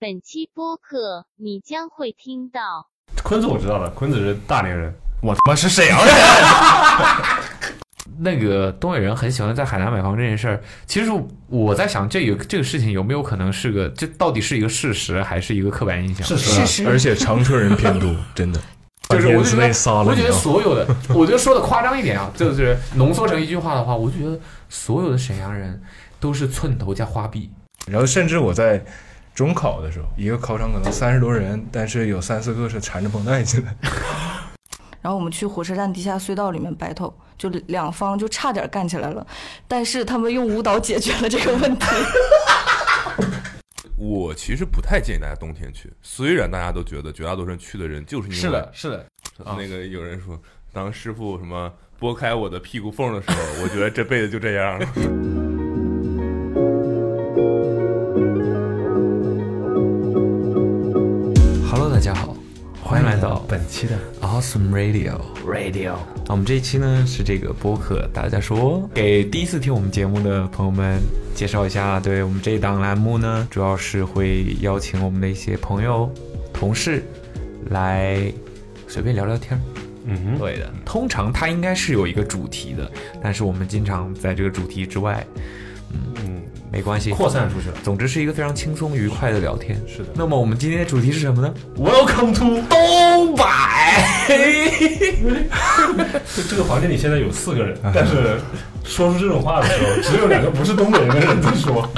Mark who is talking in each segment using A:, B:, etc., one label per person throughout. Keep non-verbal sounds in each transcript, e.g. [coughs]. A: 本期播客你将会听到。
B: 坤子我知道了，坤子是大连人，我他妈是
C: 啊 [laughs]
B: 沈阳人。
D: 那个东北人很喜欢在海南买房这件事儿，其实我在想，这有这个事情有没有可能是个，这到底是一个事实还是一个刻板印象？
B: 事
C: [laughs]
B: 实
E: 实
C: 而且长春人偏 [laughs] 多，真的。
D: 就是
C: 半天
D: 我就
C: 之
D: 觉
C: 内
D: 得，
C: 杀了
D: 我觉
C: 你
D: 得
C: 啊！
D: 所有的，我觉得说的夸张一点啊，就是浓缩成一句话的话，我就觉得所有的沈阳人都是寸头加花臂。
C: 然后甚至我在中考的时候，一个考场可能三十多人，但是有三四个是缠着绷带进 [laughs] 来。
E: 然后我们去火车站地下隧道里面 battle，就两方就差点干起来了，但是他们用舞蹈解决了这个问题。 [laughs]
F: 我其实不太建议大家冬天去，虽然大家都觉得绝大多数人去的人就是因为
D: 是的，是的，啊
F: 那个有人说，当师傅什么拨开我的屁股缝的时候，我觉得这辈子就这样了。
D: Hello，大家好，欢迎来到
C: 本期的
D: Awesome Radio Radio。那我们这一期呢是这个播客，大家说给第一次听我们节目的朋友们介绍一下，对我们这一档栏目呢，主要是会邀请我们的一些朋友、同事来随便聊聊天儿。
B: 嗯哼，
D: 对的，通常它应该是有一个主题的，但是我们经常在这个主题之外，
B: 嗯，
D: 没关系，
B: 扩散出去了。
D: 总之是一个非常轻松愉快的聊天。
B: 是的
D: 那么我们今天的主题是什么呢？
B: Welcome to [laughs]
D: 东北。
B: 这这个房间里现在有四个人，但是说出这种话的时候，只有两个不是东北人的人在说，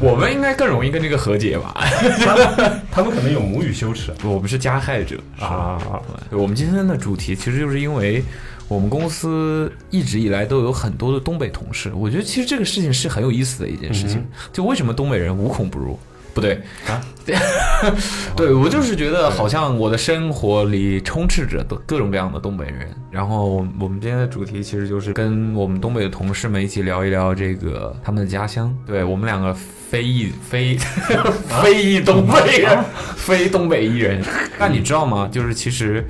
D: 我们应该更容易跟这个和解吧？
B: 他们 [laughs] 他们可能有母语羞耻
D: 我们是加害者。
B: 啊。
D: 对我们今天的主题其实就是因为我们公司一直以来都有很多的东北同事，我觉得其实这个事情是很有意思的一件事情。就为什么东北人无孔不入？不对
B: 啊，
D: 对对我就是觉得好像我的生活里充斥着都各种各样的东北人。然后我们我们今天的主题其实就是跟我们东北的同事们一起聊一聊这个他们的家乡。对我们两个非裔 [laughs] 非非裔东北人， [laughs] 非东北裔人。那你知道吗？就是其实。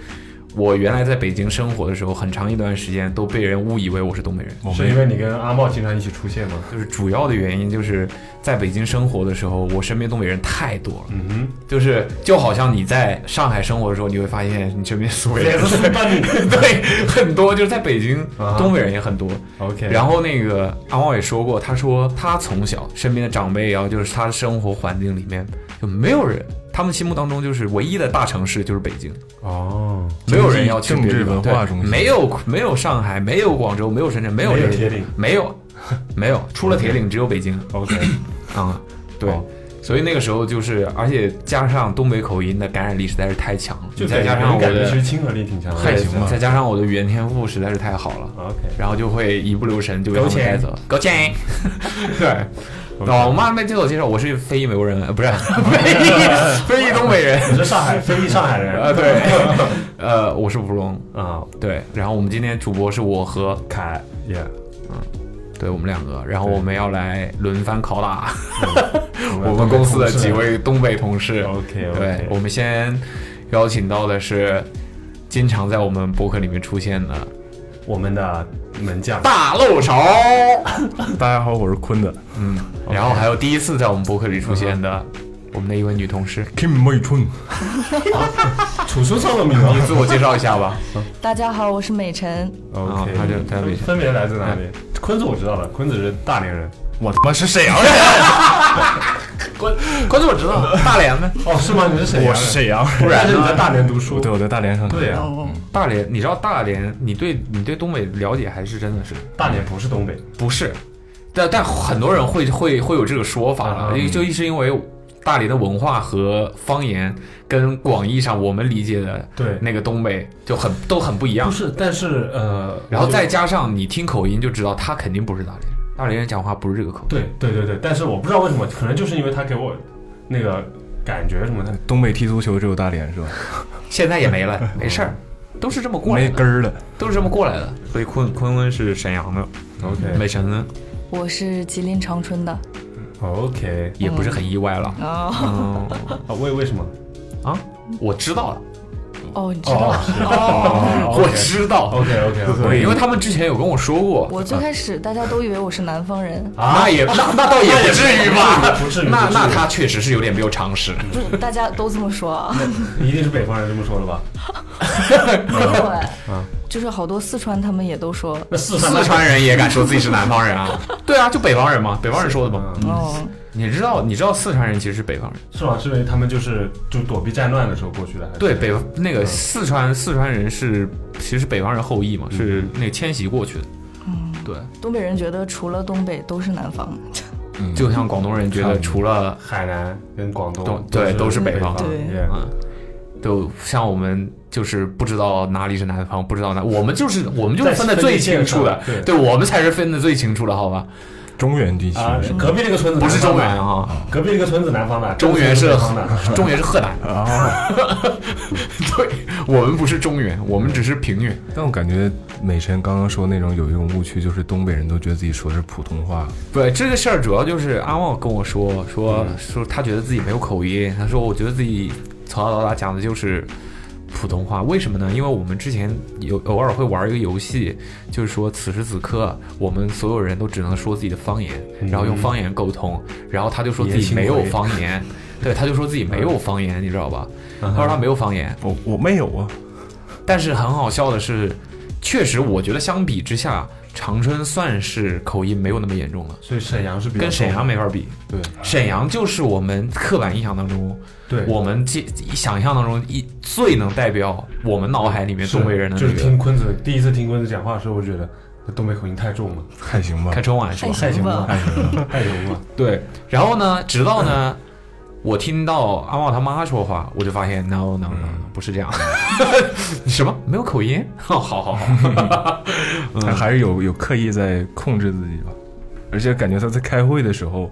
D: 我原来在北京生活的时候，很长一段时间都被人误以为我是东北人。
C: 我
B: 是因为
C: 们
B: 你跟阿茂经常一起出现吗？
D: 就是主要的原因就是在北京生活的时候，我身边东北人太多了，
B: 嗯哼，
D: 就是就好像你在上海生活的时候，你会发现你身边苏北人
B: 伴侣。
D: [laughs] 对很多，就是在北京
B: 啊
D: 东北人也很多。
B: [laughs] OK，
D: 然后那个阿旺也说过，他说他从小身边的长辈啊，就是他的生活环境里面就没有人，他们心目当中就是唯一的大城市就是北京。
B: 哦，
D: 没有人要去
C: 政
D: 别的
C: 治
D: 地方
C: 文化中
D: 对
C: 心
D: 没有没有上海，没有广州，没有深圳，没有
B: 没有
D: 这些
B: 铁岭
D: 没有没有，除了铁岭只有北京
B: OK，
D: 啊、对
B: 好。
D: 所以那个时候就是，而且加上东北口音的感染力实在是太强了，
B: 就
D: 再
B: 感
D: 加
B: 觉
D: 上我
B: 感觉其
D: 的
B: 实亲和力挺强的。
C: 还行
B: [laughs]
C: 吧
D: 再加上我的语言天赋实在是太好了，
B: 啊 OK，
D: 然后就会一不留神就被他们
B: 勾钱
D: 带走。高钱， [laughs]
B: [laughs]
D: 对。哦，我妈没自我介绍，我是非裔美国人，呃
B: [laughs]
D: 不是非裔非裔东北人，
B: 你是上海非裔上海人
D: 呃，对，呃，我是芙蓉，
B: 啊，
D: 对，然后我们今天主播是我和
B: 凯耶，
D: 对我们两个，然后我们要来轮番拷打
B: 我
D: 我们公司的几位东北同事。
B: OK，
D: 对，我们先邀请到的是经常在我们博客里面出现的
B: 我们的门将
D: 大漏勺，
C: 大家好，我是坤子
D: 嗯，然后还有第一次在我们博客里出现的我们的一位女同事，
C: [laughs] ，Kim 美春。
B: 楚书上的名吗
D: 你
B: [laughs]
D: 自我介绍一下 [laughs] 吧。
E: 大家好，我是美晨，
D: 啊
B: 哦
D: 他就他没事
B: 分别来自哪里？坤子我知道了，坤子是大连人。
C: [laughs] 我他妈是啊沈 [laughs] 阳人，
D: 关关注我知道，大连呗。
B: 哦，是吗？你是沈
C: 我
B: 阳
C: 是
B: 人？
C: 沈阳人。
B: 不然你在大连读书？
C: [laughs] 对，我在啊大连上学。
B: 对呀，啊
E: 嗯，
D: 大连，你知道大连？你对你对东北了解还是真的是
B: 大连不是东北。
D: 不是，但但很多人会会会有这个说法了，
B: 嗯
D: 因为就一是因为大连的文化和方言跟广义上我们理解的
B: 对，
D: 那个东北就很都很不一样
B: 不，是，但是呃，
D: 然后
B: 我
D: 再加上你听口音就知道他肯定不是大连人，大连人讲话不是这个口音。
B: 对对对对，但是我不知道为什么，可能就是因为他给我那个感觉什么的。
C: 东北踢足球只有大 [laughs] 连是吧？
D: 现在也没了，没事儿，都是这么过来
C: 没
D: 的，
C: 根儿了。
D: 都是这么过来的。所以昆昆温是沈阳的，
B: OK
D: 美神呢
E: 我是吉林长春的。
B: OK，
D: 也不是很意外了。
E: 哦，
D: 嗯，
B: 啊为为什么？
D: 我知道了，
E: 哦，你知道
B: 哦
D: 我知道，
B: OK OK
D: 对，
B: OK，
D: 因为他们之前有跟我说过，
E: 我最开始大家都以为我是南方人，
D: 啊那也那那倒也不至于吧，
B: 不至于不至于
D: 那那他确实是有点没有常识，
E: 不是大家都这么说啊，
B: 一定是北方人这么说的吧？
E: 没有 [laughs] 哎，
D: 啊
E: 就是好多四川他们也都说，
B: 那四川
D: 四川人也敢说自己是南方人啊？ [laughs] 对啊，就北方人嘛，北方人说的嘛。嗯
E: 哦，
D: 你知道，你知道四川人其实是北方人，
B: 是吗？是因为他们就是就躲避战乱的时候过去的，还是
D: 对北那个四川四川人是其实是北方人后裔嘛，是那个迁徙过去的。对，
E: 东北人觉得除了东北都是南方，
D: 就像广东人觉得除了
B: 海南跟广
D: 都
B: 东
D: 对都是北
B: 北
D: 方，
E: 对
B: ，yeah
D: 嗯，都像我们就是不知道哪里是南方，不知道哪，我们就是我们就是
B: 在
D: 分的
B: 分
D: 最
B: 界线
D: 清楚的
B: 上，对
D: 对我们才是分的最清楚的，好吧？
C: 中原地区
B: 啊，是隔壁那个村子
D: 不是
B: 南
D: 中
B: 方的
D: 原，啊，
B: 隔壁那个村子南方的，
D: 中原是
B: 这个村子北方的，
D: 中原是河南，哦 [laughs] 对我们不是中原，我们只是平原。
C: 但我感觉美晨刚刚说那种有一种误区，就是东北人都觉得自己说的是普通话，
D: 对这个事儿，主要就是阿茂跟我说说说他觉得自己没有口音，他说我觉得自己从小到大讲的就是普通话，为什么呢？因为我们之前有偶尔会玩一个游戏，就是说此时此刻我们所有人都只能说自己的方言，然后用方言沟通，然后他就说自己没有方言，对，他就说自己没有方言，你知道吧？他说他没有方言，
C: 我我没有啊，
D: 但是很好笑的是，确实我觉得相比之下，长春算是口音没有那么严重了。
B: 所以沈阳是比较
D: 跟沈阳没法比。
B: 对，
D: 沈阳就是我们刻板印象当中，
B: 对
D: 我们记想象当中一最能代表我们脑海里面东北人的
B: 是
D: 那
B: 就是听
D: 个。
B: 坤子第一次听坤子讲话的时候，我觉得那东北口音太重了，
C: 还行吧
D: 开。春晚是吧？
E: 太行吧
B: 太行了，太行了，
D: 对，然后呢，直到呢，我听到阿茂他妈说话，我就发现 no no no，不
B: 嗯
D: 是这样， [laughs] 你什么没有
B: [laughs]
D: 口音？好好好，
C: 他还是有有刻意在控制自己吧，而且感觉他在开会的时候，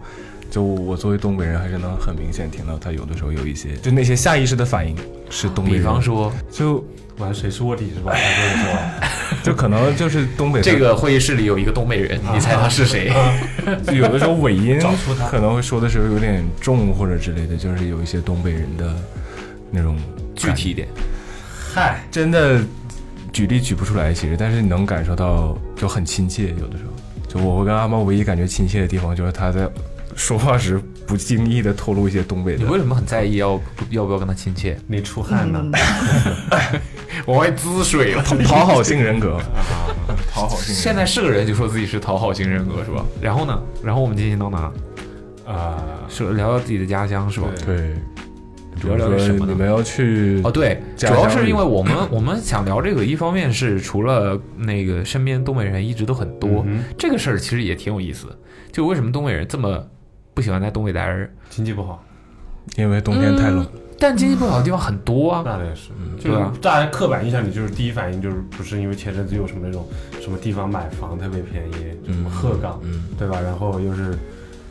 C: 就我作为东北人，还是能很明显听到他有的时候有一些，就那些下意识的反应是东北
D: 比
C: 人，
D: 方说
C: 就
B: 完谁是卧底是吧？他这么说，
C: 就可能就是东 [laughs] 北
D: 这个会议室里有一个东北
B: 啊
D: 人，你猜他
B: [laughs]
D: 是谁？
C: 就有的时候尾音
B: 找出他
C: 可能会说的时候有点重或者之类的，就是有一些东北人的那种
D: 具体一点，
B: 嗨，
C: 真的举例举不出来，其实，但是你能感受到就很亲切，有的时候。就我跟阿猫唯一感觉亲切的地方，就是他在说话时不经意的透露一些东北
D: 你
C: 的。
D: 为什么很在意要要不要跟他亲切？
B: 你出汗
E: 嗯
B: 呢？
D: 我还滋水了，
C: [laughs] 讨好性人格，讨好性人
D: 现在是个人就说自己是讨好型人格是吧？然后呢？然后我们进行到哪？
B: 啊，
D: 是聊聊自己的家乡是吧？
C: 格。对，比
D: 主要
C: 如
D: 聊
C: 说
D: 点什么
C: 你
D: 呢？
C: 们要去
D: 哦，对，主
C: 家乡
D: 要是
C: 里
D: 因为我们我们想聊这个，一方面是除了那个身边东北人一直都很
B: 嗯
D: 多，这个事儿其实也挺有意思。就为什么东北人这么不喜欢在东北待着？
B: 经济不好，
C: 因为冬天太冷，
D: 但经济不好的地方很多啊，
B: 那倒也是，就
D: 对啊
B: 是大家刻板印象里，就是第一反应就是不是因为前阵子有什么那种什么地方买房特别便宜，就什么鹤岗，
C: 嗯
B: 对吧？然后又是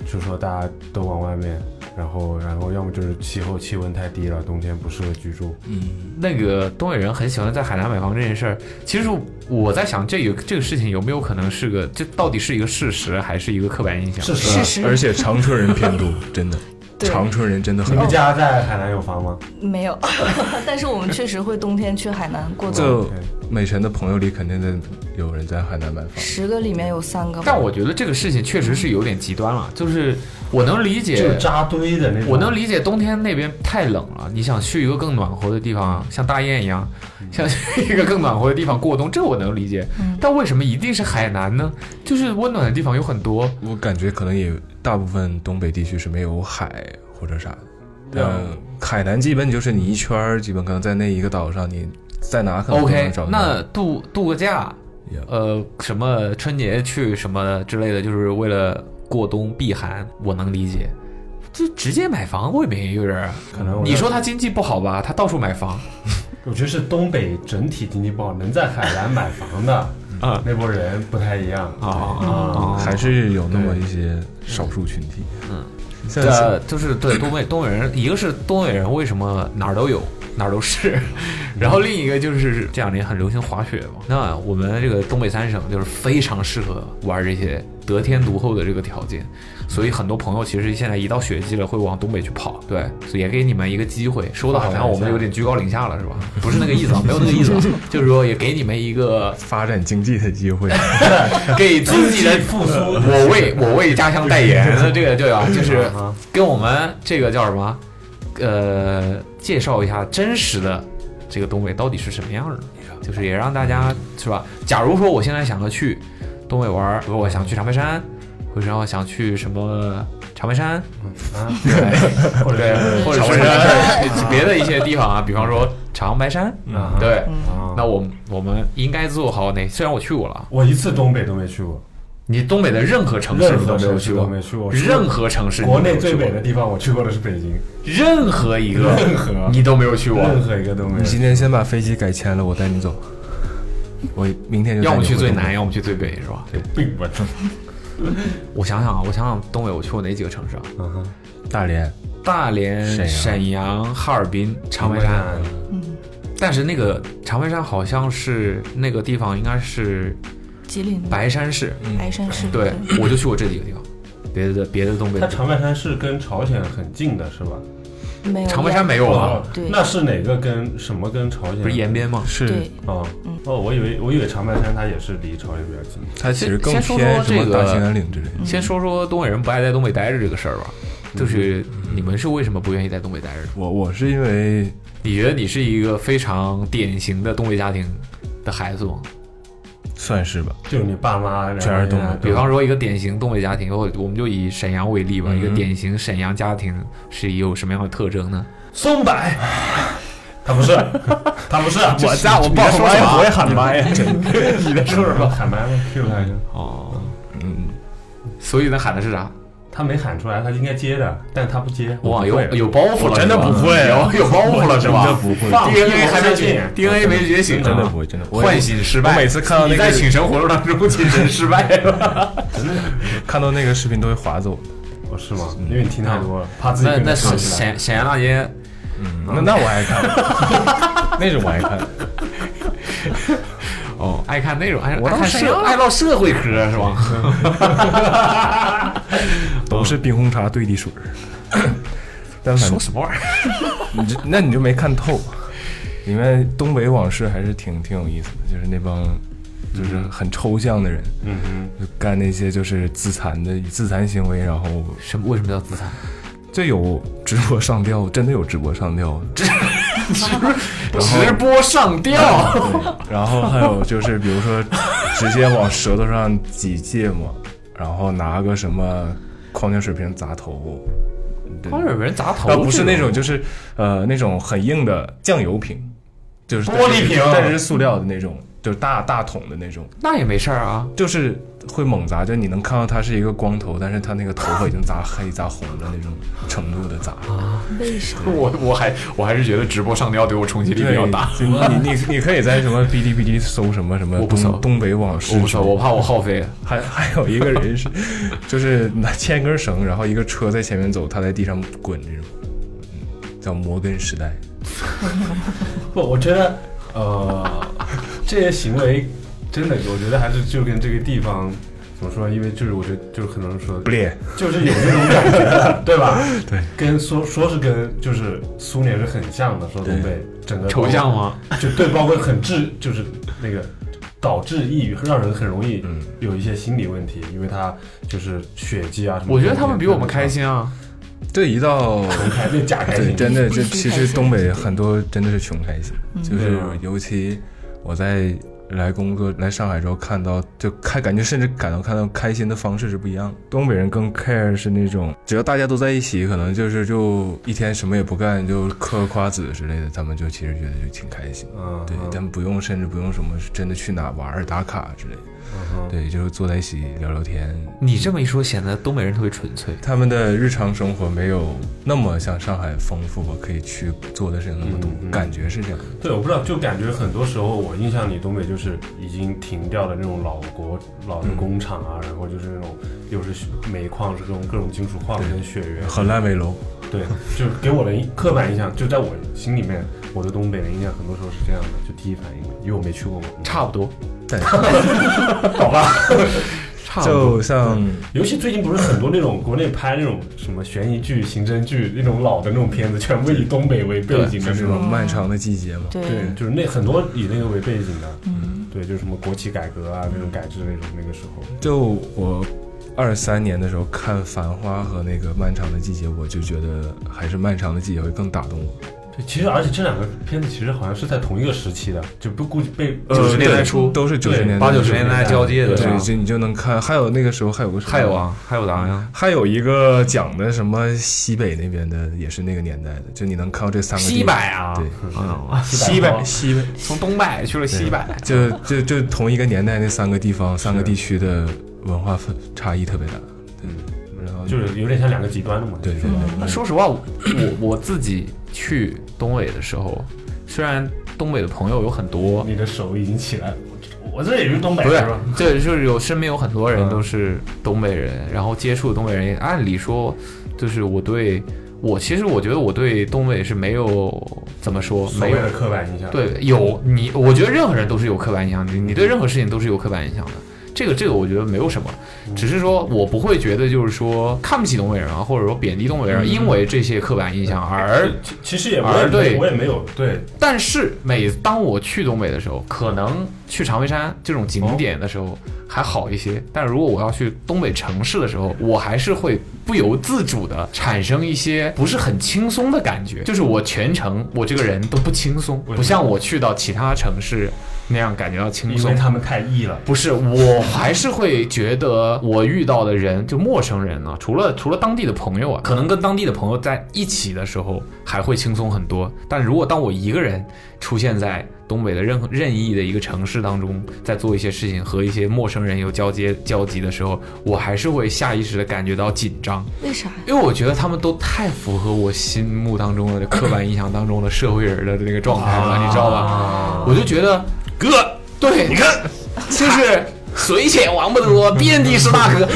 B: 就说大家都往外面，然后然后要么就是气候气温太低了，冬天不适合居住，
C: 嗯
D: 那个东北人很喜欢在海南买房这件事儿，其实我在想，这有这个事情有没有可能是个，这到底是一个事实还是一个刻板印象？
B: 是
E: 事
B: 是。
C: 而
E: 实
C: 且长春人偏多，真的，
E: 对
C: 长春人真的
B: 你
C: 很
B: 们
C: 多。
B: 家在海南有房吗？
E: 没有， [laughs] 但是我们确实会冬天去海南过冬，
B: 哦
C: 就美晨的朋友里肯定得有人在海南买房，
E: 十个里面有三个吧，
D: 但我觉得这个事情确实是有点极端了，就是我能理
B: 就
D: 解
B: 是，扎堆的那种，
D: 我能理解冬天那边太冷了，你想去一个更暖和的地方，像大雁一样，
B: 嗯
D: 想去一个更暖和的地方过冬，这我能理解。但为什么一定是海南呢？就是温暖的地方有很多，
C: 我感觉可能也大部分东北地区是没有海或者啥的，
D: 嗯
C: 但海南基本就是你一圈儿，基本可能在那一个岛上，你在哪可能都
D: OK，
C: 能找到。
D: 那度度个假，
C: Yeah
D: 呃，什么春节去什么之类的，就是为了过冬避寒，我能理解。就直接买房未免也有点儿，
B: 可能我
D: 你说他经济不好吧，他到处买房，
B: 我觉得是东北整体经济不好，能在海南买房的
D: [laughs] 啊
B: 那波人不太一样
D: 啊
B: 啊。
C: 还是有那么一些少数群体。嗯，像
D: 呃，就是对东北东北人，一个是东北人为什么哪儿都有，哪儿都是。 [laughs] 然后另一个就是这两年很流行滑雪嘛，那我们这个东北三省就是非常适合玩这些得天独厚的这个条件，所以很多朋友其实现在一到雪季了会往东北去跑，对，所以也给你们一个机会，说的好像我们有点居高临下了是吧？不是那个意思啊，没有那个意思啊，就是说也给你们一个
C: 发展经济的机
D: [laughs]
C: 会，
D: 嗯给自己的复苏，我为我为家乡代
B: [laughs]
D: 言的这个对吧？就是
B: 啊
D: 跟我们这个叫什么，呃，介绍一下真实的这个东北到底是什么样的，就是也让大家是吧？假如说我现在想要去东北玩儿，比如我想去长白山，或者我想去什么长
B: [laughs]
D: 白山，
B: 啊，
D: 对，
B: 或者
D: 对，或者是 [laughs] 别的一些地方啊，比方说长白山，
B: 啊，
D: 嗯对，
B: 啊
D: 那我们我们应该做好哪？虽然我去过了。啊
B: 我一次东北都没去过，
D: 你东北的任何城市
B: 任
D: 你都
B: 何
D: 没有
B: 城市
D: 去
B: 都
D: 过，
B: 没去过，
D: 任何城市你
B: 国
D: 都没
B: 内
D: 有去
B: 最
D: 过
B: 美的地方我去过的是北京，
D: 任何一个
B: 任何
D: 你都没有去过，
B: 任何一个都没
C: 你今
B: 有。
C: 天先把飞机改签了，我带你走。我明天就带
D: 要么
C: 你
D: 去
C: 回
D: 最
C: 东北
D: 南，，要么去最北，是吧？
B: 有病吧？
D: 我想想啊，我想想东北我去过哪几个城市啊？
B: 嗯哼
C: 大连。
D: 大
C: 沈
D: 连、
C: 阳
D: 沈阳、哈尔滨、长白山。但是那个长白山好像是那个地方应该是
E: 吉林的
D: 白山市，
C: 嗯
E: 白山市
D: 对我就去过这几个地方，别的别的东北
B: 它长白山是跟朝鲜很近的，是吧？
E: 没有
D: 长白山没有啊，
B: 哦
E: 对
B: 那是哪个跟什么跟朝鲜？
D: 不是延边吗？
C: 是
E: 对，
B: 啊？哦，我以为我以为长白山它也是离朝鲜比较近。
C: 它其实更
D: 先说说
C: 偏什么
D: 这个
C: 大兴安岭之类的。
D: 先说说东北人不爱在东北待着这个事儿吧，
B: 嗯
D: 就是你们是为什么不愿意在东北待着？
C: 我我是因为
D: 你觉得你是一个非常典型的东北家庭的孩子吗？
C: 算是吧，
B: 就是你爸妈两个人
C: 全是东北
D: 比方说一个典型东北家庭，或者我们就以沈阳为例吧，一个典型沈阳家庭是有什么样的特征呢？
B: 松柏， [laughs] 他不 [laughs] 是，他不是，我
D: 在我爸说
B: 我也喊麦呀，你在说什么？喊麦吗？Q 他一下。
D: 哦，嗯，所以呢喊的是啥？
B: 他没喊出来，他应该接的，但他不接。
D: 哇，
B: 不
D: 有
B: 会啊
D: 有包袱了，
C: 真的
D: 是吧
C: 不会啊
D: 有有包袱了是
C: 真的
D: 吧
C: 不会，
B: 放屁
D: ？DNA
B: 我
D: 还没
B: 相信
D: 觉，DNA 没觉醒呢，啊
C: 真的不会，真的。我
D: 唤醒失败。
C: 我每次看到那个
D: 你在请神活动当中请神失败了，
C: 看到那个视频都会划走。
B: 哦是吗？因为你听太多了，怕自己
D: 那
B: 跟着
D: 那
B: 唱
D: 沈
B: 起来。
D: 沈沈阳大街
C: 那那我爱看， [laughs] 那种我爱看。
D: 哦，爱看那种，爱
C: 我
D: 爱
C: 到
D: 看
C: 沈
D: 社
C: 阳了
D: 爱唠社会科是吧？
C: 都是冰红茶兑的水儿。 [coughs] 但反
D: 说
C: 正
D: 什么玩意儿？
C: 你这那你就没看透，啊里面东北往事还是挺挺有意思的，就是那帮就是很抽象的人，
B: 嗯哼，
C: 就干那些就是自残的以自残行为，然后
D: 什么为什么叫自残？
C: 这有直播上吊，真的有直播上吊的，
D: 直播上吊，
C: 对然后还有就是比如说直接往舌头上挤芥末，然后拿个什么矿泉水瓶砸头，对
D: 光有人砸头，
C: 倒不是那种，就是呃那种很硬的酱油瓶，就是
B: 玻璃瓶
C: 但是是塑料的那种，就是大大桶的那种，
D: 那也没事儿啊。
C: 就是会猛砸，就你能看到他是一个光头，但是他那个头发已经砸黑、砸红的那种程度的砸。
D: 啊
E: 嗯为啥？
D: 我我还我还是觉得直播上吊对我冲击力比较大。
C: 对，就你你你可以在什么哔哩哔哩搜什么什么
D: 我不搜
C: 东东北往事，
D: 我不说，我怕我耗费。
C: 还 [laughs] 还有一个人是， [laughs] 就是拿牵根绳，然后一个车在前面走，他在地上滚这种，嗯，叫摩根时代。
B: 不，我觉得呃，这些行为真的，我觉得还是就跟这个地方怎么说？因为就是我觉得就是很多人说
C: 不列，
B: 就是有那种感觉，对吧？
C: 对，
B: 跟说说是跟就是苏联是很像的，说东北整个
D: 抽象吗？
B: 就对，包括很致，就是那个导致抑郁，让人很容易
C: 嗯
B: 有一些心理问题，因为他就是血迹啊什么。
D: 我觉得他们比我们开，心啊。
C: 对，一到
B: 开那假开
C: 对，
B: 心，
C: 真的，
E: 必
C: 这
E: 须
C: 其
E: 开
C: 实
E: 心
C: 东北很多真的是穷开心，就是
B: 对啊
C: 尤其我在来工作来上海之后看到，就开感觉甚至感到看到开心的方式是不一样的。东北人更 care 是那种，只要大家都在一起，可能就是就一天什么也不干，就嗑个瓜子之类的，他们就其实觉得就挺开心。
B: 嗯，
C: 对，
B: 嗯
C: 他们不用，甚至不用什么真的去哪玩儿打卡之类的，
B: 嗯
C: 对，就是坐在一起聊聊天。
D: 你这么一说，显得东北人特别纯粹。
C: 他们的日常生活没有那么像上海丰富吧，可以去做的事情那么多，
B: 嗯嗯
C: 感觉是这样的。
B: 对，我不知道，就感觉很多时候我印象里东北就是已经停掉的那种老国老的工厂啊，然后就是那种又是煤矿，是各种各种金属矿跟血缘，
C: 很烂尾楼，
B: 对，就是给我的刻板印象，就在我心里面，我对东北的印象很多时候是这样的，就第一反应，因为我没去过嘛。
D: 差不多，
C: [laughs] 对，
B: 好
C: [laughs]
B: 吧，
D: 差不多。
C: 就像
B: 尤其最近不是很多那种国内拍那种什么悬疑剧、刑侦剧那种老的那种片子，全部以东北为背景的
C: 就
B: 那
C: 是我
B: 种，
C: 们漫长的季节嘛，
E: 对嗯
B: 对，就是那很多以那个为背景的，对，就是什么国企改革啊那种改制那种那个时候，
C: 就我二三年的时候看《繁花》和那个《漫长的季节》，我就觉得还是《漫长的季节》会更打动我。
B: 对，其实而且这两个片子其实好像是在同一个时期的，就不估计被
D: 呃90年代初
C: 都是九十
B: 对
C: 年代
D: 八九十年代交界的，
C: 对，
B: 啊
D: 吧？
C: 就你就能看。还有那个时候还有个什么
D: 还有，啊，还有啥呀？
C: 还有一个讲的什么西北那边的，也是那个年代的，就你能看到这三个地
D: 西北啊，
C: 对，
D: 嗯，
B: 西北
D: 西北，从东北去了西北，
C: 就就就同一个年代那三个地方、三个地区的文化分差异特别大。
D: 嗯
C: 对，然后
B: 就是有点像两个极端的嘛，
C: 对
B: 其实
C: 对对
D: 那说实话，我我我自己去东北的时候，虽然东北的朋友有很多，
B: 你的手已经起来了，我这也是东北
D: 不是 [laughs]
B: 是吧？，
D: 这就是有身边有很多人
B: 嗯
D: 都是东北人，然后接触东北人，按理说就是我对我其实我觉得我对东北是没有怎么说
B: 所
D: 没
B: 谓
D: 有
B: 的刻板印象，，
D: 对有你，我觉得任何人都是有刻板印象的，你对任何事情都是有刻板印象的。这个这个我觉得没有什么，
B: 嗯
D: 只是说我不会觉得就是说看不起东北人啊，或者说贬低东北人啊，
B: 嗯
D: 因为这些刻板印象而
B: 其其实也我
D: 而
B: 也
D: 对嗯
B: 我也没有对
D: 但是每当我去东北的时候，可能去长白山这种景点的时候还好一些，但如果我要去东北城市的时候，我还是会不由自主的产生一些不是很轻松的感觉，就是我全程我这个人都不轻松，
B: 么
D: 不像我去到其他城市那样感觉到轻
B: 因
D: 松
B: 为。他们太异了。
D: 不是，我还是会觉得我遇到的人就陌生人呢、除了除了当地的朋友啊，可能跟当地的朋友在一起的时候还会轻松很多。但如果当我一个人出现在东北的任何任意的一个城市当中，在做一些事情和一些陌生人有交接交集的时候，我还是会下意识的感觉到紧张，
E: 为啥呀？
D: 因为我觉得他们都太符合我心目当中的刻板印象当中的社会人的那个状态了，你知道吧？我就觉得啊哥，对，你看，就是水浅王八多，遍地是大哥。 [laughs]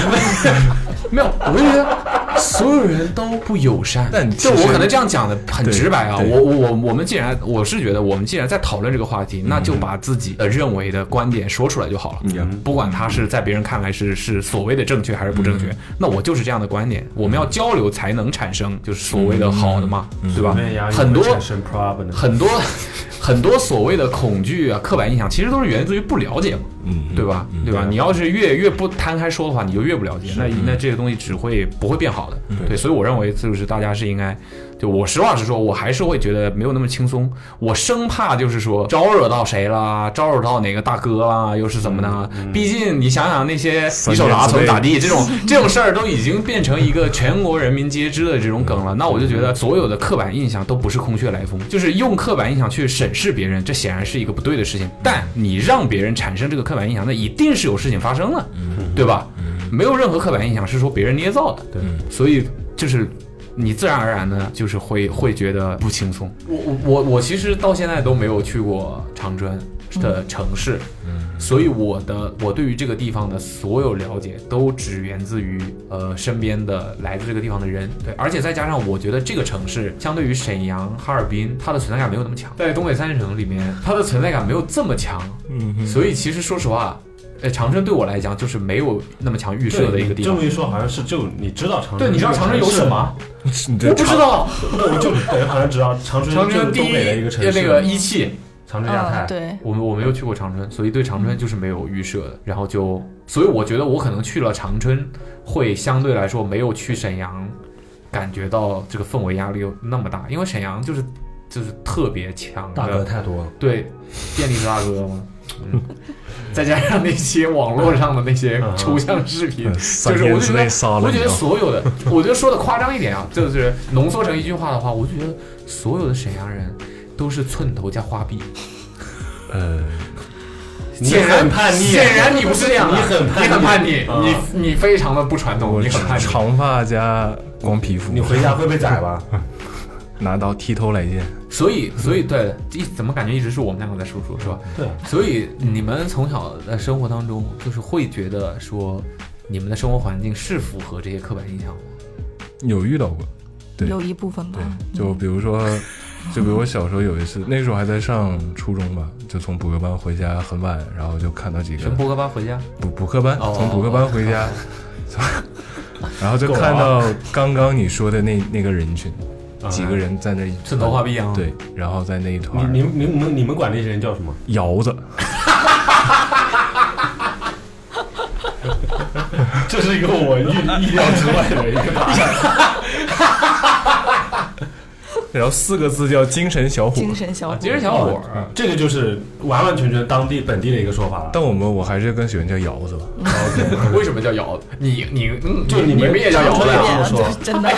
D: 没有，我就觉得所有人都不友善。
C: 但其
D: 就
C: 实
D: 我可能这样讲的很直白啊，
C: 对
D: 我
C: 对
D: 我我我们既然我是觉得我们既然在讨论这个话题，那就把自己的呃认为的观点说出来就好了。
C: 嗯
D: 不管他是在别人看来是是所谓的正确还是不正确，
C: 嗯
D: 那我就是这样的观点。我们要交流才能产生就是所谓
C: 嗯
D: 的好的嘛，对吧
B: 普遍嗯压？力
D: 很
B: 会
D: 多
B: 产生 problem，
D: 很多 [laughs] 很多所谓的恐惧啊、刻板印象，其实都是源自于不了解嘛，
C: 嗯，
D: 对吧？对吧？你要是越越不摊开说的话，你就越不了解，那那这个东西只会不会变好的。
C: 嗯
D: 对，所以我认为就是大家是应该，就我实话实说，我还是会觉得没有那么轻松，我生怕就是说招惹到谁啦，招惹到哪个大哥啦，又是怎么呢？
C: 嗯
D: 毕竟你想想那些一手拿从咋地这种这种事儿都已经变成一个全国人民皆知的这种梗了，那我就觉得所有的刻板印象都不是空穴来风，就是用刻板印象去审视别人，这显然是一个不对的事情。但你让别人产生这个刻板印象，那一定是有事情发生了，对吧？没有任何刻板印象是说别人捏造的，
B: 对，
D: 所以就是你自然而然的，就是会会觉得不轻松。我我我我其实到现在都没有去过长春的城市，所以我的我对于这个地方的所有了解都只源自于呃身边的来自这个地方的人，对，而且再加上我觉得这个城市相对于沈阳、哈尔滨，它的存在感没有那么强，在东北三省里面，它的存在感没有这么强，嗯，所以其实说实话。呃，长春对我来讲就是没有那么强预设的一个地
B: 这
D: 方
B: 么。一说，好像是就你知道长春，
D: 对，你知道长春有
B: [laughs]
D: 什？么？
C: 你这
D: 我不知道。
B: 那我就等于好像知道长春
D: 长
B: 就
D: 春
B: 是
D: 第
B: 东北的一个城市，
D: 那个一汽，
B: 长春亚
E: 啊，
B: 泰。
E: 对，
D: 我们我没有去过长春，所以对长春就是没有预设的。然后就，所以我觉得我可能去了长春，会相对来说没有去沈阳，感觉到这个氛围压力有那么大，因为沈阳就是就是特别强
B: 大哥
D: 的，
B: 太多了，
D: 对，便利是大哥嘛。
B: [laughs]
D: 嗯，再加上那些网络上的那些抽象视频，
B: 嗯
D: 就
C: 三
D: 是我
C: 天
D: 就
C: 之
D: 觉得
C: 内杀了
D: 我
C: 你
D: 觉得
C: 啊！
D: 所有的，我觉得说的夸张一点啊，就是浓缩成一句话的话，我就觉得所有的沈阳人都是寸头加花臂。
C: 呃，
B: 你很叛逆，
D: 显然你不是这样的，啊
B: 你很
D: 你很叛逆，
B: 啊
D: 你你非常的不传统，
C: 我
D: 你很叛逆。
C: 长发加光皮肤，
B: 你回
C: [laughs]
B: 家会被宰吧？
C: 拿刀剃头来见。
D: 所以所以对，一怎么感觉一直是我们两个在输出是吧？
B: 对，
D: 所以你们从小在生活当中，就是会觉得说，你们的生活环境是符合这些刻板印象吗？
C: 有遇到过，对
E: 有一部分吧。
C: 就比如说就比如我小时候有一次，那时候还在上初中吧，就从补课班回家很晚，然后就看到几
D: 什
C: 个
D: 么补课班回家？
C: 补补课班，
D: 哦
C: 从补课班回家， [laughs] 然后就看到
D: 啊
C: 刚刚你说的那那个人群，几个人在那一
D: 嗯是头发碧昂啊
C: 对，然后在那一
B: [laughs] 你
C: 团
B: 你们你们你们管那些人叫什么？
C: 摇子，
B: 这是一个我意意料之外的一个答案。
C: 然后四个字叫精神小伙。
E: 精神小伙，
D: 精神小伙儿，
B: 哦这个就是完完全全当地本地的一个说法了。
C: 但我们我还是更喜欢叫摇子吧，
D: 为什么叫摇？你你嗯，
B: 就
D: 你
B: 你们
D: 们也叫摇子
B: 这
D: 呀？
B: 么说
E: 对真的，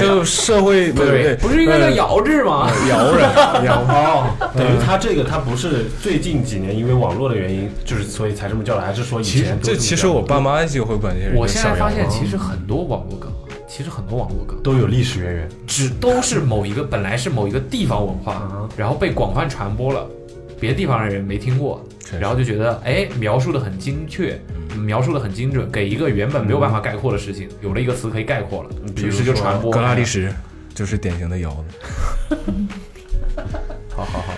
C: 就社会
D: 对对，不是应该叫摇志吗？
C: 摇人摇
D: [laughs]
B: 哦，等于他这个他不是最近几年因为网络的原因，就是所以才这么叫的，还是说以
C: 其实
B: 前都
C: 这
B: 么
C: 其实
B: 叫
C: 我爸妈就会管这些人
D: 我
C: 叫
D: 现在
C: 小
D: 发
C: 摇
D: 现，其实很多网络梗，啊其实很多网络梗
B: 都有历史渊源。
D: 只都是某一个本来是某一个地方文化
B: 嗯，
D: 然后被广泛传播了，别的地方的人没听过，
C: 确
D: 然后就觉得哎，描述的很精确，描述的很精准，给一个原本没有办法概括的事情，有了一个词可以概括了，
B: 比
D: 于
B: 如
D: 是就
B: 说
D: 传播。
C: 格拉利什就是典型的摇子，
B: 好好好，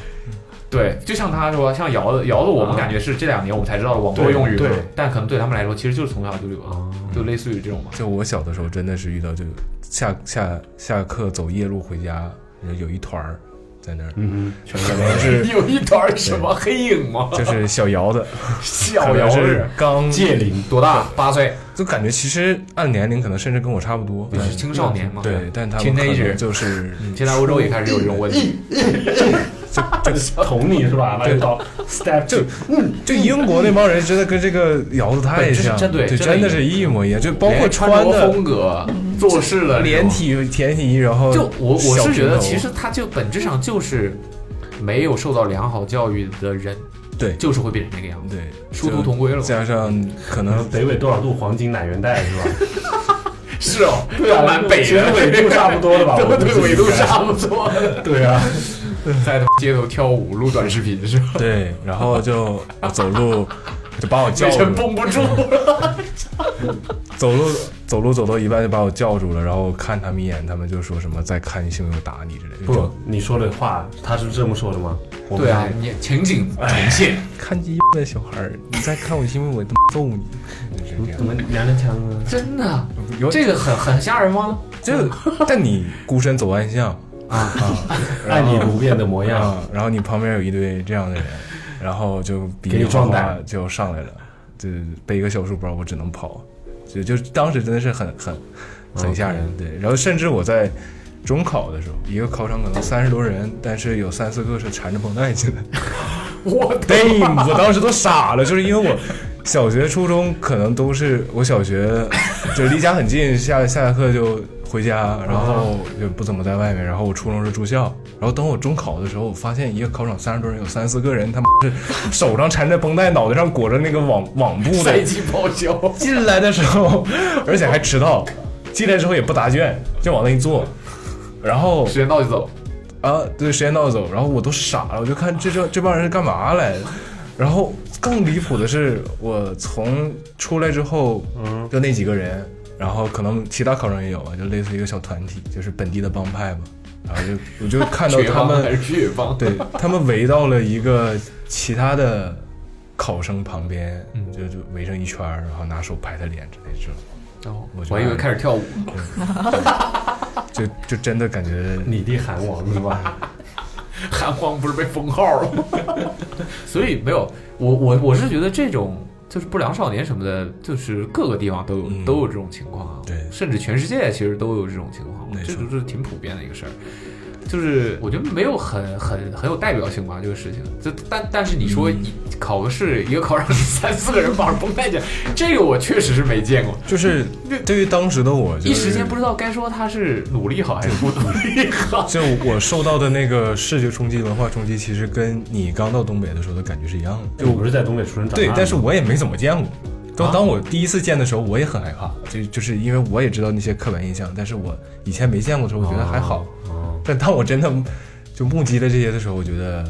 D: 对，就像他说，像摇的摇的，我们
B: 啊
D: 感觉是这两年我们才知道的网络
B: 对
D: 用语嘛
B: 对，
D: 但可能对他们来说，其实就是从小就有的
B: 哦，
D: 就类似于这种嘛。 [laughs]
C: 就我小的时候真的是遇到，就下下下课走夜路回家，有一团儿在那儿，
B: 嗯哼，全
C: 可能是
D: [laughs] 有一团什么黑影吗？
C: 就是小摇子，
D: 小
C: 可
D: 摇
C: 能
D: 是
C: 是刚，
B: 戒灵，
D: [laughs] 多大？八岁，
C: 就感觉其实按年龄可能甚至跟我差不多，
D: 是青少年嘛？
C: 对，但他们可
D: Teenager
C: 能就是
D: 嗯，现在欧洲也开始有这种问题。
B: 捅你是吧？那就到 step
C: 就
B: two，
C: 就英国那帮人真的跟这个摇子太
D: 对这是
C: 像，
D: 真对
C: 对，
D: 真的
C: 真的是一模一样，就包括
D: 连穿
C: 穿
D: 着
C: 的
D: 风格、做事的
C: 连
D: 体。
C: 体前体，然后
D: 就我我
C: 小
D: 是
C: 平
D: 觉得，
C: 头
D: 其实他就本质上就是没有受到良好教育的人，
C: 对
D: 就是会变成那个样子，
C: 对
D: 殊途同归了嘛。
C: 加上可
B: 可能
C: 能
B: 嗯北纬多少度黄金奶源带是吧？
D: 是 [laughs] 哦，
B: 对啊
D: 都蛮北
B: 其实
D: 的，
B: 纬度差不多的吧
D: [laughs] 对
B: 我估计
D: 对，
B: 是
D: 纬度差不多的，
B: 对啊，
D: [laughs] 在街头跳舞录短视频是
C: [laughs]
D: 吧？
C: 对，然后就我走路就把我叫
D: [laughs] 被
C: 住
D: 人
C: 了，
D: 绷不住了，
C: 走路走路走到一半就把我叫住了，然后我看他们一眼，他们就说什么再看一星我打你之类的，就
B: 不，你说的话他是这么说的吗？
D: [laughs]
B: 我不
D: 对啊
B: 太，
D: 你情景呈现，
C: 看鸡的小孩儿，你再看我新闻我他妈揍你，就是这
B: 怎
C: [laughs] 样。
B: 么娘娘腔啊？
D: 真的，
C: 有
D: 这个很很吓人吗？
C: 这，但你孤身走暗巷
B: 爱你不变的模样，
C: 啊，然后你旁边有一堆这样的人，然后就比
B: 给你壮胆
C: 话就上来了，就背一个小书包，我只能跑，就就当时真的是很很很吓人，对。然后甚至我在中考的时候，一个考场可能三十多人，但是有三四个是缠着绷带进来，
D: [laughs] 我的
C: [laughs] 对，我当时都傻了，就是因为我。小学、初中可能都是我小学，就离家很近，下下课就回家，然后就不怎么在外面。然后我初中是住校，然后等我中考的时候，我发现一个考场三十多人，有三四个人他妈是手上缠着绷带，脑袋上裹着那个网网布的
D: [laughs] 赛，季报销，
C: 进来的时候，而且还迟到，进来之后也不答卷，就往那一坐，然后
D: 时间到就走，
C: 啊，对，时间到走，然后我都傻了，我就看这这这帮人是干嘛来的。然后更离谱的是，我从出来之后，嗯，就那几个人，然后可能其他考生也有啊，就类似一个小团体，就是本地的帮派嘛。然后就我就看到
D: 绝
C: 他
D: 望还 [laughs]
C: 们，
D: 是绝望？
C: 对他们围到了一个其他的考生旁边，就就围成一圈儿，然后拿手拍他脸之类这种，
D: 哦
C: 我觉
D: 我
C: 得
D: 还以为开始跳舞，
C: 就就真的感觉
B: 你的韩王是 [laughs] 吧？
D: 韩荒不是被封号了吗？ [laughs] 所以没有，我我我是觉得这种就是不良少年什么的，就是各个地方都有、
C: 嗯
D: 都有这种情况啊。
C: 对
D: 甚至全世界其实都有这种情况，啊
C: 没
D: 这
C: 错
D: 就是挺普遍的一个事儿。就是我觉得没有很很很有代表性吧，这个事情。这但但是你说
C: 嗯
D: 一、考个试，一个考场里三四个人绑着绷带讲，这个我确实是没见过。
C: 就是对于当时的我，就是
D: 一时间不知道该说他是努力好还是不努力好。 [laughs]
C: 就我受到的那个视觉冲击、文化冲击，其实跟你刚到东北的时候的感觉是一样的。
B: 就不是在东北出生长大的
C: 对
B: 吗，，
C: 但是我也没怎么见
B: 啊
C: 过。当当我第一次见的时候，我也很害怕，就就是因为我也知道那些刻板印象，但是我以前没见过的时候，我觉得还好。
B: 哦，
C: [laughs] 但当我真的就目击了这些的时候，我觉得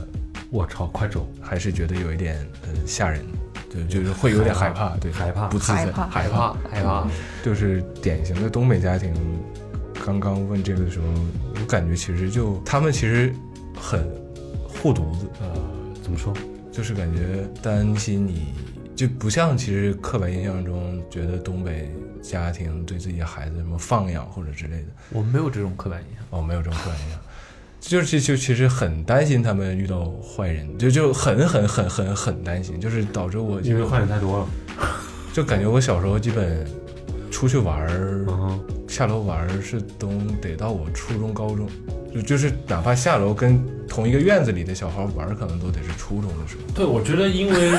B: 我操，快走！
C: 还是觉得有一点嗯吓人，对，就是会有点害怕，对，
B: 害怕
C: 不自在
E: 害，怕
D: 害怕，害怕，
C: 就是典型的东北家庭。刚刚问这个的时候，我感觉其实就他们其实很护犊子，
B: 呃，怎么说？
C: 就是感觉担心你，就不像其实刻板印象中觉得东北家庭对自己孩子什么放养或者之类的，
D: 我没有这种刻板印象。
C: 哦，没有这种刻板印象，就是就其实很担心他们遇到坏人，就就很很很很很担心，就是导致我
B: 因为坏人太多了。
C: 就感觉我小时候基本出去玩儿，
B: 嗯哼，
C: 下楼玩儿是都得到我初中、高中，就就是哪怕下楼跟同一个院子里的小孩玩儿，可能都得是初中的时候。
B: 对，我觉得因
D: [laughs]
B: 为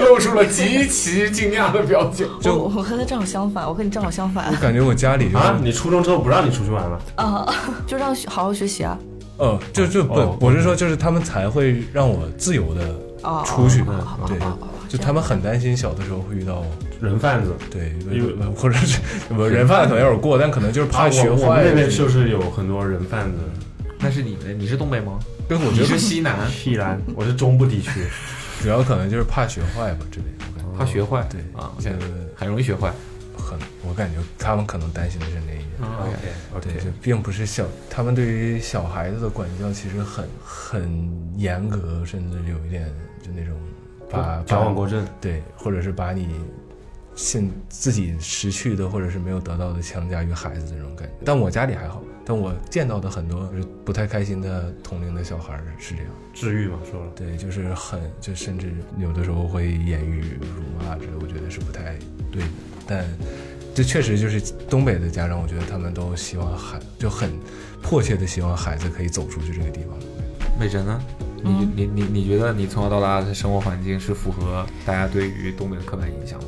D: 露出了极其惊讶的表情。
C: 就
E: 我我和他正好相反，我和你正好相反
C: 我感觉我家里就是，
B: 啊，你初中之后不让你出去玩了，
E: 啊，就让学好好学习啊
C: 呃，就就不，
B: 哦
C: 我是说，就是他们才会让我自由的
E: 啊！
C: 出去，
E: 好吧
C: 对
E: 好吧好吧，
C: 就他们很担心小的时候会遇到，
B: 人贩子。
C: 对
B: 因为，
C: 或者是我人贩子可能有点过，但可能就是怕学
B: 啊我
C: 坏
B: 们那
C: 了
B: 边，就是有很多人贩子。
D: 那是你们，你是东北吗？
C: 跟我
D: 你
C: 觉
D: 是
C: 得
D: 西 [laughs] 南，
B: [laughs] 必然，我是中部地区。
C: 主要可能就是怕学坏吧之类的，我感觉
D: 怕学坏，
C: 对
D: 啊，
C: 就
D: 很容易学坏。
C: 很，我感觉他们可能担心的是那一点。
B: 嗯啊
C: 对，就
B: OK，
C: 并不是小，他们对于小孩子的管教其实很很严格，甚至有一点就那种把
B: 矫枉
C: 把
B: 过正。
C: 对，或者是把你现自己失去的或者是没有得到的强加于孩子这种感觉。但我家里还好，但我见到的很多就是不太开心的同龄的小孩儿是这样，
B: 治愈嘛，说了。
C: 对，就是很就甚至有的时候会言语辱骂之类，我觉得是不太对的。但这确实就是东北的家长，我觉得他们都希望孩就很迫切的希望孩子可以走出去这个地方。
D: 美神呢？你你你你觉得你从小到大的生活环境是符合大家对于东北的刻板印象吗？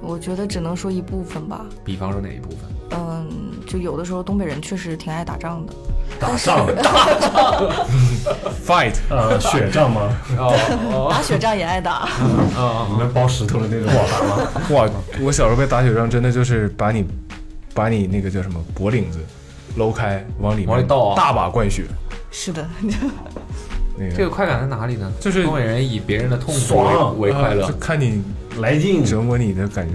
E: 我觉得只能说一部分吧，
D: 比方说哪一部分？
E: 嗯，就有的时候东北人确实挺爱打仗的，
B: 打仗，
C: Fight，
B: 呃，雪仗吗？ [laughs]
D: 哦
E: 打雪仗也爱打，
D: 哦哦
B: 你们包石头的那种网吧吗？
C: [laughs] 哇！我小时候被打雪仗，真的就是把你把你那个叫什么脖领子搂开，往里
D: 往里
C: 面
D: 倒啊
C: 大把灌血。
E: 是的， [laughs]
C: 那个
D: [laughs] 这个快感在哪里呢？
C: 就是
D: 东北人以别人的痛苦
B: 爽
D: 为为快乐
C: 啊就。看你
B: [laughs] 来劲，
C: 折磨你的感觉。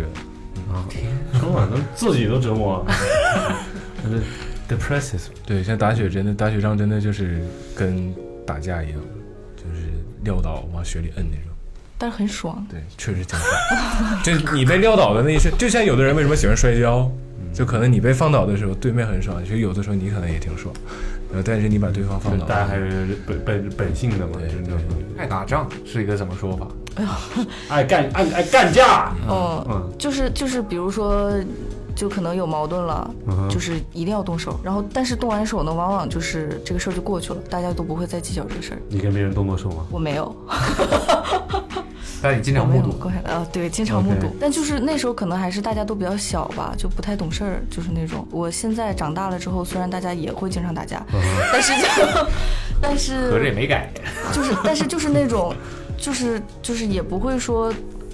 D: 天，
B: 春晚都自己都折磨。depresses，
C: 对，像打雪真的打雪仗真的就是跟打架一样，就是撂倒往雪里摁那种。
E: 但是很爽。
C: 对，确实挺爽。就你被撂倒的那一瞬，就像有的人为什么喜欢摔跤，就可能你被放倒的时候，对面很爽，其实有的时候你可能也挺爽，呃，但是你把对方放倒了，
B: 大家还有本本本性的嘛，就
C: 对
B: 是那种
D: 爱打仗是一个什么说法？
B: 爱干爱爱干架。
E: 哦，
B: 嗯
E: 就是就是，比如说，就可能有矛盾了，
B: 嗯
E: 就是一定要动手，然后但是动完手呢，往往就是这个事儿就过去了，大家都不会再计较这个事儿。
B: 你跟别人动过手吗？
E: 我没有，
D: 但你经
E: 我
D: 常
E: 没
D: 目
E: 有
D: 睹，
E: 过啊，对，经常目睹。但就是那时候可能还是大家都比较小吧，就不太懂事儿，就是那种。我现在长大了之后，虽然大家也会经常打架，但是就，但
D: 嗯合着也
E: 是
D: 没 [laughs] 改。
E: 就是但是就是那种，就是就是也不会说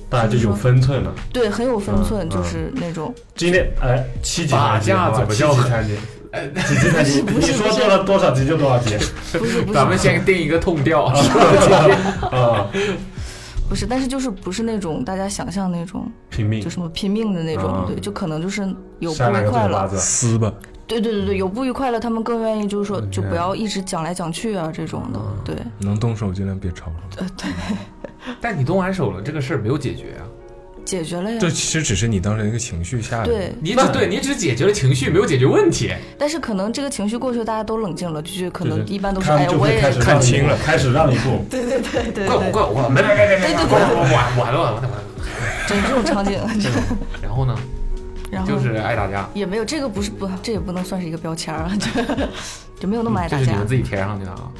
B: 大家就有分寸了。
E: 对很有分寸，
B: 嗯
E: 就是
D: [laughs]
E: 那种。
B: 今天哎，七级
D: 打架怎么叫 [laughs]
B: 七级残疾？几级残疾？
E: 不
B: 你
E: 是不
B: 说
E: 是
B: 做了多少级就多少级
E: 不是不是，
D: 咱们先定一个痛调，
B: 啊？
E: 不是，但是就是不是那种大家想象那种，
B: 拼命
E: 就什么拼命的那种，
B: 啊
E: 对，就可能就是有不
B: 扇两
E: 愉
B: 个
E: 快
B: 嘴巴
E: 了，
B: 子。
C: 撕吧。
E: 对对对对，有不愉快了，他们更愿意就是说，
B: 嗯
E: 就不要一直讲来讲去啊这种的，对，
C: 能动手尽量别吵吵，
E: 呃对，
D: [laughs] 但你动完手了，这个事儿没有解决啊。
E: 解决了呀
C: 这，其实只是你当成一个情绪下的。
E: 对，，
D: 你只对你只解决了情绪，没有解决问题。
E: 但是可能这个情绪过去，大家都冷静了，就是可能
B: 对对
E: 一般都是
B: 他
E: 哎
B: 们
E: 呀，
B: 就
E: 我
B: 会
E: 也
B: 开始哦
C: 看清了
B: 让一步开始让一步。
E: 对对 [laughs] 对对
D: 怪我
E: 对，
D: 怪我怪我，没没没没没，怪我完完了完了完了。
E: 整这种场景，
B: [laughs]
D: 然后呢，
E: 然后
D: 就是爱打架，
E: 也没有这个不是不，这也不能算是一个标签儿啊，
B: [laughs]
E: 就就没有那么爱
D: 这
E: 打
D: 是你
E: 架
D: 们，自己贴上去的啊。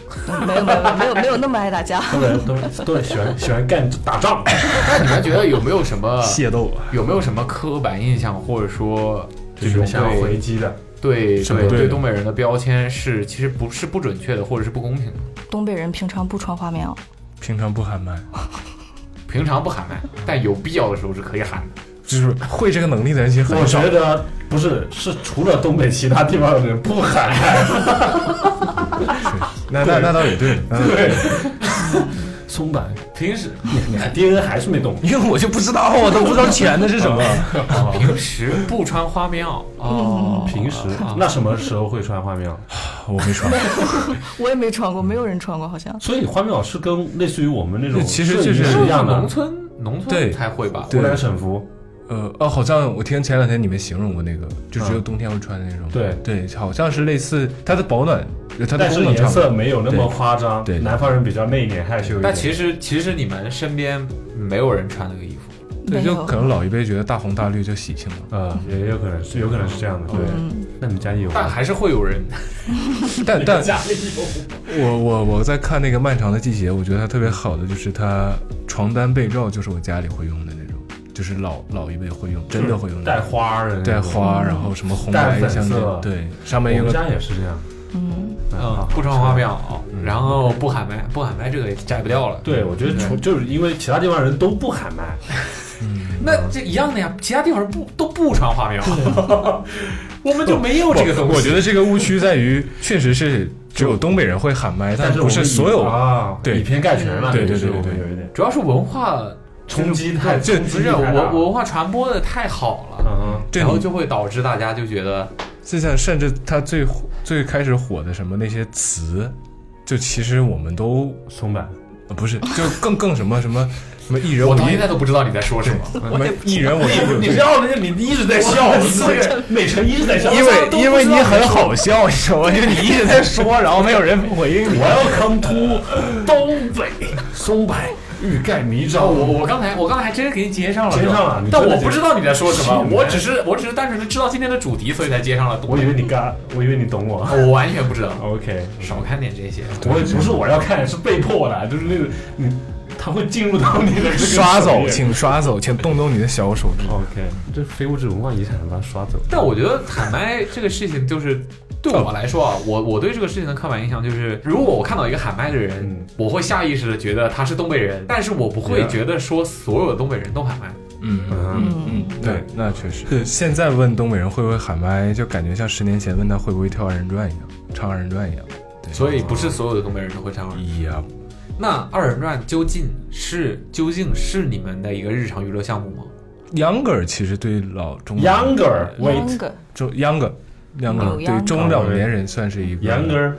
E: 没有没有没有没有那么爱打架，
B: 东北人都都喜欢喜欢干打仗，
D: 那你们觉得有没有什么
C: [laughs] 械斗
D: 有没有什么刻板印象，或者说
B: 就
D: 这
B: 是
D: 种
B: 想要回
D: 对
B: 击的。
D: 对
C: 什么
D: 对
C: 对
D: 对东北人的标签是其实不是不准确的，或者是不公平的？
E: 东北人平常不穿花棉袄，
C: 平常不喊麦，
D: 平常不喊麦，但有必要的时候是可以喊的。
C: 就是会这个能力的人其实
B: 我
C: 很少
B: 觉。得不是，是除了东北，其他地方的人不喊。
C: 那那那倒也对，嗯那倒也 [laughs] 对
B: 对，松板，
D: 平时
B: 你看 DNA 还是没懂。
C: 因为我就不知道，我都不知道钱的是什么。
D: 平时不穿花棉袄哦，
B: 平时
D: 啊
E: 嗯
C: 哦
B: 那什么时候会穿花棉袄？
C: [laughs] 我没穿过。
E: 我也没穿过，没有人穿过，好像。
B: 所以花庙是跟类似于我们那种，
C: 其实就是
B: 一样的
D: 农，村农
C: 对
D: 村才会吧？
C: 对
B: 湖南省服。
C: 呃，哦，好像我听前两天你们形容过那个，就只有冬天会穿的那种。
B: 嗯对
C: 对，好像是类似它的保暖，呃它的
B: 但
C: 功
B: 是
C: 能
B: 颜
C: 差不多
B: 色没有那么夸张，
C: 对对
B: 南方人比较内敛害羞一点。
D: 但其实其实你们身边没有人穿那个衣服，
C: 对，
E: 没
C: 就
E: 有
C: 可能老一辈觉得大红大绿就喜庆了。
B: 呃，也有可能是有可能是这样的。对，
C: 嗯
B: 那你们家里有
D: 但
B: 吗？
D: 还是会有人。
B: [laughs]
C: 但但
B: 里有。
C: 我我我在看那个漫长的季节，我觉得它特别好的就是它床单被罩，就是我家里会用的那种，就是老老一辈会用，真的会用
B: 带
C: 的，
B: 花儿的那种，
C: 嗯带花，然后什么红白
B: 淡粉
C: 相间
B: 色，
C: 对，上
B: 我
C: 面有
B: 们
C: 个
B: 家也是这样。啊
E: 嗯，
D: 嗯， [laughs] 不穿花庙，然后不喊麦，不喊麦这个也摘不掉了。
B: 嗯对，我觉得除就是因为其他地方人都不喊麦，
D: 那这一样的呀，其他地方不都不穿花庙， [laughs] 我们就没有这个东西。
C: 我觉得这个误区在于，确实是只有东北人会喊麦，但
B: 是
C: 不
B: 我
C: 是
B: 们以
C: 所有。
B: 啊，
C: 对
B: 以偏概全了。
C: 对对
B: 就是
C: 对对
B: 我们
C: 对
B: 有一点
D: 主要是文化
B: 冲击太，
C: 就
B: 冲
D: 不
B: 击
D: 是
B: 力太大了
D: 文文化传播的太好了，
B: 嗯
C: 对
D: 然后就会导致大家就觉得
C: 就像甚至他最火最开始火的什么那些词，就其实我们都、
B: 哼，松板，
C: 呃 [laughs] 不是，就更更什么什么什么一人
D: 我
C: 我
D: 到
C: 一
D: 现在都不知道你在说什么。
C: 什么一人我一
D: 你
C: 九
D: 知道人家你一直
C: [laughs]
D: 在笑，你这个
B: 美晨一直在笑
C: 因为因为你很好笑， [laughs] 你知道吗？因为你一直在说，然后没有人回应你。
B: Welcome
C: [laughs]
B: to 东北松柏欲盖弥彰。
D: 哦，我我刚才我刚才还真给你接上了，
B: 接上了
D: 是吧
B: 你真
D: 但
B: 的
D: 我
B: 接
D: 不知道你在说什么，
B: 是
D: 我只是我只是单纯的知道今天的主题，所以才接上了。
B: 我以为你嘎，我以为你懂我。
D: 我完全不知道，
C: 哦
B: OK，
D: 少看点这些。
B: 我也不是我要看，是被迫的，就是那个你，他会进入到你的这
C: [laughs]
B: 个
C: 刷走，
B: 首页
C: 请刷走，请动动你的小手指。
B: OK，这非物质文化遗产把它刷走。
D: 但我觉得喊麦这个事情，就是对我来说啊，我我对这个事情的刻板印象就是，如果我看到一个喊麦的人
B: 嗯，
D: 我会下意识的觉得他是东北人，但是我不
C: 啊
D: 会觉得说所有的东北人都喊麦。
C: 嗯，
B: 嗯，
C: 嗯，对，那确实。对，现在问东北人会不会喊麦，就感觉像十年前问他会不会跳二人转一样，唱二人转一样。
D: 所以不是所有的东北人都会唱二人转。
C: 一呀，
D: 那二人转究竟是究竟是你们的一个日常娱乐项目吗？
C: 秧歌儿其实对老中国
B: Younger
E: 秧
B: wait
E: 歌，
C: 中秧歌儿。秧歌儿
E: 嗯
C: 对中老年人算是一个
B: Younger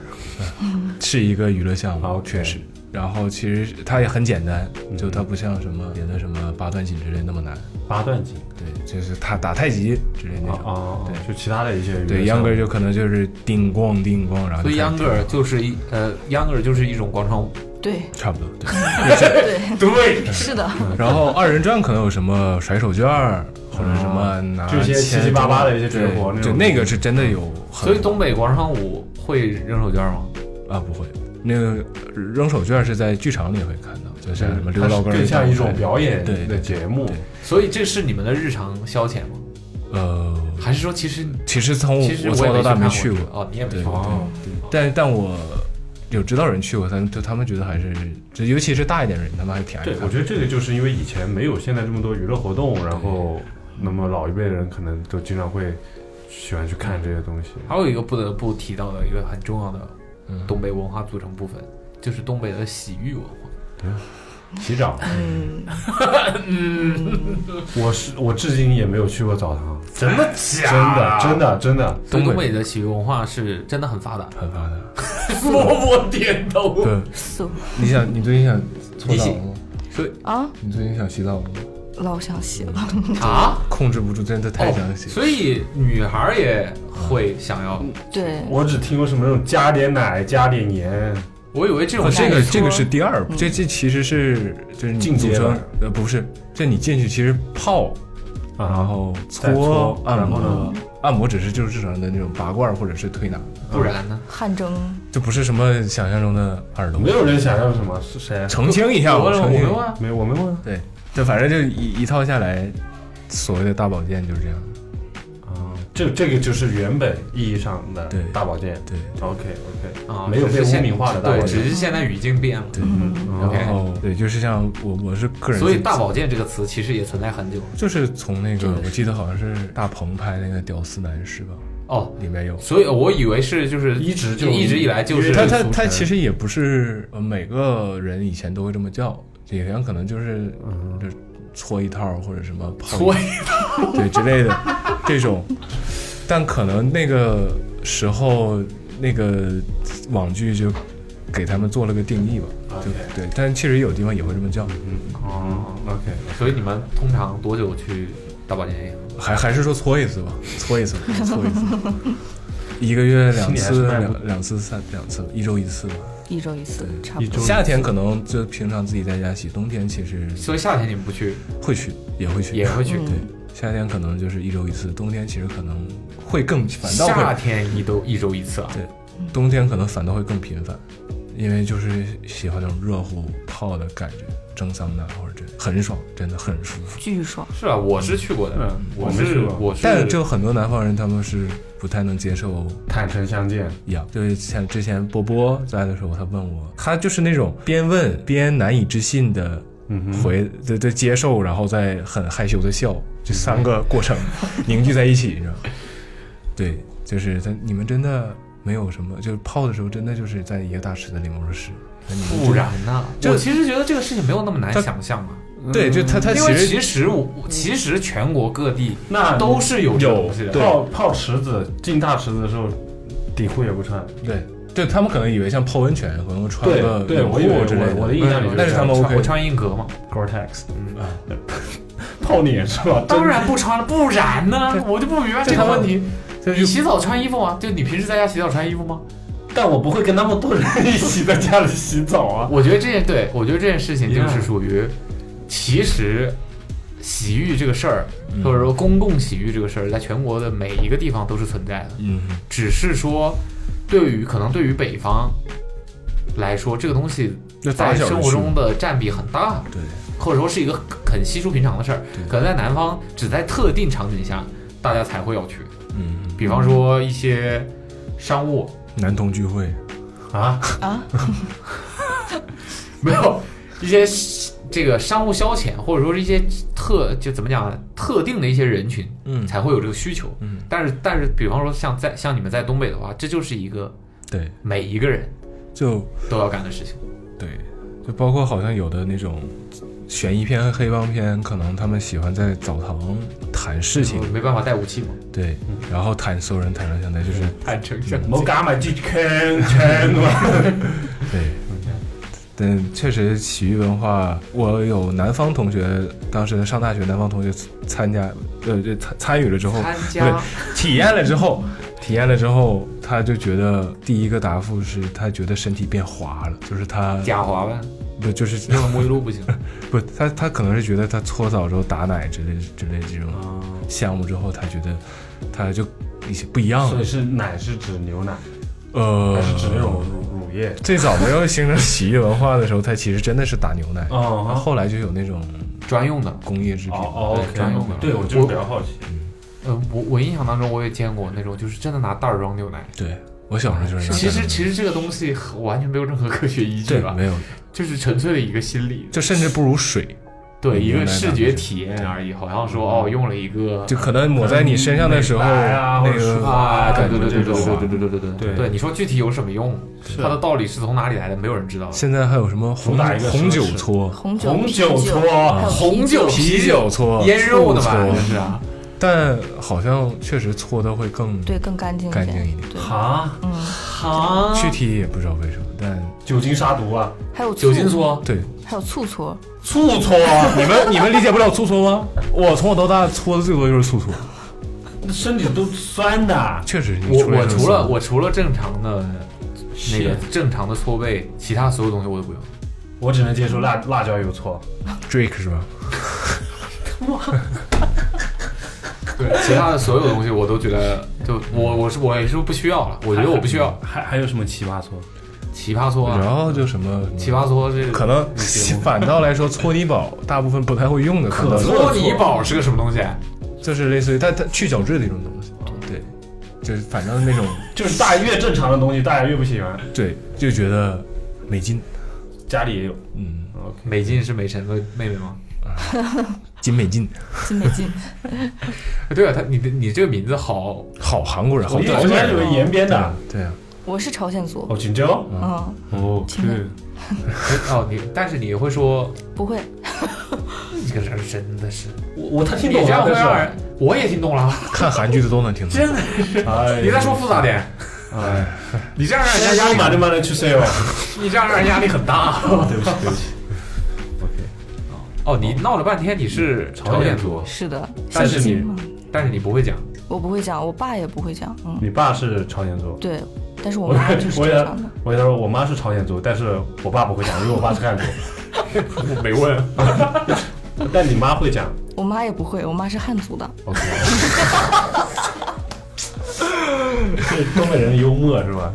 C: 是一个娱乐项目，
B: 好嗯
C: 确实。然后其实它也很简单，就它不像什么别的什么八段锦之类那么难。
B: 八段锦
C: 对，就是他打太极之类那
B: 啊
C: 种。
B: 啊，
C: 对
B: 就其他的一些
C: 对，秧歌儿就可能就是叮咣叮咣，然后就
D: 所
C: 开
D: 以
C: 始
D: 秧歌儿就是一呃，秧歌儿就是一种广场舞。
E: 对
C: 差不多 [laughs] 对。
E: 对，
B: 对
E: 是的，
B: 嗯
C: 然后二人转可能有什么甩手绢儿，或者什么拿
B: 就一哦些
C: 钱
B: 七七八八的一些绝活
C: 对
B: 那
C: 就
B: 种
C: 那个是真的有很。
D: 所以东北广场舞会扔手绢吗？
C: 啊不会，那个扔手绢儿是在剧场里会看到，就像什么刘老根儿
B: 更像一种表演的
C: 对对
B: 节目
C: 对。
D: 所以这是你们的日常消遣吗？
C: 呃，
D: 还是说其实
C: 其实从
D: 其
C: 哦我
D: 实我
C: 从
D: 也
C: 小到大没
D: 去
C: 去过，啊
D: 看哦，你也没去
C: 对
D: 过。
B: 哦，
C: 但但我有知道人去过，但就他们觉得还是，就尤其是大一点的人，他们还挺爱
B: 对，
C: 看
B: 我觉得这个就是因为以前没有现在这么多娱乐活动，然后那么老一辈的人可能都经常会喜欢去看这些东西。
D: 还有一个不得不提到的一个很重要的东北文化组成部分，就是东北的洗浴文化。
B: 洗澡，
E: 嗯，
B: 我是我至今也没有去过澡堂，
D: 真的
B: 真的真的真的，
D: 所以东北的洗浴文化是真的很发达。
C: 很发达。
D: 默默点头。
C: 对，
E: 素
C: [laughs] 你想，你最近想搓
D: 你
C: 澡
D: 洗
C: 了吗？
E: 啊，
C: 你最近想洗澡了吗？
E: 老想洗了，
D: 啊，
C: 控制不住，真的太想洗。了。
D: 所以女孩儿也会想要。
E: 对，
B: 我只听过什么那种加点奶加点盐，
D: 我以为这种
C: 哦，
D: 是
C: 这个
E: 奶搓
C: 这个是第二步，这这其实是就是你
B: 进
C: 俗
B: 阶
C: 称
B: 版
C: 呃不是，这你进去其实泡，
B: 啊
C: 然后
B: 再搓
C: 按
B: 然后
C: 摩
B: 呢，
C: 按摩只是就是日常的那种拔罐儿或者是推拿，
D: 不然呢？
E: 汗蒸，
C: 就不是什么想象中的耳朵
B: 没。有人想要什么是谁？啊
C: 澄清一下，
D: 我
C: 澄清一
D: 没
C: 下
D: 有。啊，
B: 没有，我没问
C: 对，就反正就一一套下来，所谓的大保健就是这样。
B: 啊。这这个就是原本意义上的
C: 对
B: 大保健。
C: 对
B: OK OK，
D: 啊，
B: 没有被
D: 只是
B: 污
D: 现
B: 名化的大保
D: 对，只
B: 健。
D: 是现在语境变了。
C: 对，
B: 嗯
C: 然后对，就是像我我是个人，
D: 所以“大保健”这个词其实也存在很久了。
C: 就是从那个我记得好像是大鹏拍那个《屌丝男士》吧，
D: 哦，
C: 里面有。
D: 所以我以为是就是
B: 一直就
D: 一直以来就是
C: 他他
D: 俗
C: 他
D: 称
C: 其实也不是呃每个人以前都会这么叫，也有可能就是
B: 嗯
C: 就是搓一套或者什么泡
D: 搓
C: 一套对之类的这种，但可能那个时候那个网剧就给他们做了个定义吧，就
B: OK
C: 对，但确实有地方也会这么叫，
B: 哦，OK，
D: 所以你们通常多久去大保健营？
C: 还还是说搓一次吧，
B: [laughs]
C: 搓一次，搓一次，一个月两
B: 心
C: 次，
B: 里还是迈不
C: 两两次三两次，一周一次吧。
E: 一周一次，差
B: 一
E: 不
B: 周
E: 多。
C: 夏天可能就平常自己在家洗，冬天其实
D: 所以夏天你们不去，
C: 会去，也会去，
D: 也会去。
C: 对。夏天可能就是一周一次，冬天其实可能会更反倒
D: 夏
C: 会，
D: 天一周一周一次啊，
C: 冬天可能反倒会更频乎，因为就是喜欢那种热乎泡的感觉，蒸桑拿或者这很爽，真的很舒服。
E: 巨爽，
D: 是啊，我是去过的，
B: 嗯
D: 我
B: 我没
D: 是
B: 去过
D: 我是，
C: 但就很多南方人他们是不太能接受
B: 坦诚相见，
C: 呀，就是像之前波波在的时候，他问我，他就是那种边问边难以置信的
B: 嗯
C: 回，对对接受，然后再很害羞的笑，这三个过程凝聚在一起，你知道吗？对，就是他，你们真的没有什么，就是泡的时候真的就是在一个大池子里面，我说是，那你们
D: 不然呢？
C: 这
D: 我其实觉得这个事情没有那么难
C: 他
D: 想象啊。
C: 对，就他他
D: 因
C: 其
D: 为
C: 实
D: 其实我我其实全国各地
B: 那
D: 都是嗯有这种东西的，
B: 泡泡池子，进大池子的时候，底裤也不穿。
C: 对。对他们可能以为像泡温泉，可能穿个
B: 对对
C: 泳
B: 我以为
C: 裤之类的
B: 我我的印象
D: 嗯
B: 里就是
C: 但是他们
D: 我穿
C: OK，
D: 我穿硬壳嘛，
B: Gore-Tex，泡你也是吧？
D: 嗯当然不穿了，不然呢？我就不明白这个问题。
C: 这
D: 你
C: 就
D: 洗澡穿衣服吗？就你平时在家洗澡穿衣服吗？
B: 真，但我不会跟那么多人一起在家里洗澡啊。
D: 我觉得这件对我觉得这件事情就
B: Yeah
D: 是属于，其实洗浴这个事儿，或者说公共洗浴这个事儿，在全国的每一个地方都是存在的，
C: 嗯，
D: 只是说对于可能对于北方来说，这个东西
C: 那打
D: 在
C: 小
D: 生
C: 就
D: 活
C: 是
D: 中的占比很大，
C: 对，
D: 或者说是一个很稀疏平常的事儿，
C: 对
D: 可能在南方只在特定场景下大家才会要去，
C: 嗯，
D: 比方说一些商务，
C: 男童聚会，
B: 啊，
D: 没有一些这个商务消遣，或者说是一些特就怎么讲呢特定的一些人群，
C: 嗯
D: 才会有这个需求。
C: 嗯，
D: 但是但是，比方说像在像你们在东北的话，这就是一个
C: 对，
D: 每一个人
C: 就
D: 都要干的事情。
C: 对，就包括好像有的那种悬疑片和黑帮片，可能他们喜欢在澡堂谈事情，
D: 没办法带武器嘛，
C: 对，然后谈所有人谈上现在就是
D: 坦诚相
B: 我敢买这坑坑了。 [laughs]
C: 对，但确实洗浴文化，我有南方同学，当时上大学南方同学参加，呃，就参参与了之后，
D: 参
C: 对
D: 加，
C: 体验了之后，体验了之后，他就觉得第一个答复是他觉得身体变滑了，就是他
D: 假滑吧，
C: 不就是
D: 用沐浴露不行。 [laughs]
C: 不，他他可能是觉得他搓澡之后打奶之类之类这种项目之后，他觉得他就一些不一样
B: 啊所以
C: 了。
B: 是奶是指牛奶，
C: 呃
B: 还，是指那种乳乳液？
C: 最早没有形成洗浴文化的时候，他其实真的是打牛奶，
B: 哦
C: 然后后来就有那种
D: 专用的，
C: 工业制品。
B: 哦
D: 对专用的
B: 对我就是比较好奇。
D: 呃，我我印象当中我也见过那种，就是真的拿袋儿装牛奶。
C: 对，我小时候就是拿
D: 其实
C: 这种
D: 其实这个东西很完全没有任何科学依据
C: 对
D: 吧，
C: 没有，
D: 就是纯粹的一个心理，
C: 就甚至不如水，
D: 对一
C: 明白
D: 个视
C: 了
D: 觉体验而已，好像说哦用了一
C: 嗯
D: 个
C: 就可能抹在你身上的时候，
B: 美白啊
C: 那
B: 或者
C: 个
B: 舒
D: 啊，对
B: 感
D: 对
B: 觉
D: 对对
B: 这
D: 对
B: 种
D: 对
B: 啊
D: 对对对对对
B: 对
D: 对，你说具体有什么用？
B: 是
D: 它的道理是从哪里来的？没有人知道。
C: 现在还有什么
B: 主
C: 红
B: 打一个
C: 红
B: 奢侈
C: 酒搓、
E: 红酒、
B: 红
E: 啤
B: 酒搓
E: 还有啤
D: 红酒
C: 啤酒搓、
D: 腌肉的吧，
C: 醋
D: 就
C: 搓
D: 是啊，
C: 但好像确实搓的会更
E: 对更干净一
C: 干净一
E: 点。
C: 点。
E: 对，
B: 啊，
E: 嗯，
D: 哈
C: 具体也不知道为什么，但
B: 酒精杀毒啊，
E: 还有
D: 酒
E: 醋
D: 精，搓，
C: 对，
E: 还有醋搓，
B: 醋搓，啊 [laughs]
C: 你们你们理解不了醋搓吗？我从小到大搓的最多就是醋搓，
B: 身体都酸的。啊
C: 确实。你
D: 我
C: 出来
D: 我
C: 就是
D: 除了
C: 醋
D: 我除了正常的那
B: 是
D: 个正常的搓背，其他所有东西我都不用。
B: 我只能接受辣辣椒油搓。
C: Drake 是吧？
D: 对，其他的所有东西我都觉得，就我我是我也是不需要了，我觉得我不需要。
B: 还还有什么奇葩搓？
D: 奇葩搓啊，
C: 然后就什么
D: 奇葩搓这
C: 可能 [laughs] 反倒来说搓泥宝大部分不太会用的，可能
D: 搓泥宝是个什么东西？啊
C: 就是类似于它它去角质的一种东西，对，就是反正那种
B: 就是大家越正常的东西，大家越不喜欢。
C: 对就觉得没劲，
B: 家里也有，
C: 嗯，
D: 美金是美晨的妹妹吗？
C: 金没劲，
E: 金美金，
D: 对啊，他你的你这个名字好 [laughs]
C: 好韩国人，好
B: 我一
C: 朝
B: 直
C: 鲜
B: 以
C: 人
B: 为延边的。
C: 对啊，
E: 我是朝鲜族，
B: 哦，锦州。
E: 嗯，
B: 哦，
E: 请问
D: 哦，你但是你会说
E: 不会，
D: 这个人真的是，
B: 我我他听
D: 你
B: 懂
D: 这样
B: 了，
D: 会
B: 但
D: 让
B: 是
D: 人我也听懂了，
C: 看韩剧的都能听懂，
D: 真的是，
B: 哎
D: 你再说复杂点，
B: 哎，
D: 你这样让人家
B: 先
D: 压
B: 让
D: 力
B: 马这帮人去 [laughs] say 哦。
D: 你这样让人压力很大。
B: 对不起，对不 [laughs] 起。OK，
D: 哦，你闹了半天你是朝鲜族，
E: 是的，
D: 但是
E: 信
D: 你
E: 吗
D: 但是你不会讲，
E: 我不会讲，我爸也不会讲，嗯，
B: 你爸是朝鲜族。
E: 对，但是我
B: 我
E: 妈就是
B: 我
E: 正
B: 也
E: 常的。
B: 我也说，我妈是朝鲜族，但是我爸不会讲，因为我爸是汉族。 [laughs]
D: 我没问。
B: 但你妈会讲。
E: 我妈也不会，我妈是汉族的。
B: OK。这东北人幽默是吧？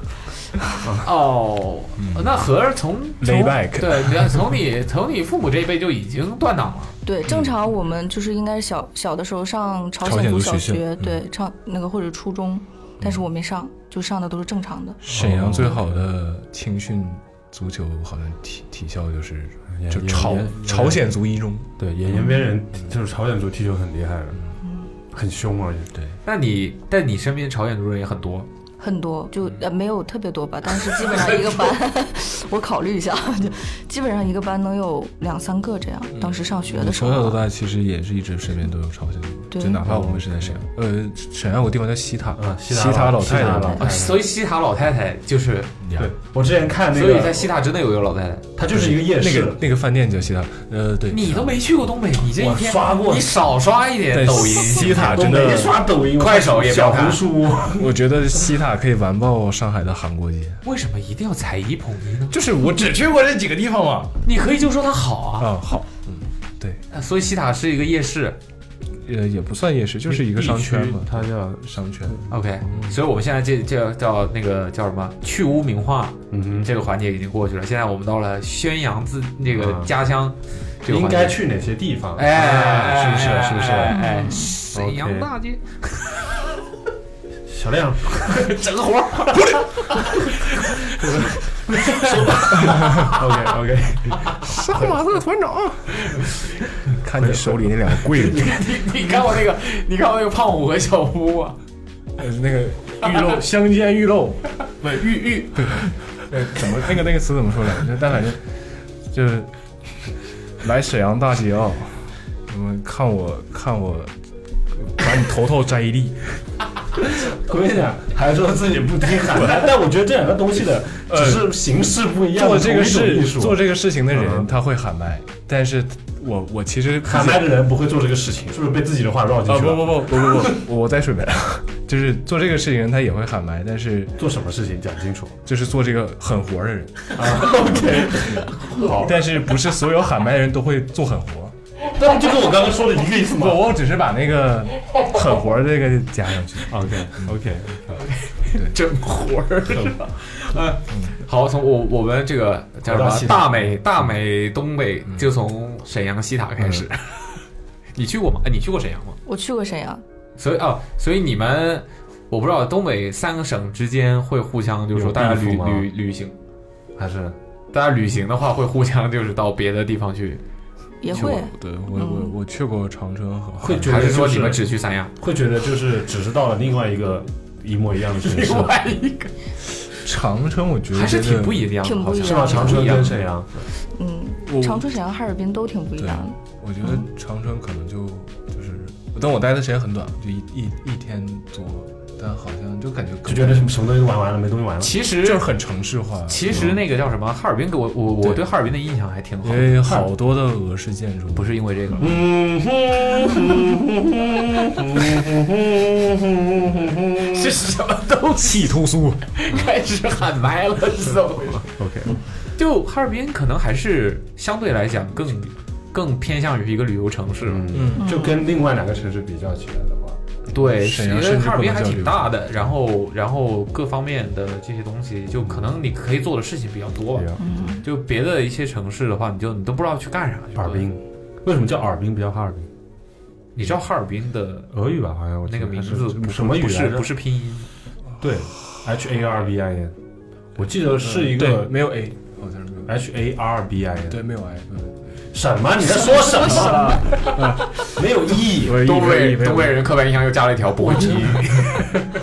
D: 哦，
C: 嗯
D: 那合着从
C: Lay
D: 从
C: back
D: [laughs] 对，你看从你从你父母这一辈就已经断档了。
C: 嗯
E: 对，正常我们就是应该是小小的时候上朝
C: 朝鲜
E: 鲜
C: 族
E: 族小
C: 学校嗯
E: 学，对，上那个或者初中，但是我没上，就上的都是正常的。
C: 沈阳最好的青训足球好像体体校就是
B: 也
C: 就
B: 也
C: 朝
B: 也
C: 朝鲜族一中，
B: 对，延延边人就是朝鲜族踢球很厉害的，很凶啊而且。
D: 那你但你身边朝鲜族人也很多，
E: 很多，
C: 嗯
E: 就呃没有特别多吧，但是基本上一个
C: [laughs]
E: 班，我考虑一下，就基本上一个班能有两三个这样。当时上学的时
C: 嗯从小到
E: 候，
C: 大其实也是一直身边都有朝鲜族，
E: 对
C: 就哪怕我们是在沈阳，呃，沈阳有个地方叫西塔
B: 啊，，西
C: 塔
B: 塔
C: 老太
B: 西塔
C: 太
B: 老
C: 吧，
B: 太
D: 啊
B: 太。
D: 所以西塔老太太就是，
B: 对，我之前看那
D: 所以
B: 个
D: 在，西塔真的有一个老太太。
B: 它就是一个夜
C: 那
B: 市
C: 个，那个饭店叫西塔，呃，对，
D: 你都没去过东北，你这一
B: 我
D: 天
B: 刷过
D: 你少刷一点
C: 但
D: 抖音。
C: 西塔
B: 都
C: 真的
B: 没，刷抖音、
D: 快手也不要
B: 小
D: 看
B: 红书。
C: 我觉得西塔可以完爆上海的韩国街，
D: 为什么一定要踩一捧一呢？
C: 就是我只去过这几个地方嘛，
D: 你可以就说它好啊。
C: 啊，好，嗯，对，
D: 所以西塔是一个夜市
C: 呃，也不算夜市，就是一个商圈嘛，
B: 它叫
C: 商圈，
D: ，OK。所以
B: 嗯
D: 我们现在这叫叫那个叫什么去污名化
B: 嗯哼。
D: 这个环节已经过去了，现在我们到了宣扬自那个
B: 啊
D: 家乡这个
B: 应
D: 环节
B: 该。去哪些地方？
D: 哎
B: 是不
D: 哎，
B: 是？是不嗯
D: 哎
B: 是？
D: 哎，哎沈阳 [laughs] 大街
B: 小亮，
D: 整活
B: [laughs]
D: 儿，
B: OK OK，
C: [laughs] 看你手里那两个柜子，
D: 你你看我那个，你看我那个胖虎和小夫啊，
C: 呃那个玉 [laughs] 露，香煎玉露，
D: 不是玉玉
C: 呃，怎么那个那个词怎么说来着？但反正就是来沈阳大街啊，你们看我看我，把你头头摘一 [laughs] 地。
B: 我跟你讲，还说自己不听喊，但 [laughs] 但我觉得这两个东西的
C: 呃
B: 只是形式不一样，
C: 做这个
B: 同一种
C: 事
B: 艺术，
C: 做这个事情的人
B: 嗯
C: 他会喊麦，但是我我其实
B: 喊麦的人不会做这个事情，是不是被自己的话绕进
C: 啊
B: 去
C: 不
B: 了？
C: 不不不不不，我我在水边， [laughs] 就是做这个事情的人他也会喊麦，但是
B: 做什么事情讲清楚。
C: 就是做这个很活的人， [laughs]
B: 好，
C: 但是不是所有喊麦的人都会做很活。
B: 但是就跟我刚刚说的一个意思
C: 不，
B: 嘛。
C: 我只是把那个很活儿这个加上去。
B: OK OK，
D: 整活儿，嗯，好，从我我们这个叫什
B: 回到西嗯
D: 么
B: 塔
D: 大美大美东北，就从沈阳西塔开
B: 嗯
D: 始。 [laughs] 你去过吗？哎，你去过沈阳吗？
E: 我去过沈阳，
D: 所以哦，所以你们我不知道东北三个省之间会互相就是说
B: 有
D: 大家
B: beef
D: 旅
B: 吗
D: 旅旅行，
B: 还是
D: 大家旅行的话会互相就是到别的地方去，
E: 也
C: 我
E: 会嗯
C: 对我我我去过长春和
B: 会觉
D: 还
B: 得
D: 是说
B: 就
D: 你们只去
B: [laughs]
D: 三亚？
B: 会觉得就是只是到了另外一个一模一样的城市，
D: 外一个
C: 长春，我觉得
D: 还是挺不一样的，
E: 挺
D: 好
E: 不一
D: 像
E: 样
B: 是吧？
E: 的。
B: 长春跟沈阳，
C: 我哦
E: 嗯，长嗯春、沈阳、哈尔滨都挺不一样的。
C: 我觉得长春可能就就是，但我待的时间很短，就一一一天多，但好像就感觉
B: 就觉得什么什么东西玩完了，没东西玩了。
D: 其
C: 就是
D: 实
C: 很城市化。
D: 其
B: 嗯
D: 实那个叫什么哈尔滨，给我我我
C: 对
D: 对哈尔滨的印象还挺好
C: 因
D: 的，
C: 为好多的俄式建筑
D: 不是因为这个。
B: [laughs] 嗯
D: 这是什么东西？
C: 气突苏，
D: [laughs] 开始喊麦了，是怎么回事
B: [laughs] OK，
D: 就哈尔滨可能还是相对来讲更更偏向于一个旅游城市吧。
C: 嗯，
B: 就跟另外两个城市比较起来的话，
D: 对，
C: 沈
D: 因
C: 阳
D: 为
C: 甚至
D: 哈尔滨
C: 不能
D: 还
C: 叫
D: 挺
C: 旅游
D: 大的，然后然后各方面的这些东西，就可能你可以做的事情比较多吧
B: 比。较
D: 就别的一些城市的话，你就你都不知道去干啥去了。
B: 哈尔滨，为什么叫哈尔滨不叫哈尔滨？
D: 你知道哈尔滨的
B: 俄语吧，好像我记
D: 那
B: 得
D: 个名
B: 还是
D: 字不
B: 什么语啊
D: 不是
B: 来着
D: 不是拼音，
B: 对，H A R B I N，我记得是一
C: 对，
B: 个
C: 没有 A，好像是没有 A，
B: H A R B I N。
C: 对，没有 A，
B: 什么？你在说什么？没有意义，
D: 东北东北人刻板印象又加了一条不会拼音，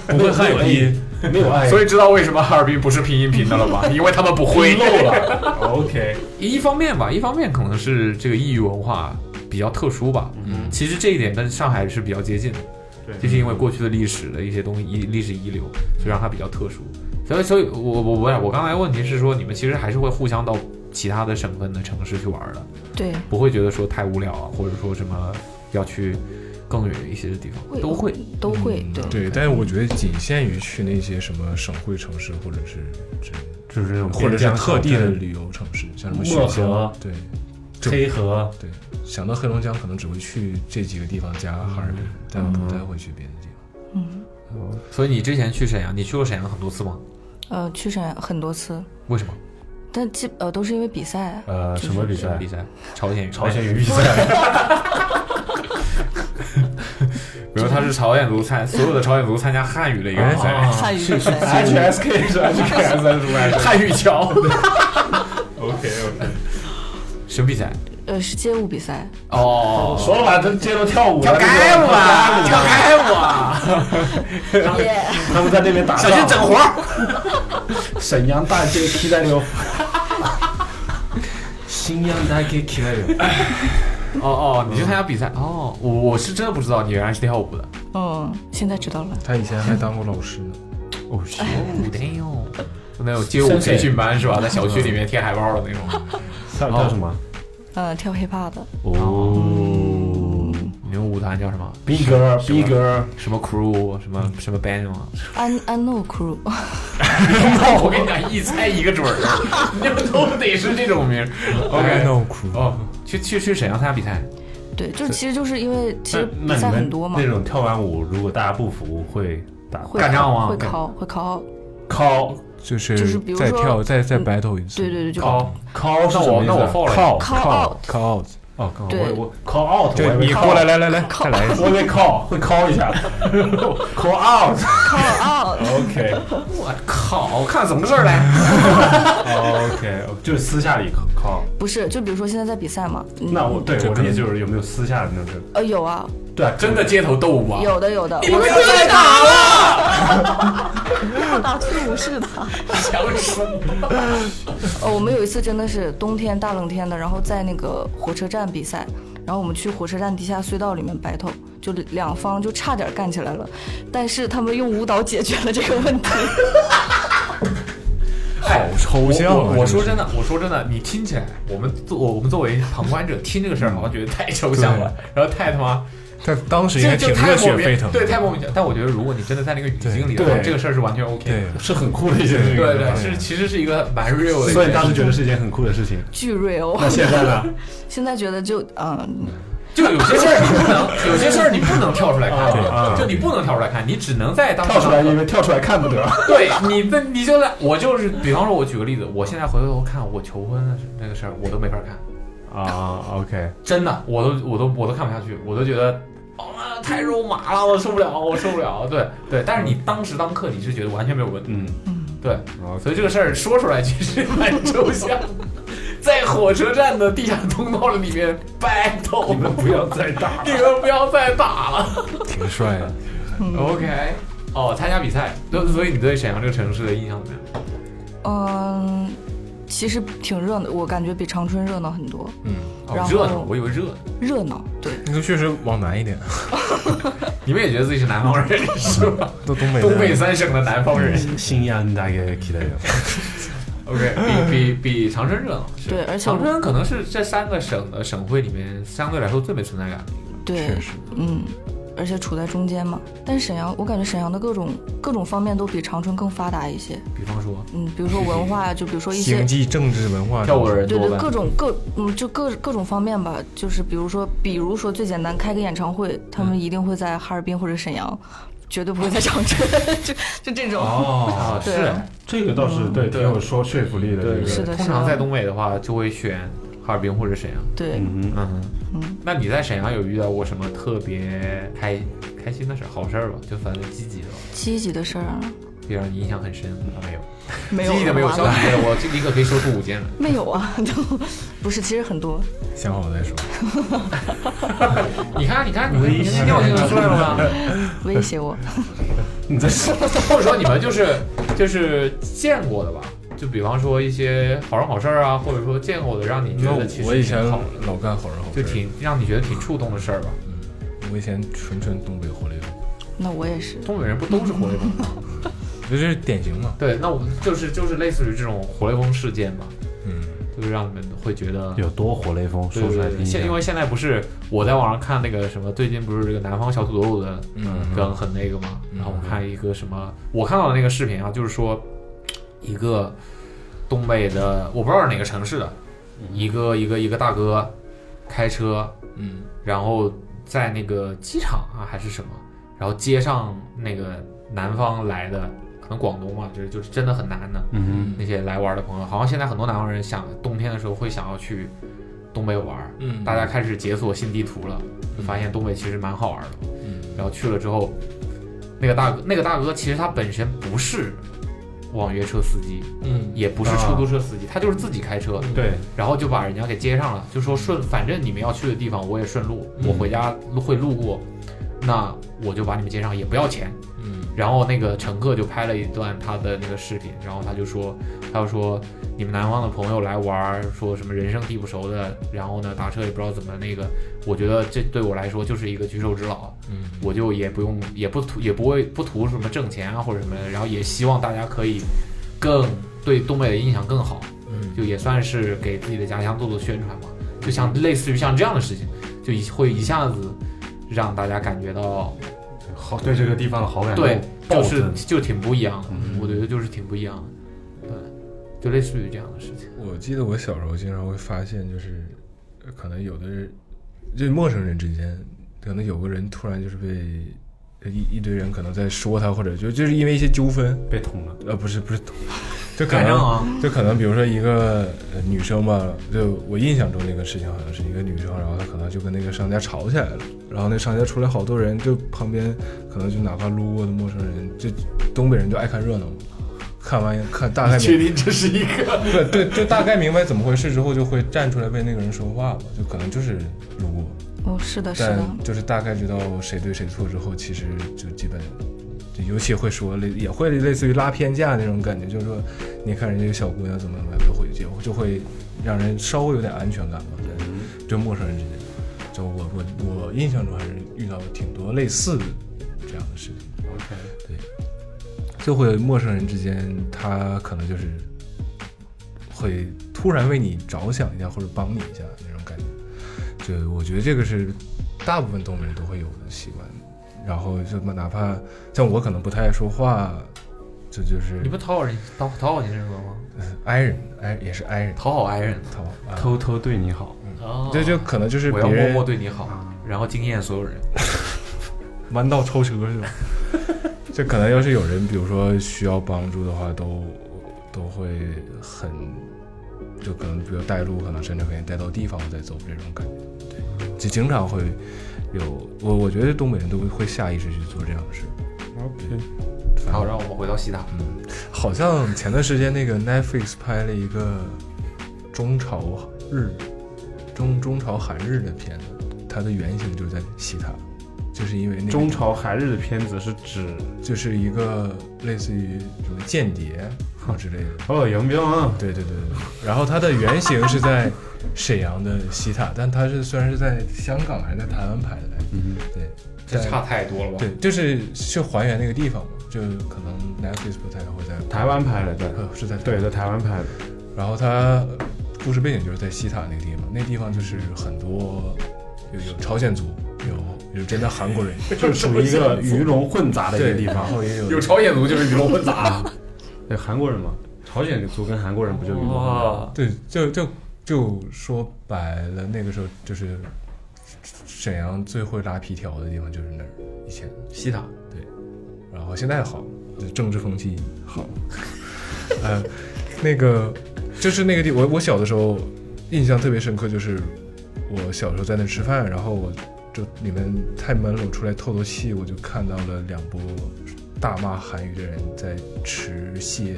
C: 不会汉语
B: 音，没有爱，
D: 所以知道为什么哈尔滨不是拼音拼的了吧？因为他们不会。
B: [laughs] 漏了。OK，
D: 一方面吧，一方面可能是这个异域文化比较特殊吧。嗯，其实这一点跟上海是比较接近的，
B: 对
D: 就是因为过去的历史的一些东西，历历史遗留，所以让它比较特殊。所以，所以我我我我刚才问题是说，你们其实还是会互相到其他的省份的城市去玩的，
E: 对，
D: 不会觉得说太无聊啊，或者说什么要去更远一些的地方，都会。
E: 都会
D: 嗯
E: 对。
C: 对，但是我觉得仅限于去那些什么省会城市，或者是这
B: 就是那种
C: 或者是
B: 边疆
C: 特地
B: 挑
C: 的
B: 战
C: 旅游城市，像什么
B: 漠
C: 雪乡
B: 河，
C: 对
B: 黑河，
C: 对，想到黑龙江可能只会去这几个地方加哈尔滨，
D: 嗯
C: 但不太会去别的地方。
E: 嗯，
D: 所以你之前去沈阳，你去过沈阳很多次吗？
E: 呃，去沈阳很多次，
D: 为什么？
E: 但基呃都是因为比赛。
C: 啊
B: 呃，什么比赛
D: 比？赛？朝鲜语。
B: 朝鲜语比赛，
D: 没哎有，他是朝鲜族参所有的朝鲜族参加汉语的
B: 哎
D: 一个
B: 啊
D: 比赛，
E: 汉语比赛
B: HSK 哎是 HKS 还是什么哎来着？
D: 哦汉语桥
F: OK OK，
D: 什么比赛？
E: 呃，是街舞比赛，
D: 哦，
B: 说了吧，他街头跳舞，
D: 跳街舞啊，跳街舞啊，
B: [laughs] 他们在那边打
D: 小心整活儿。
B: 沈阳大街替代流，新阳大街替代流，
D: 哦哦，你去参加比赛？哦，我我是真的不知道你原来是跳舞的。
E: 嗯，现在知道了。
C: [laughs] 他以前还当过老师呢，
B: 哦，是
D: 哦，damn。那种街舞培训班是吧？在小区里面贴海报的那种。
B: 跳跳什么？
E: 呃，跳 hiphop 的，
B: 哦
D: 你们舞团叫什么？
B: ，B girl B girl，
D: 什么 crew？什么什么 band 吗？
E: 安安诺 crew，
D: [laughs] 我跟你讲，一猜一个准儿，你们都得是这种名儿。
C: I
D: [laughs] OK。
C: know crew
D: 哦，去去去沈阳参加比赛，
E: [laughs] 对，就是其实就是因为其
B: 那那
E: 实比
B: 你
E: 赛
B: 们
E: 很多嘛
B: 那，种跳完舞，如果大家不服，会打
E: 会
D: 干仗吗
E: 会考会考，
B: call
C: 就是
E: 就是比如
C: 再
E: 说
C: 跳再再
E: 嗯
C: battle 一次，
E: 对对对，就
D: call
B: call 是
D: 那
B: 什么
D: 我
B: 意思啊
D: 那我 follow 了
B: call
E: call out
C: ，call out，
B: 哦，call
E: 对
B: 我我 call out，
C: 就
B: 我以为
C: 你
B: call [laughs]
C: 过来，来来来，再来一次，
B: 我以为 call 会 call 一 [laughs] 下，call [laughs] out。
E: call out，
B: [laughs] OK
D: 我靠，看什么
B: [laughs]
D: 事儿嘞？
B: 哦 OK，就是私下里 call。
E: 不是，就比如说现在在比赛嘛，嗯
B: 那我对
C: 这
B: 我
C: 可
B: 理
C: 能
B: 解就是有没有私下的那种？
E: 呃有啊，
B: 对啊，
D: 真的街头斗舞啊？
E: 有的有的，
D: 你们不要再打了！
E: 我打退伍是的。
D: 想死
E: 呃，我们有一次真的是冬天大冷天的，然后在那个火车站比赛，然后我们去火车站地下隧道里面 battle，就两方就差点干起来了，但是他们用舞蹈解决了这个问题。
D: 好
C: 抽象啊
D: 哎我我我说
C: 这
D: 真的，我说真的，你听起来，我们作我我们作为旁观者听这个事儿，好像觉得太抽象了，然后太他妈，
C: 他当时应
D: 这
C: 该
D: 就
C: 挺
D: 太
C: 热
D: 莫
C: 血
D: 名
C: 沸腾，
D: 对，太莫名其妙。但我觉得，如果你真的在那个语境里的话，
B: 对
D: 这个事儿是完全 OK
C: 对
D: 的。，
B: 是很酷的一件事情。嗯
D: 对对，是其实是一个蛮 real 的一个事情。
B: 所以当时觉得是一件很酷的事情。
E: 巨 real，
B: 那现在呢？
E: [laughs] 现在觉得就嗯，
D: 就有些事儿你不能，有些事儿你不能跳出来
B: 啊
D: 看，
B: 对
D: 就你不能跳出来看，你只能在当时
B: 跳出
D: [laughs]
B: 来，因为跳出来看不得。
D: 对你的，你就在我就是，比方说，我举个例子，我现在回头看我求婚的那个事儿，我都没法看，
B: 啊，OK，
D: 真的，我都我都我都看不下去，我都觉得。啊，太肉麻了，我受不了，我受不了。对对，但是你当时当刻你是觉得完全没有问题，
B: 嗯，
D: 对，
B: 好
D: 所以这个事儿说出来其实蛮抽象，在火车站的地下通道里面 battle，
B: 你们不要再打
D: [laughs] 你们不要再打了。
C: 挺帅的。
E: 嗯
D: OK，哦，参加比赛，所所以你对沈阳这个城市的印象怎么样？
E: 嗯，其实挺热闹，我感觉比长春热闹很多，
C: 嗯，
E: 然
D: 哦，
E: 后
D: 热闹，我以为热闹。
E: 热闹对，
C: 那个确实往南一
D: [laughs]
C: 点，
D: 你们也觉得自己是南方人是
C: [laughs]
D: 吧？
C: 到东北，
D: 东北三省的南方
C: 嗯
D: 人。
B: 新安大概期
C: [laughs]
B: 待着。
D: [laughs] OK，比比比长春热闹。是
E: 对而且我
D: 长春可能是这三个省的省会里面相对来说最没存在感的一个。
E: 对
C: 确，实，
E: 嗯。而且处在中间嘛，但沈阳，我感觉沈阳的各种各种方面都比长春更发达一些。
D: 比方说，
E: 嗯，比如说文化，就比如说一些
C: 经济、政治、文化，
D: 跳舞的人
E: 对
D: 多
E: 对，
D: 吧
E: 各？种各嗯，就各各种方面吧，就是比如说，比如说最简单，开个演唱会，他
D: 嗯
E: 们一定会在哈尔滨或者沈阳，绝对不会在长春， [laughs] 就就这种。
D: 哦，
E: 对
D: 是，
B: 这个倒是对，挺有说说服力的。这个
E: 是啊的
D: 通常在东北的话，就会选哈尔滨或者沈阳。
E: 对，
B: 嗯哼，
D: 嗯
E: 嗯，
D: 那你在沈阳有遇到过什么特别开开心的事儿、好事儿吧？就反正积极的吧，
E: 积极的事儿啊
D: 就让你印象很深的没有？
E: 没有啊
D: 积极的没有，
E: 完
D: 消
E: 了
D: 极的我这立刻可以说出五件了。
E: 没有啊，都 [laughs] 不是，其实
D: [laughs]
E: 很多。
C: 想好再说。
D: 你看，你看，你们今天尿性就出来了吧？
E: 威胁我，
B: 你
D: [laughs]
B: 在说
D: 或者说你们就是就是见过的吧？就比方说一些好人好事儿啊，或者说见过的让你觉
C: 那
D: 得其
C: 我以
D: 实
C: 前
D: 挺好的，
C: 老干好人好
D: 就
C: 事，
D: 挺让你觉得挺触动的事儿吧。
C: 我以前纯纯东北活流。
E: 那我也是。
D: 东北人不都是活跃吗？
C: 这就是典型嘛。
D: 对，那我们就是就是类似于这种活雷锋事件嘛，
C: 嗯，
D: 就是让你们会觉得
B: 有多活雷锋，
D: 对
B: 说出来
D: 对
B: 听
D: 对，
B: 一下
D: 现因为现在不是我在网上看那个什么，最近不是这个南方小土豆的
C: 嗯
D: 梗很那个嘛，然后我看一个什么，我看到的那个视频啊，就是说一个东北的，我不知道是哪个城市的，一个一个一个大哥开车，
C: 嗯，
D: 然后在那个机场啊还是什么，然后接上那个南方来的，可能广东嘛，就是就是真的很难的，
B: 嗯
D: 那些来玩的朋友，好像现在很多南方人想冬天的时候会想要去东北玩儿，
C: 嗯
D: 大家开始解锁新地图了，就发现东北其实蛮好玩的。
C: 嗯，
D: 然后去了之后，那个大哥，那个大哥其实他本身不是网约车司机，
C: 嗯
D: 也不是出租车司机，他就是自己开车，
B: 哼，对，
D: 然后就把人家给接上了，就说顺，反正你们要去的地方我也顺路，我回家会路过，那我就把你们接上，也不要钱。
C: 嗯
D: 然后那个乘客就拍了一段他的那个视频，然后他就说，他就说你们南方的朋友来玩儿，说什么人生地不熟的，然后呢打车也不知道怎么那个，我觉得这对我来说就是一个举手之劳，
C: 嗯，
D: 我就也不用也不图也不会不图什么挣钱啊或者什么的，然后也希望大家可以更对东北的印象更好，
C: 嗯
D: 就也算是给自己的家乡做做宣传嘛，就像类似于像这样的事情，就一会一下子让大家感觉到
B: 好对这个地方的好感度
D: 对，嗯
B: 暴
D: 就是
B: 增，
D: 就挺不一样的，我觉得就是挺不一样的，对，就类似于这样的事情，
C: 我记得我小时候经常会发现，就是呃可能有的人，就是陌生人之间，可能有个人突然就是被呃一一堆人可能在说他，或者就就是因为一些纠纷，
B: 被捅了，
C: 呃，不是不是，就可
D: 赶
C: 能
D: 上啊，
C: 就可能比如说一个呃女生吧，就我印象中那个事情好像是一个女生，然后她可能就跟那个商家吵起来了，然后那商家出来好多人，就旁边可能就哪怕路过的陌生人，就东北人就爱看热闹嘛，看完看大概明
D: 定这是一个
C: 对对，就大概明白怎么回事之后，就会站出来为那个人说话吧，就可能就是路过，
E: 哦，是的，是
C: 但
E: 的，
C: 就是大概知道谁对谁错之后，其实就基本，就尤其会说类也会类似于拉偏架那种感觉，就是说，你看人家小姑娘怎么怎么就会就就会让人稍微有点安全感吧，在就陌生人之间，就我我我印象中还是遇到过挺多类似的这样的事情。OK，对，就会陌生人之间，他可能就是会突然为你着想一下或者帮你一下那种感觉。就我觉得这个是大部分东北人都会有的习惯。然后就哪怕像我可能不太爱说话，这就是呃
D: 你不讨好人讨讨好你这种人吗？
C: 挨人挨也是挨人
D: 讨好爱人
C: 讨啊，
B: 偷偷对你好，
D: 啊
C: 这就可能就是
D: 我
C: 别
D: 要默
C: 人
D: 默对你好，然后惊艳所有人，
C: 弯道超车是
B: [laughs]
C: 吧？这可能要是有人，比如说需要帮助的话，都都会很，就可能比如带路，可能甚至给你带到地方我再走这种感觉。对，就经常会有我，我觉得东北人都会下意识去做这样的事。
B: OK
C: 反
D: 好，让我们回到西塔，
C: 好像前段时间那个 Netflix 拍了一个中朝日中中朝韩日的片子，它的原型就在西塔，就是因为那个
B: 中朝韩日的片子是指
C: 就是一个类似于什么间谍啊之类的。
B: 哦，杨彪啊，
C: 对对对对。然后它的原型是在沈阳的西塔，但它是虽然是在香港还是在台湾拍的来着，
B: 嗯
C: 对，
D: 这
C: 在
D: 差太多了吧？
C: 对，就是去还原那个地方嘛，就可能 Netflix 不太会在
B: 台湾拍的，对，
C: 呃是在
B: 对，在台湾拍的，
C: 然后它故事背景就是在西塔那个地方，那地方就是很多有有朝鲜族，有有真的韩国人，
B: [laughs] 就是属于一个鱼龙混杂的一个地
C: 然
B: 方。哦
C: 后也有
D: 有朝鲜族就是鱼龙混杂，
B: [laughs] 对，韩国人嘛，朝鲜族跟韩国人不就鱼龙混杂吗？
D: 哇，
C: 对，就就就说白了，那个时候就是沈阳最会拉皮条的地方就是那儿，以前西塔对，然后现在好，就政治风气
D: [laughs]
C: 好，呃，那个就是那个地，我我小的时候印象特别深刻，就是我小时候在那吃饭，然后我就里面太闷了，我出来透透气，我就看到了两波大骂韩语的人在吃蟹。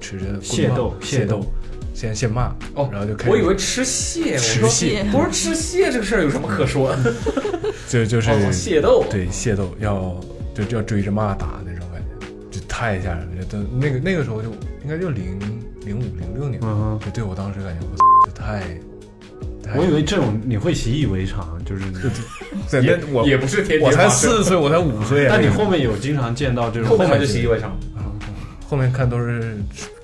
C: 吃着棍
B: 械
C: 棒
B: 斗
C: 械
B: 械
C: 斗
B: 斗，
C: 先先骂
D: 哦
C: 然后就开始，
D: 我以为吃蟹，我嗯
C: 吃
D: 说
C: 蟹，
D: 不是吃蟹这个事儿有什么可说的？
C: 就就是、
D: 哦械斗，
C: 对械斗要就就要追着骂打那种感觉，就太吓人了。就那个那个时候就应该就零零五零六年，
B: 嗯哼，
C: 就对我当时感觉我这太太还
B: 我以为这种你会习以为常，就是你，
C: 在
D: 也
C: 那我
D: 也不是天
C: 我
D: 天
C: 才
D: 发生
C: 四岁，我才五岁啊。
B: 但你后面有经常见到这种
D: 后面就习以为常。
C: 后面看都是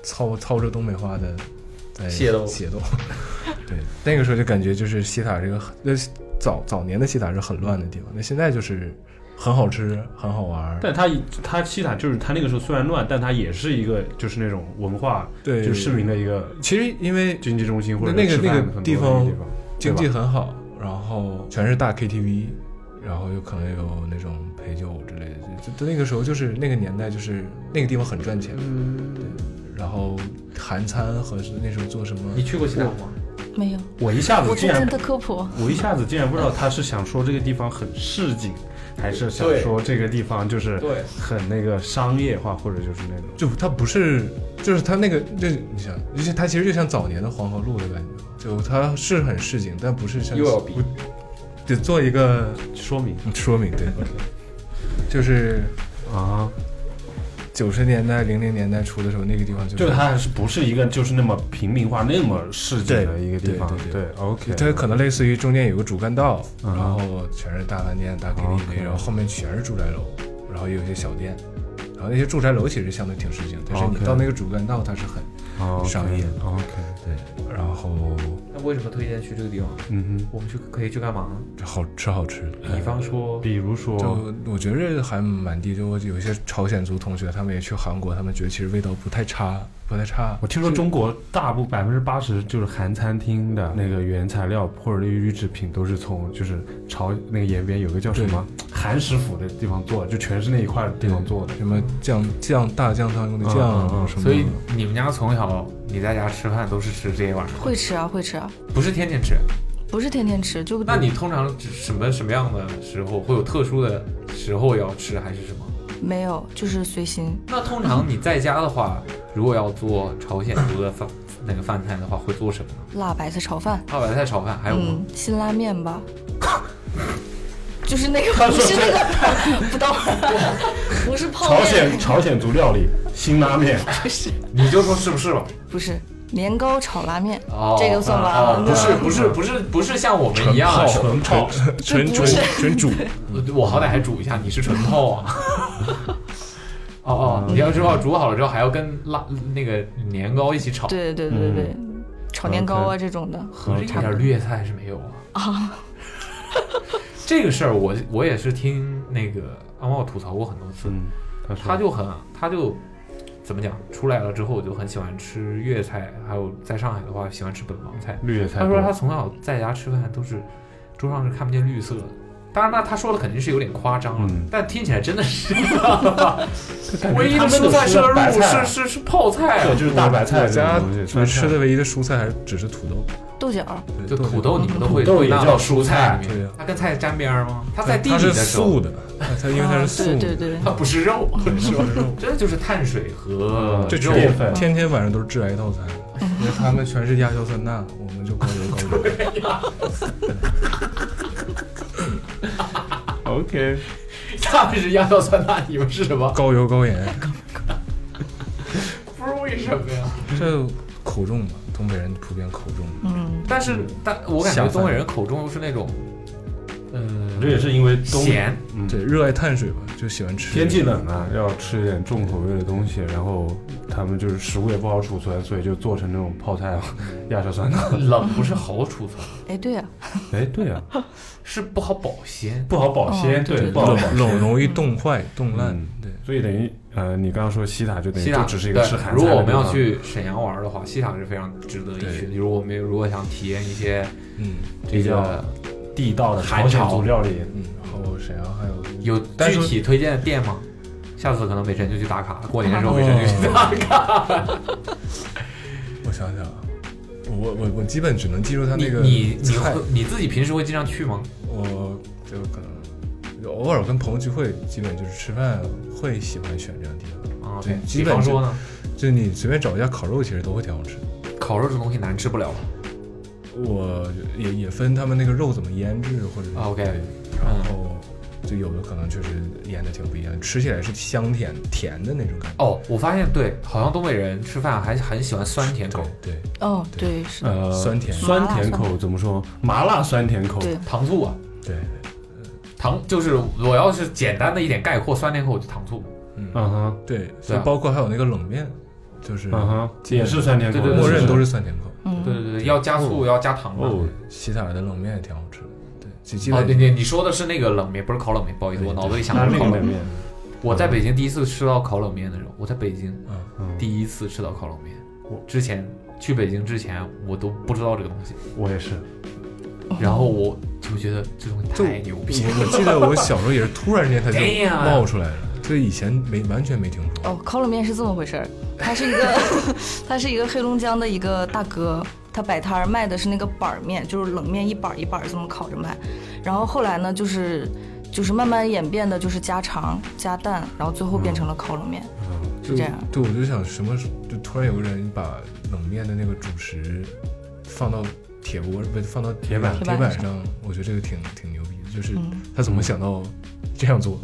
C: 操操着东北话的在
D: 械斗
C: 械斗。对，那个时候就感觉就是西塔这个很那早早年的西塔是很乱的地方，那现在就是很好吃，很好玩儿。
B: 但他他西塔就是他那个时候虽然乱，但他也是一个就是那种文化，
C: 对
B: 就是市民的一个
C: 其实因为
B: 经济中心或者
C: 那个
B: 吃饭
C: 那个
B: 很多的
C: 地
B: 地
C: 方
B: 方，
C: 经济
B: 对吧
C: 很好，然后全是大 KTV，然后有可能有那种陪酒之类的。就就那个时候就是那个年代，就是那个地方很赚钱。
D: 嗯
C: 对。然后韩餐和那时候做什么？
D: 你去过西塔吗？
E: 没有，
B: 我一下子
E: 我
B: 竟
E: 最近
B: 然
E: 的科普，
B: 我一下子竟然不知道他是想说这个地方很市井，还是想
D: 对
B: 说这个地方就是
D: 对
B: 很那个商业化，或者就是那种。
C: 就它不是，就是它那个，就你想，就是它其实就像早年的黄河路的感觉，就它是很市井，但不是像
D: 又要比
C: 不得做一个
B: 说明
C: 说明，对，就是
B: 啊，
C: 九十年代、零零年代初的时候，那个地方就是
B: 就它还是不是一个就是那么平民化、那么市井的一个地方
C: 对对？对
B: 对，OK，
C: 它可能类似于中间有个主干道，
B: 嗯
C: 然后全是大饭店、大 KTV，、
B: OK
C: 然后后面全是住宅楼，然后也有一些小店，然后那些住宅楼其实相对挺市井，但是你
B: OK
C: 到那个主干道它是很商业
B: 哦，OK，
C: 对，然后
D: 那为什么推荐去这个地方？
B: 嗯
D: 我们去可以去干嘛？
C: 好吃好吃的。
D: 呃比方说
B: 哼，，比如说
C: 就我觉得还蛮地，就我有一些朝鲜族同学，他们也去韩国，他们觉得其实味道不太差，不太差。
B: 我听说中国大部百分之八十就是韩餐厅
D: 嗯
B: 的那个原材料或者那个预制品都是从就是朝那个延边有个叫什么韩食府的地方做的，就全是那一块地方做的。
C: 什么酱酱大酱汤用的酱，
B: 嗯嗯嗯
C: 什么
D: 所以你们家从小你在家吃饭都是吃这些玩意儿，
E: 会吃啊会吃啊，
D: 不是天天吃。
E: 不是天天吃，就
D: 那你通常只什么什么样的时候会有特殊的时候要吃，还是什么？
E: 没有，就是随心。
D: 那通常你在家的话，如果要做朝鲜族的饭那个饭菜的话，会做什么呢？
E: 辣白菜炒饭，
D: 辣白菜炒饭，还有吗
E: 嗯？，辛拉
D: [laughs]
E: 面吧，就是那个不是那个 [laughs] 不到，不是泡
B: 朝
E: 面，
B: 鲜朝鲜族料理辛拉
D: [laughs]
B: 面，
D: 你就说是不是吧？
E: 不是年糕炒拉面，
D: 哦，
E: 这个算吧
D: 哦，
E: 那
D: 不是不是不是不是像我们一样啊纯泡， [laughs]
C: 纯纯
E: 这不是
C: 纯 [laughs] 煮，
D: 我我好歹还煮一下，你是纯泡啊。 [laughs] 哦哦，你要知道煮好了之后还要跟辣那个年糕一起炒，
E: 对对对对对，
D: 嗯
E: 炒年糕啊这种的，
D: 合着一点绿叶菜是没有啊。啊， [laughs] 这个事儿我我也是听那个阿茂吐槽过很多次，
B: 嗯，他说
D: 他就很他就怎么讲，出来了之后我就很喜欢吃粤菜，还有在上海的话喜欢吃本帮菜。
B: 绿叶菜
D: 他
B: 多，
D: 说他从小在家吃饭都是桌上是看不见绿色的。当然，那他说的肯定是有点夸张了，
B: 嗯
D: 但听起来真的是这样的吧
B: [laughs] 感觉
D: 唯一
B: 他
D: 的
B: 们
D: 蔬菜
B: 吃
D: 摄
B: 的白
D: 入
B: 菜啊
D: 是是是泡菜啊
B: 对，就是大白菜
C: 我
B: 这种
C: 家
B: 东西
C: 就是吃
B: 酸菜
C: 的唯一的蔬菜还是只是土豆，
E: 豆角
C: 对
D: 就土豆，你们都会
B: 土豆也
D: 纳
B: 叫
D: 到蔬菜里
C: 对
D: 面
C: 啊。
D: 它跟菜沾边儿吗？它在地里
C: 它
D: 的
C: 是
D: 时候
C: 素，的，它啊因为它是素
E: 啊对
C: 的，哦
E: 对对，
D: 它不是肉，是吧？ [laughs] 真的就是碳水和
B: 嗯
C: 这
D: 肉
C: 种
B: 淀粉
C: 天天晚上都是致癌套餐，因为他们全是亚硝酸钠，我们就高油高脂。
B: ，OK，
D: [laughs] 他们是亚硝酸钠，你们是什么？
C: 高油高盐，
D: 不是为什么呀？
C: 这口重嘛，东北人普遍口重。
E: 嗯，
D: 但是，但我感
C: 下
D: 觉
C: 饭
D: 东北人口中又是那种，嗯，
B: 这也是因为冬
D: 咸，
B: 嗯
C: 对，热爱碳水吧，就喜欢吃。
B: 天气冷啊，要吃一点重口味的东西，然后他们就是食物也不好储存，所以就做成那种泡菜、啊、亚硝酸钠。
D: 冷不是好储存，
E: 哎对啊，
B: [laughs] 哎，对啊，
D: 是不好保鲜。
B: [laughs] 不好保鲜，
E: 哦对
B: 对，
E: 对
B: 不好保
C: 冷
B: 鲜。
C: 冷容易冻坏、冻烂
B: 嗯。
C: 对，
B: 所以等于呃，你刚刚说西塔就等于
D: 西
B: 就
D: 塔
B: 只是一个
D: 对
B: 吃韩餐。
D: 如果我们要，去沈阳玩的话，西塔是非常值得一去的。如果我们如果想体验一些
C: 嗯
D: 这
B: 比较
D: 个
B: 地道的
D: 韩
B: 朝鲜
D: 朝
B: 族料理，
C: 嗯。然后沈阳还有
D: 有
C: 但是
D: 具体推荐的店吗？下次可能美晨就去打卡，过年的时候美晨就去打卡。
C: 我想想啊，我我我基本只能记住他那个
D: 你你你
C: 菜
D: 会，你自己平时会经常去吗？
C: 我就可能就偶尔跟朋友聚会，基本就是吃饭会喜欢选这样的地方。
D: 啊，
C: 对
D: 对，
C: 基
D: 比
C: 本
D: 方
C: 是
D: 说呢，
C: 就你随便找一家烤肉，其实都会挺好吃的。
D: 烤肉这东西难吃不了了。
C: 我也也分他们那个肉怎么腌制，或者是
D: 啊，OK
C: 对
D: 嗯
C: 然后就有的可能确实腌的挺不一样，吃起来是香甜甜的那种感觉。
D: 哦哦，我发现对，好像东北人吃饭还很喜欢酸甜口，
C: 对，对，
E: 哦，对，是的，
B: 呃，
C: 酸甜
E: 麻
B: 酸
E: 辣
B: 甜口怎么说？麻辣酸甜口，
C: 哦
E: 对
D: 糖醋啊，
B: 对，
D: 糖就是我要是简单的一点概括，酸甜口就糖醋。
B: 嗯哼，
D: 啊
C: 对，所以包括还有那个冷面，就是
B: 嗯哼，也是酸甜口，
D: 对对对
C: 默认都是酸甜口。
E: 嗯，
D: 对对对，要加醋，要加糖嘛。
C: 哦，西塔尔的冷面也挺好吃的。对，就基
D: 哦，对
C: 本
D: 对，你说的是那个冷面，不是烤冷面，不好意思，我脑子里想
B: 拿
D: 的是
B: 那
D: 烤
B: 个
D: 冷
B: 冷
D: 面。
B: 面，
D: 我在北京第一次吃到烤冷面的时候，我在北京
B: 嗯，
D: 第一次吃到烤冷面
B: 我，
D: 之前去北京之前我都不知道这个东西，
B: 我也是，
D: 然后我就觉得这东西太牛逼了。
C: [laughs] 我我记得我小时候也是突然间
D: [laughs]
C: 它就
D: Damn
C: 冒出来了，这以前没完全没听说。
E: 哦，烤冷面是这么回事儿，他是一个， [laughs] 他是一个黑龙江的一个大哥，他摆摊儿卖的是那个板儿面，就是冷面一板儿一板儿这么烤着卖。然后后来呢，就是就是慢慢演变的，就是加肠加蛋，然后最后变成了烤冷面，
C: 嗯
E: 是这样。
C: 对，我就想什么时，就突然有个人把冷面的那个主食放到铁锅，不是放到
B: 铁板
C: 铁
E: 铁板
C: 板上，我觉得这个挺挺牛逼的，就是
E: 嗯
C: 他怎么想到这样做？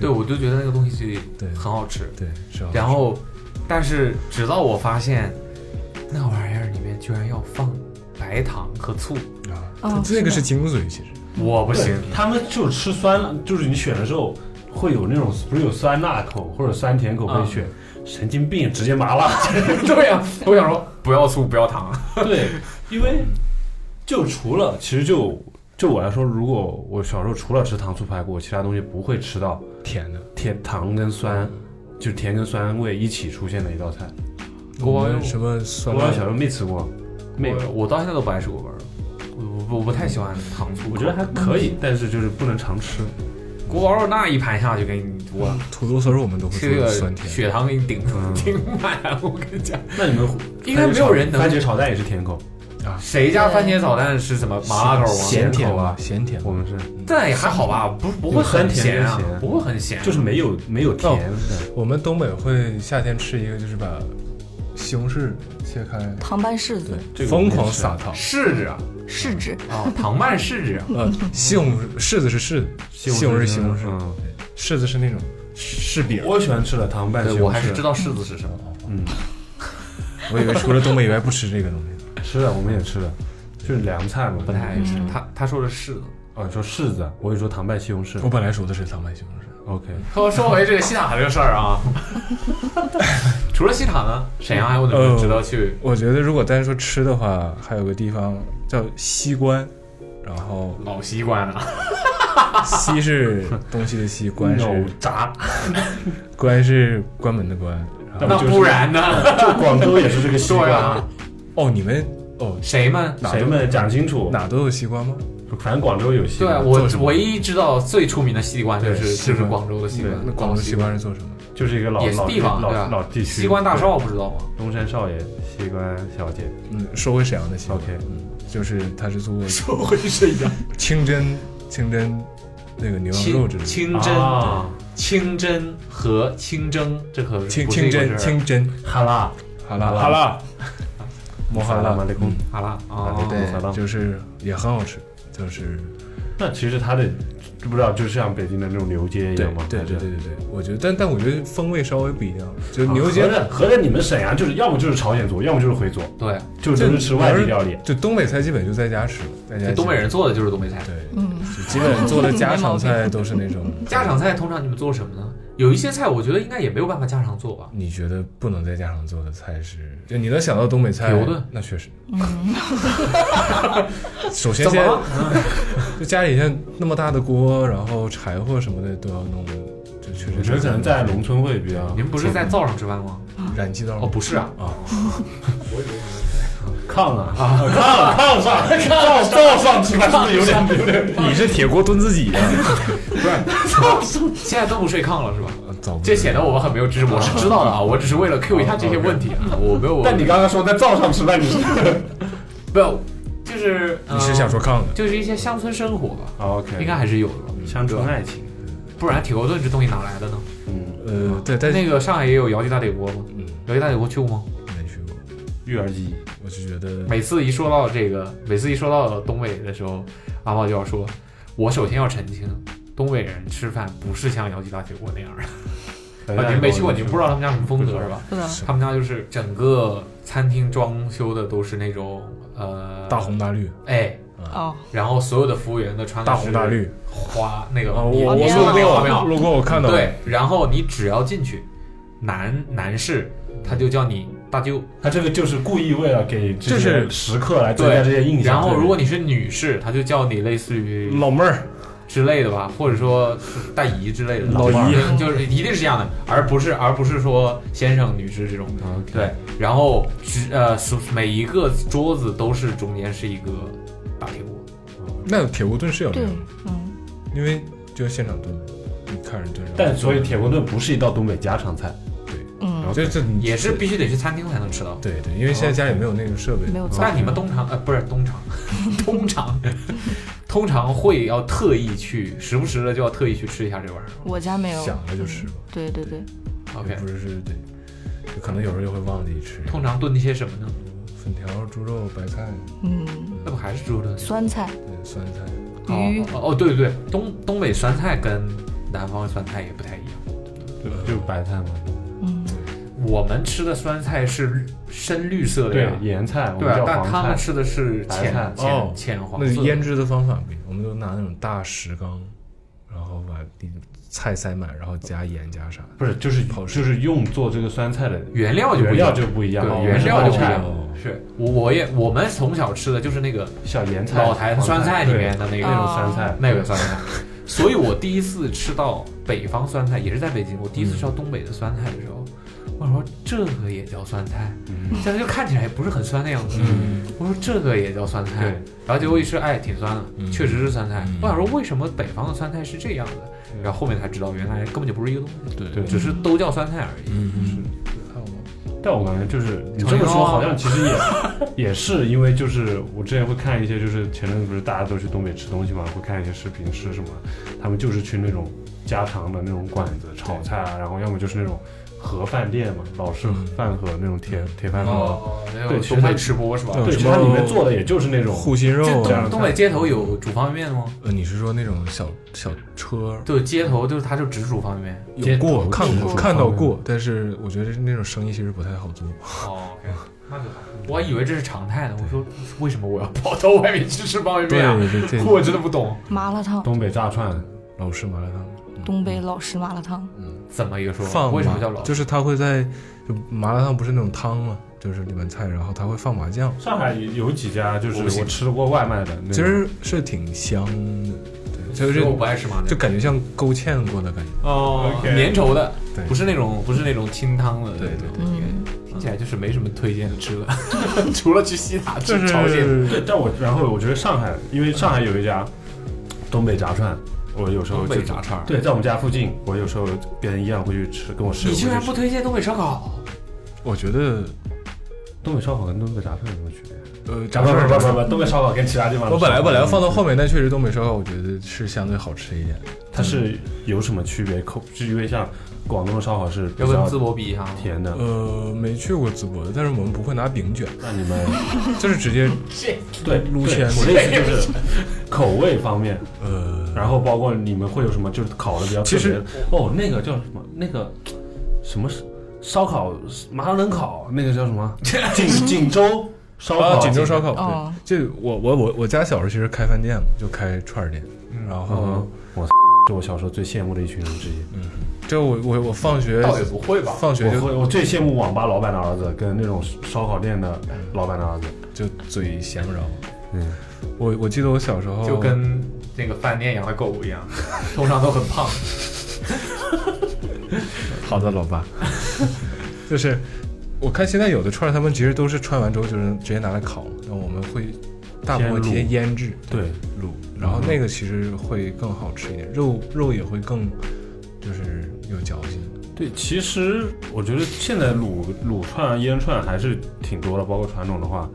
D: 对，我就觉得那个东西
C: 对
D: 很好吃。
C: 对，是吧？
D: 然后，但是直到我发现那玩意儿里面居然要放白糖和醋，
B: 嗯
C: 啊，
E: 哦
C: 它这
E: 是
C: 个
E: 的
C: 是精髓，其实
D: 我不行
B: 对。他们就是吃酸辣，就是你选的时候会有那种不是有酸辣口或者酸甜口可以选，神经病，直接麻辣。
D: 对呀、 [laughs] 我想说不要醋，不要糖。
B: [laughs] 对，因为就除了其实就就我来说，如果我小时候除了吃糖醋排骨，我其他东西不会吃到
C: 甜的。
B: 甜糖跟酸，就甜跟酸味一起出现的一道菜。
D: 锅
C: 我们什么酸
B: 我
C: 辣
B: 小时候没吃过，没，
D: 我我到现在都不爱吃锅巴肉，我我我不太喜欢糖醋口。
B: 我觉得还可以，但是就是不能常吃。
D: 锅包肉那一盘下去，给你我
C: 土豆丝儿，我们都会
D: 这
C: 说
D: 个
C: 是酸甜。
D: 血糖给你顶
B: 嗯
D: 顶满，我跟你讲，
B: 那你们
D: 应该没有人能
B: 番茄炒蛋也是甜口，
D: 谁家番茄炒蛋是什么麻辣口吗？
C: 咸
B: 甜
C: 甜
B: 口啊
C: 吧，咸甜
B: 我们是
D: 但也还好吧，不不会很咸啊
B: 有酸甜跟，咸
D: 不会很咸，
B: 就是没有没有甜。
C: 我们东北会夏天吃一个，就是把西红柿切开，
E: 糖拌柿子，
B: 这个我
C: 疯
B: 们
C: 狂
B: 也是
C: 撒糖。
D: 柿子啊，
E: 柿子，
D: 啊糖拌柿子啊，
C: 呃，西红柿子是柿子，西红柿西红柿，
B: 嗯，
C: 柿子是那种柿饼。
B: 我喜欢吃的糖拌西红
D: 对
B: 柿，
D: 我还是知道柿子是什么的。
B: 嗯，
C: [laughs] 我以为除了东北以外不吃这个东西。
D: 嗯
B: 吃的我们也吃的，就是凉菜嘛，
D: 不太爱吃。他他说的柿子。
B: 哦，你说柿子，我跟你说糖拌西红柿
D: 哦
C: 我本来说的是糖拌西红柿，
B: ，OK，
D: 说说回这个西塔这个事儿啊， [laughs] 除了西塔呢，沈阳还有哪个值得去？
C: 我觉得如果单说吃的话，还有个地方叫西关，然后
D: 老西关啊，
C: 西是东西的西，关
D: [laughs]
C: 是
B: 炸，
C: 关是关门的关。然后
D: 那不然呢？
B: 就广州也是这个习
D: 对
B: 惯
D: 啊，，
C: 哦，你们哦
D: 谁们？
C: 哪
B: 谁
C: 都
B: 们讲清楚，
C: 哪都有西关吗？
B: 反正广州有习
D: 对啊
B: 惯，
D: 我唯一知道最出名的西关就
C: 对
D: 是
C: 西
D: 就
C: 关
D: 是广州的西关，
C: 那广州西关是做什么？
B: 就是一个老
D: 也是
B: 老
D: 地方对
B: 老
D: 吧
B: 老地区，
D: 西关大少不知道吗？
B: 对，东山少爷，西关小姐
C: 嗯，说回沈阳的西关
B: ，OK，
C: 就是他是做
D: [laughs] 都会沈阳
C: 清真清真那个牛羊肉
D: 清
C: 之类的。
D: 清真、
B: 啊
D: 清真和清蒸，这可是
C: 清
D: 不是
C: 清
D: 一回
C: 真
D: 事啊
C: 清真，
B: 哈拉，
C: 好了
B: 好
C: 了，
B: 了，
C: 摩哈
B: 拉
C: 拉
B: 马雷公，
D: 好了啊
B: 啊，对
C: 对，就是也很好吃，就是
B: 那其实它的不知道，就像北京的那种牛街一
C: 对
B: 样吗？
C: 对
B: 还是
C: 对对对对，我觉得，但但我觉得风味稍微不一样，就
B: 啊
C: 牛
B: 合
C: 街
B: 着合着你们沈阳就是要么就是朝鲜族，要么就是回族，
D: 对，
B: 就都是吃外地料理。
C: 就东北菜基本就在家吃，在家
D: 就东北
C: 吃
D: 人做的就是东北菜。
C: 对，
E: 嗯，
C: 就基本做的家常菜都是那种
D: 家常菜通常你们做什么呢？有一些菜我觉得应该也没有办法家常做吧。
C: 你觉得不能在家常做的菜是？就你能想到东北菜，
D: 牛顿
C: 那确实。 [laughs] 首先
D: 怎么
C: 先
D: 了？
C: [laughs] 就家里像那么大的锅，然后柴火什么的都要弄，就确实
B: 我觉得可能在农村会比较
D: 你们不是在灶上吃饭吗？
C: 燃气灶
D: 哦，不是啊，
B: 炕啊，炕炕上
D: [laughs]
B: 炕灶上吃饭是不是有点有点？
C: 你是铁锅炖自己呀、 [laughs]
D: 现在都不睡炕了是吧？
C: 早不
D: 这显得我们很没有知识，我是知道的啊，我只是为了 Q 一下这些问题啊，我没有。
B: 但你刚刚说在灶上吃饭，你 [laughs] 是
D: 不要，就是
C: 你是想，说炕
D: 呃
C: 的？
D: 就是一些乡村生活吧，
B: OK，
D: 应该还是有的吧，
B: 啊 [laughs] 乡村爱情，
D: 不然铁锅炖这东西哪来的呢？
B: 嗯，
C: 呃，对，但是
D: 那个上海也有姚记大铁锅吗？
C: 嗯，
D: 姚记大铁锅去过吗？
C: 没去过，
B: 育儿鸡，
C: 我是觉得
D: 每次一说到这个，每次一说到东北的时候，阿茂就要说，我首先要澄清，东北人吃饭不是像姚记大铁锅啊那样的。啊，你们没去过，你们不知道他们家什么风格是吧？
E: 是的，
D: 他们家就是整个餐厅装修的都是那种呃
C: 大红大绿，
D: 哎，
E: 哦，
D: 然后所有的服务员都穿的
C: 大
D: 是
C: 红大绿
D: 花那个
C: 啊！
D: 你
C: 我
D: 你
C: 我
D: 说的那个画面
C: 路过，路过我看到了，
D: 对，然后你只要进去，男男士他就叫你大舅，
B: 他这个就是故意为了给这
C: 就
B: 些
C: 是
B: 食客来增加这些印象。
D: 然后
B: 对
D: 如果你是女士，他就叫你类似于
C: 老妹儿，
D: 之类的吧，或者说大姨之类的，
C: 老姨
D: 对 [laughs] 就是一定是这样的，而不是而不是说先生女士这种。
B: OK
D: 对，然后只呃，所每一个桌子都是中间是一个大铁锅，
C: 那铁锅炖是要这
E: 对
C: 样，，
E: 嗯，
C: 因为就要现场炖，你看人炖。
B: 但所以铁锅炖不是一道东北家常菜，
C: 然
E: 嗯
C: 后，这这你
D: 也是必须得去餐厅才能吃到。
C: 对对，因为现在家里没有那个设备，
E: 没有造
D: 但你们东常呃不是东常， [laughs] 通常通常会要特意去，时不时的就要特意去吃一下这玩意儿。
E: 我家没有，
C: 想了就吃吧，
E: 对对对，
C: 也
D: OK，
C: 不是是对，就可能有时候就会忘记吃。
D: 通常炖一些什么呢？
C: 粉条、猪肉、白菜、
E: 嗯，
D: 那不还是猪肉炖？
E: 酸菜、
C: 对酸菜，
E: 鱼
D: 哦，哦哦对对对，东东北酸菜跟南方酸菜也不太一样。
B: 就就白菜嘛。
E: 嗯，
D: 我们吃的酸菜是深绿色的呀，
B: 盐菜我
D: 对
B: 们
D: 啊
B: 叫，
D: 但他
B: 黄
D: 们
B: 菜。
D: 吃的是
B: 白
D: 浅
B: 菜
C: 哦
D: 浅浅黄
C: 那
D: 色的。
C: 腌制的方法不一样，我们都拿那种大石缸，然后把地菜塞满，然后加盐加啥的。
B: 不是，就是就是用做这个酸菜的
D: 原料就不
B: 原
D: 一
B: 料
D: 样
B: 就不一样，
D: 对
B: 哦
D: 原料就不一样
C: 哦
D: 是我我也我们从小吃的就是那个
B: 小盐菜、
D: 老坛
B: 黄
D: 酸菜里面
B: 对
D: 的
B: 那
D: 那个
B: 种酸菜，
D: [laughs] 那个酸菜，所以我第一次吃到北方酸菜也是在北京，我第一次吃到东北的酸菜的时候。
B: 嗯
D: 我说这个也叫酸菜，现在就看起来也不是很酸的样子。我说这个也叫酸菜
B: 嗯对，
D: 然后结果一吃，哎，挺酸的，
C: 嗯
D: 确实是酸菜。
C: 嗯
D: 我想说为什么北方的酸菜是这样的，嗯然后后面才知道原来根本就不是一个东西，
C: 对
B: 对
D: 只是都叫酸菜而已。
C: 嗯
B: 但我感觉就是你
D: 成
B: 这么
D: 功
B: 说，
D: 啊
B: 好像其实也 [laughs] 也是因为就是我之前会看一些，就是前阵子不是大家都去东北吃东西嘛，会看一些视频吃什么，他们就是去那种家常的那种馆子炒菜啊，然后要么就是那种盒饭店嘛，老式
C: 嗯
B: 饭盒那种铁铁饭盒，
D: 哦，那
B: 对
D: 种
B: 其实
D: 东北
B: 它
D: 吃播是吧？
C: 对
B: 对，
C: 什
B: 其实它
C: 么
B: 里面做的也就是那种
C: 护心肉
D: 就
C: 这样
D: 东东北街头有煮方便面吗？
C: 呃，你是说那种小小车？
D: 就街头就是他就只煮方便
C: 有
D: 面。
C: 过看
E: 过
C: 过看到过，但是我觉得那种生意其实不太好做。 [laughs]
D: 哦，OK，那就好。我还以为这是常态呢。我说为什么我要跑到外面去吃方便面啊？
C: 对对，
D: 我真的不懂，
E: 麻辣烫，
B: 东北炸串，
C: 老式麻辣烫，
E: 东北老式麻辣烫，
D: 怎么一个说法？
C: 放
D: 为什么
C: 麻
D: 叫老？
C: 就是它会在就麻辣烫不是那种汤嘛，就是里面菜，然后它会放麻酱，
B: 上海有几家就是
C: 我
B: 我吃过外卖的那种，
C: 其实是挺香的，对，就是
D: 因为我不爱吃麻
C: 就
D: 酱。
C: 感觉像勾芡过的感觉。
D: 哦
F: OK
D: [laughs] 粘稠的，
C: 对
D: 不是那种不是那种清汤的。
C: 对对对
E: 嗯，
D: 听起来就是没什么推荐吃的， [laughs] 除了去西塔吃朝鲜。
B: 对，但我然后我觉得上海，因为上海有一家东北炸串，我有时候
D: 东
B: 就
D: 北炸串儿，
B: 对，在我们家附近，我有时候别人一样会去吃，跟我室友
D: 你
B: 会去
D: 居
B: 吃。
D: 然不推荐东北烧烤？
C: 我觉得
B: 东北烧烤跟东北炸串有什么区别？
C: 呃，
B: 炸串不不不不，东北烧烤跟其他地方
C: 我本来本来要放到后面，但确实东北烧烤我觉得是相对好吃一点。
B: 它是有什么区别？口是因为像广东的烧烤是比
D: 要跟淄
B: 较
D: 博比一下吗？
B: 甜的，
C: 呃，没去过淄博的，但是我们不会拿饼
D: [laughs]
C: 卷，
B: 那你们
C: 就是直接
B: 对
C: 撸签
B: 对我的意思就是口味方面，
C: 呃，
B: 然后包括你们会有什么就是烤的比较特
C: 其
B: 别
C: 实
B: 的哦，那个叫什么？那个什么烧烤麻冷烤，那个叫什么？锦 [laughs] 锦州嗯烧
C: 啊，
B: 烤，
C: 锦州烧烤，
E: 哦
C: 对，就我我我我家小时候其实开饭店嘛，就开串儿店，然后
B: 嗯，我是我小时候最羡慕的一群人之一。
C: 就我我我放学
D: 倒也不会吧。
C: 放学
B: 我
C: 就
B: 会，我最羡慕网吧老板的儿子跟那种烧烤店的老板的儿子。
C: 就嘴闲不着，
B: 嗯，
C: 我我记得我小时候
D: 就跟那个饭店养的狗一样，通常都很胖。
C: 好的老爸，就是我看现在有的串儿他们其实都是串完之后就是直接拿来烤，那我们会大部分会提前腌制，
B: 对，
C: 卤，然后那个其实会更好吃一点，肉肉也会更就是有嚼劲。
B: 对，其实我觉得现在卤卤串啊、腌串还是挺多的，包括传统的话，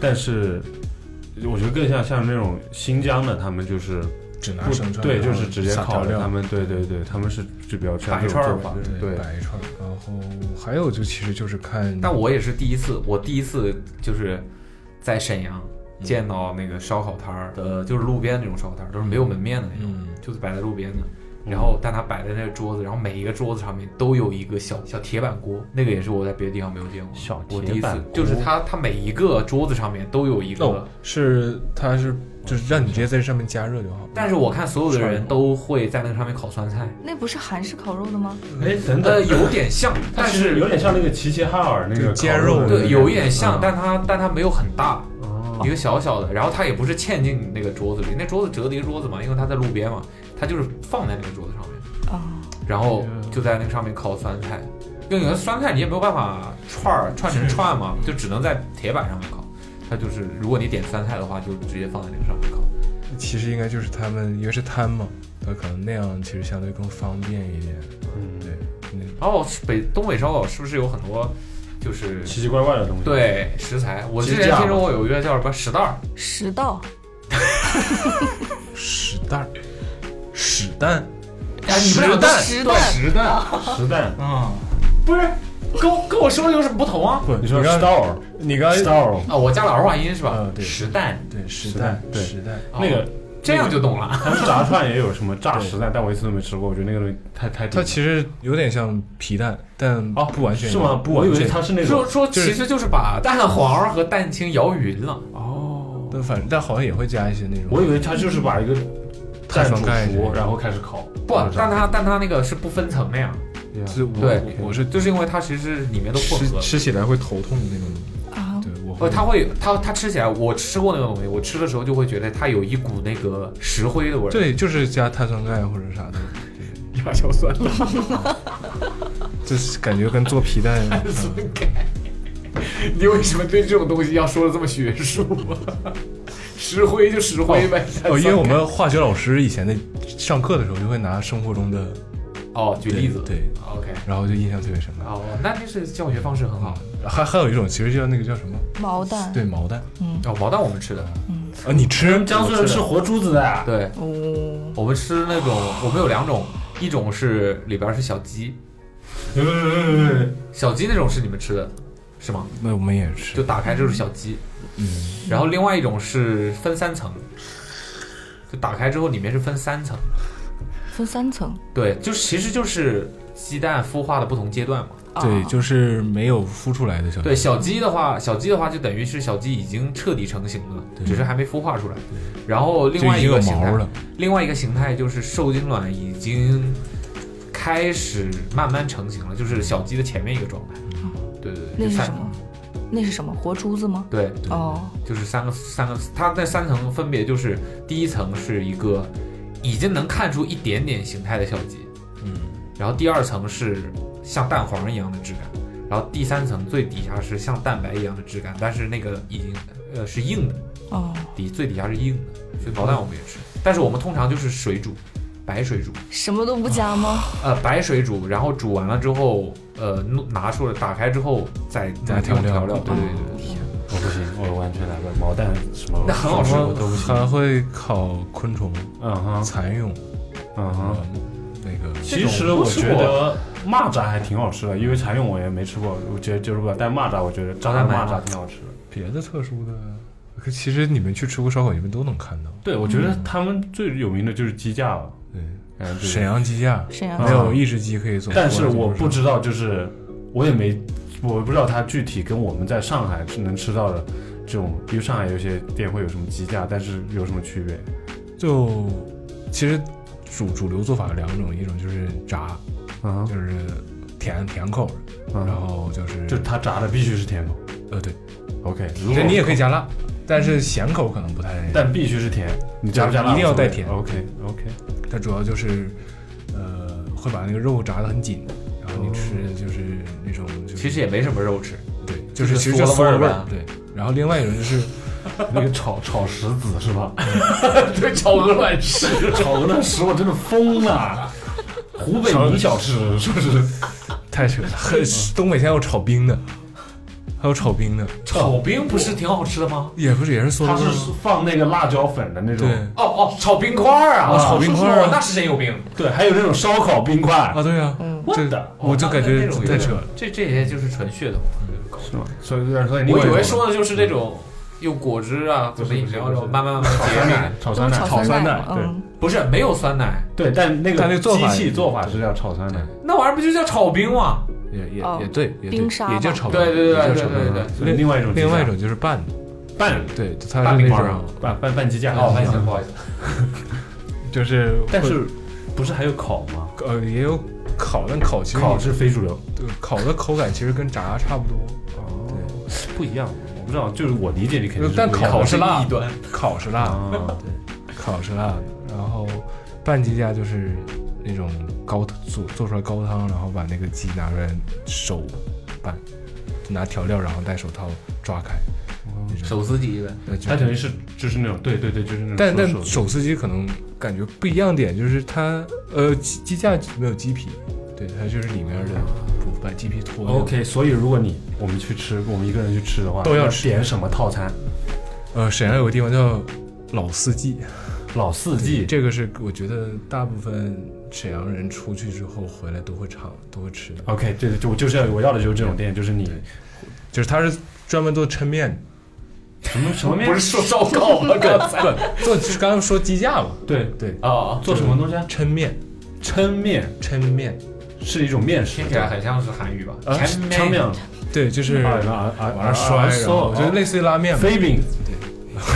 B: 但是我觉得更像像那种新疆的，他们就是
C: 只拿
B: 不
C: 生串，
B: 对，
C: 然
B: 就
C: 后
B: 是直接
C: 啊撒调
B: 烤的。
C: 料
B: 他们对对对，他们是就比较吃
D: 白串儿吧
B: 对，
C: 摆一串儿，然后还有就其实就是看，
D: 但我也是第一次，我第一次就是在沈阳见到那个烧烤摊儿的，就是路边那种烧烤摊儿，都是没有门面的那种，
C: 嗯
D: 就是摆在路边的。然后但它摆在那个桌子，然后每一个桌子上面都有一个小小铁板锅，那个也是我在别的地方没有见过，
B: 小
D: 我
B: 铁
D: 第一次
B: 板锅
D: 就是它它每一个桌子上面都有一
C: 哦
D: 个，，
C: 是它是就是让你直接在上面加热就好。
D: 但是我看所有的人都会在那个上面烤酸菜，
E: 那不是韩式烤肉的吗？
B: 哎，等
D: 呃，
B: 等，
D: 有点像， [laughs] 但
B: 它其实
D: 是
B: 有点像那个齐齐哈尔那
C: 就
B: 个
C: 煎
B: 烤
C: 肉
B: 的那
C: 的
B: 个
D: 对，有一
B: 感觉
D: 点像，
B: 嗯
D: 但它但它没有很大，
B: 哦
D: 一个小小的，然后它也不是嵌进你那个桌子里，那桌子折叠桌子嘛，因为它在路边嘛，它就是放在那个桌子上面，
E: 啊、
D: 然后就在那个上面烤酸菜，因为有的酸菜你也没有办法串儿串成串嘛，就只能在铁板上面烤。它就是，如果你点酸菜的话，就直接放在那个上面烤。
C: 其实应该就是他们，因为是摊嘛，他可能那样其实相对更方便一点。
B: 嗯
C: 对，那
D: 然后北东北烧烤是不是有很多，就是
B: 奇奇怪怪的东西。，
D: 对食材？我之
B: 鸡
D: 前
B: 架
D: 听
B: 嘛
D: 说过有一个叫什么石袋儿，
E: 十道
C: 屎蛋儿，屎蛋，
D: 哎，你们俩
C: 石蛋
D: 石
E: 蛋
D: 石蛋，
B: 实蛋，
D: 嗯，不是，跟我跟我说的有什么不同啊？
C: 不，
B: 你说
C: 刚
B: star
C: 你刚
B: star
D: 啊，我加了儿化音是吧？
C: 嗯对
D: 实蛋，
C: 对屎
B: 石
C: 蛋
B: 蛋，对
C: 屎蛋，
B: 那个
D: 哦这样就懂了。
B: 他们炸串也有什么炸
C: 对
B: 实蛋，但我一次都没吃过，我觉得那个东西太太顶
C: 它
B: 了。
C: 其实有点像皮蛋，但
B: 哦
C: 不完全一
B: 是
C: 样
B: 吗？不，我以为它是那
D: 说
B: 种
D: 说
C: 就是
D: 其实就是把蛋黄和蛋清摇匀了，
B: 哦，
C: 但反正但好像也会加一些那种。
B: 我以为它就是把一个
C: 碳
B: 蛋
C: 酸
B: 煮
C: 钙
B: 熟，然后开始烤。
D: 不，但它但它那个是不分层的呀，
C: 是我
D: 对
C: 我我是
D: 就是因为它其实是里面都混合
C: 吃
D: 的。
C: 吃起来会头痛的那种。
E: 啊，
C: 对，我
D: 不，
C: 会
D: 它会，它它吃起来，我吃过那种东西，我吃的时候就会觉得它有一股那个石灰的味儿。，
C: 对，就是加碳酸钙或者啥的，
D: 亚硝酸钠。
C: 就是感觉跟做皮蛋一样。
D: [laughs] 你为什么对这种东西要说的这么学术？啊 [laughs] 石灰就石灰呗。
C: 哦，因为我们化学老师以前的上课的时候就会拿生活中的，
D: 哦，举例子，
C: 对对
D: ，OK，
C: 然后就印象特别深刻。
D: 哦，那就是教学方式很好。
C: 还还有一种其实叫那个叫什么？
E: 毛蛋，
C: 对，毛蛋
D: 哦，毛蛋我们吃的，
C: 啊，你吃
B: 江苏人吃活珠子的，
D: 对，
E: 哦，
D: 我们吃那种，我们有两种，一种是里边是小鸡，小鸡那种是你们吃的，是吗？
C: 那我们也
D: 就
C: 吃，
D: 打开嗯就是嗯小鸡，然后另外一种是分三层，就打开之后里面是分三层，
E: 分三层，
D: 对，就其实就是鸡蛋孵化的不同阶段嘛。
E: 啊、
C: 对，就是没有孵出来的小
D: 对，小鸡的话，小鸡的话就等于是小鸡已经彻底成型了，只是还没孵化出来。然后
C: 就
D: 另外
C: 已
D: 一
C: 经有
D: 个形态
C: 毛了，
D: 另外一个形态就是受精卵已经开始慢慢成型了，就是小鸡的前面一个状态。对对对，
E: 那
D: 就是三
E: 什么？那是什么？活珠子吗？
D: 对，
E: 哦，
D: 就是三个三个，它那三层分别就是第一层是一个已经能看出一点点形态的小鸡，
C: 嗯，
D: 然后第二层是像蛋黄一样的质感，然后第三层最底下是像蛋白一样的质感，但是那个已经呃是硬的，
E: 哦，
D: 底最底下是硬的，所以毛蛋我们也吃，但是我们通常就是水煮，白水煮。
E: 什么都不加吗？
D: 呃，白水煮，然后煮完了之后，呃，弄拿出来，打开之后再
C: 加
D: 弄
C: 调料
D: 调料，哦对对对
B: 我
D: 对，
B: 不行，我完全来不了毛蛋什么，
D: 那很好吃
B: 我都不
C: 还
B: 行。
C: 会烤昆虫、
B: 嗯哼，
C: 蚕蛹，
B: 嗯
C: 啊
B: 哼。，
C: 那个
B: 其实我觉得蚂蚱还挺好吃的，因为蚕蛹我也没吃过，我觉得就是吧，但蚂蚱我觉得炸弹蚂蚱挺好吃的。
C: 别的特殊的，可其实你们去吃过烧烤，你们都能看到。
B: 对，我觉得他们最有名的就是鸡架了，
C: 对，
B: 感觉就是
C: 沈阳鸡架
E: 沈阳
C: 没有一只鸡可以做，
B: 但是我不
C: 知
B: 知道，就是我也没，我不知道它具体跟我们在上海能吃到的这种，因为上海有些店会有什么鸡架，但是有什么区别？
C: 就其实主主流做法有两种，一种就是炸，
B: 啊
C: 就，是甜甜口的，然
B: 然后
C: 后就是
B: 就它炸的必须是甜口
C: 呃对，
B: ，OK，如
C: 这
B: 果
C: 你也可以加辣，但是咸口可能不太，
B: 但必须是甜，你加不加辣
C: 一定要带甜
B: ，OK OK，
C: 它主要就是呃会把那个肉炸得很紧，然后你吃就是那种就是
D: 其实也没什么肉吃， [laughs]
C: 对，就是
D: 就
C: 其
D: 是
C: 实就
D: 嗦
C: 嗦
D: 了
C: 了味
D: 味儿
C: 儿，对。然后另外一种就是
B: 那个炒炒石子是
C: [laughs]
B: 吧？
D: 对，炒鹅卵石，
B: 炒鹅卵石我真的疯了，湖北名小吃是不是？
C: 太扯了，很东北现在有炒冰的，还有炒冰的，
D: [laughs] 炒冰不是挺好吃的吗？
C: 也不是也是嗦
B: 它
C: 了味儿
B: 是
C: 吗，
B: 放那个辣椒粉的那种，
C: 对
D: 哦哦，炒冰块儿啊，
C: 哦炒冰块儿啊
D: 哦那是真有病。
B: 对，还有那种烧烤冰块
C: 啊，，对啊，
B: 真的
C: 这我
D: 哦
C: 就感觉太扯了。嗯
D: 这这些就是纯血统。
B: 是吗？所以所以
D: 我以为说的就是那种用果汁啊，
B: 不
D: 怎
B: 是
D: 么饮料
B: 不是
D: 然
B: 不
D: 后
B: 是
D: 慢慢慢慢
B: [laughs] 炒
D: 解
B: 酸奶
D: 奶，，
B: 炒
E: 都
B: 酸
E: 是
B: 奶，
E: 炒
C: 炒酸
E: 奶
C: 奶，
B: 对
E: 嗯，
D: 不是没有酸奶，
B: 对，但那个
C: 但那个做法
B: 机器做法是叫炒酸奶，
D: 那玩意儿不就叫炒冰吗？
C: 也也
E: 哦
C: 也对，也对
E: 冰沙
C: 也叫
E: 吧
C: 炒
D: 对
C: 饭，
D: 对对
C: 也叫
D: 对对
C: 炒嗯饭
D: 对对，
B: 所以嗯另外一种
C: 另外一
B: 种
C: 种就是拌的，
B: 拌
C: 对，它
D: 拌
C: 是
D: 冰
C: 那
D: 块儿
C: 种，
B: 啊拌拌拌鸡架，啊
D: 哦，不好意思，不好意思，
C: 就是会，
B: 但是不是还有烤吗？
C: 呃也有烤，但烤其实
B: 烤是非主流，
C: 对烤的口感其实跟炸差不多，
B: 哦对，不一样，我不知道，就是我理解你肯定是
C: 但
B: 不一样
C: 烤是辣
D: 异端，
C: 烤是辣的，
B: 啊，
C: 烤是辣的，然后拌鸡架就是那种高做做出来高汤，然后把那个鸡拿出来手拌，拿调料，然后戴手套抓开，
D: 手撕鸡呗，
C: 呃，就
B: 它等于是就是那种对对对，就是那种
C: 但
B: 手
C: 但
B: 手
C: 手撕鸡可能感觉不一样点，就是它呃鸡鸡架没有鸡皮，对，它就是里面的不把鸡皮脱掉。
B: OK，所以如果你我们去吃，我们一个人去吃的话，
C: 都要吃
B: 点什么套餐？
C: 呃，沈阳有个地方叫老四季，
B: 老四季，
C: 这个是我觉得大部分沈阳人出去之后回来都会尝都会吃的，
B: OK，这就就是要我要的就是这种店，就是你
C: 就是它是专门做抻面的。
B: 什么什么面
D: 不是说烧烤吗？刚才
C: 不做刚刚说鸡架嘛，
B: 对
C: 对，
D: 啊，
B: 做什么东西啊？
C: 抻面，
B: 抻面
C: 抻面，
B: 是一种面食
D: 听，起来很像是韩语吧？
C: 啊
D: 前面
B: 抻面啊
C: 对，就是
B: 啊
C: 往
B: 啊啊
C: 上摔，哦然后就类似于拉面嘛。
B: 飞饼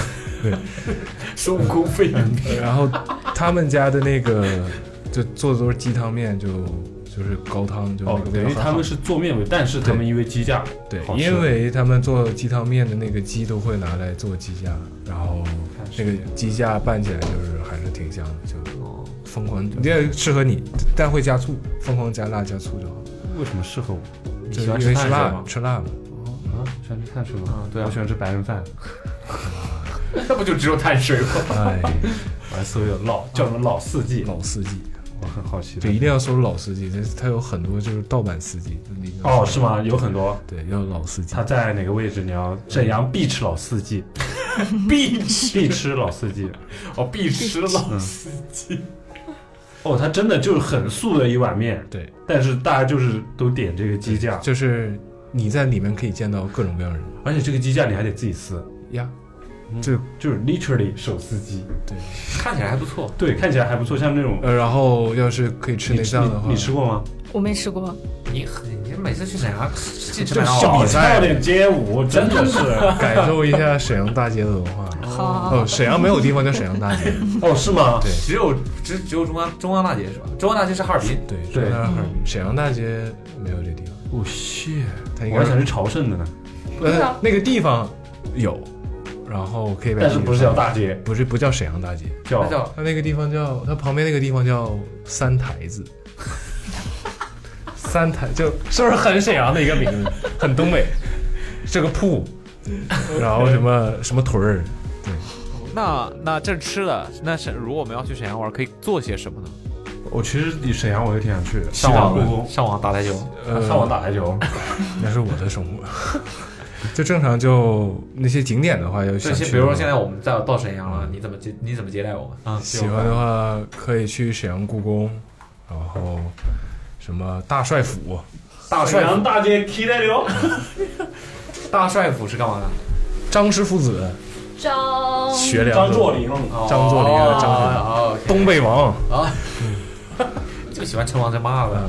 B: [laughs]
D: 孙悟空飞云
C: 呃然后他们家的那个就做的都是鸡汤面，就就是高汤，就那
B: 哦
C: 个，
B: 等
C: 味道
B: 于
C: 很好。
B: 他们是做面为，但是他们因为鸡架
C: 对
B: 好，吃
C: 因为他们做鸡汤面的那个鸡都会拿来做鸡架，然后那个鸡架拌起来就是还是挺香的，
B: 哦
C: 就疯狂，也适合你，但会加醋，疯狂加辣加醋就好。
B: 为什么适合我？你
C: 就是
B: 喜欢
C: 因
B: 吃
C: 为吃
B: 碳水
C: 辣
B: 吗
C: 嘛，？吃辣
B: [laughs]
C: 嘛。
B: 啊，喜欢吃碳水吗
D: 啊？对啊
B: 我喜欢吃白人饭， [laughs]
D: 那不就只有碳水吗？
C: 哎，
B: 我还搜有老叫什么老四季，
C: 老司机，
B: 我很好奇的。
C: 对，一定要搜老司机，这他有很多就是盗版司机。那个
B: 哦，是？吗？有很多。
C: 对，要老司机
B: 他。在哪个位置？你要沈阳必吃老四季，必吃必吃老四季。
D: 哦，必吃老司机。
B: 哦，他真的就是很素的一碗面，
C: 对，
B: 但是大家就是都点这个鸡架，
C: 就是你在里面可以见到各种各样的人
B: 而且这个鸡架你还得自己撕，
C: 呀。
B: 就是 literally 手撕鸡。
D: 看起来还不错，
B: 对，看起来还不错，像那种
C: 呃，然后要呃是可以吃
B: 你
C: 内脏的话，
B: 你你吃过吗？
E: 我没吃过，
D: 你你每次去啊沈阳，进
C: 就小
B: 少
C: 比赛
B: 跳点街舞，真的是。
C: 感受一下沈阳大街的文化。
E: 好好好
C: 哦，沈阳没有地方叫沈阳大街，
B: 哦，是吗？对，
D: 只有只只有中央中央大街是吧？中央大街是哈尔滨，
C: 对
B: 对
C: 那儿很沈阳大街没有这地方，
B: 哦，shit，
C: 它应
B: 我还
C: 该
B: 想
C: 是
B: 去朝圣的呢，
C: 呃那个地方有，然后可以把
B: 但是不是叫大
C: 街，
B: 街，
C: 不是不叫沈阳大街，
B: 叫
D: 那叫
C: 它那个地方叫它旁边那个地方叫三台子。三台就是不是很沈阳的一个名字，很东北，是个铺，然后什么什么屯儿，
G: 那那这吃的，那沈如果我们要去沈阳玩，可以做些什么呢？
B: 我其实你沈阳我也挺想去的，
D: 上
B: 网
D: 网
B: 故宫，
D: 上网打台球，
C: 呃，
B: 上网打台球，
C: 那是我的生活。就正常就那些景点的话，要
D: 这
C: 想
D: 些
C: 去
D: 比如说现在我们到到沈阳了，你怎么接你怎么接待我们啊？
C: 喜欢的话，可以去沈阳故宫，然后什么大帅府，
D: [laughs] 大
B: 沈
D: 帅
B: 阳
D: 府
B: 大街期待流。
D: 大帅府是干嘛的？
C: 张氏父子，
A: 张
C: 学良，
B: 张作霖， [laughs] 嗯
C: 张作霖啊，张氏
D: 哦哦
C: 东北王，
D: ，OK，就喜欢称王称霸的，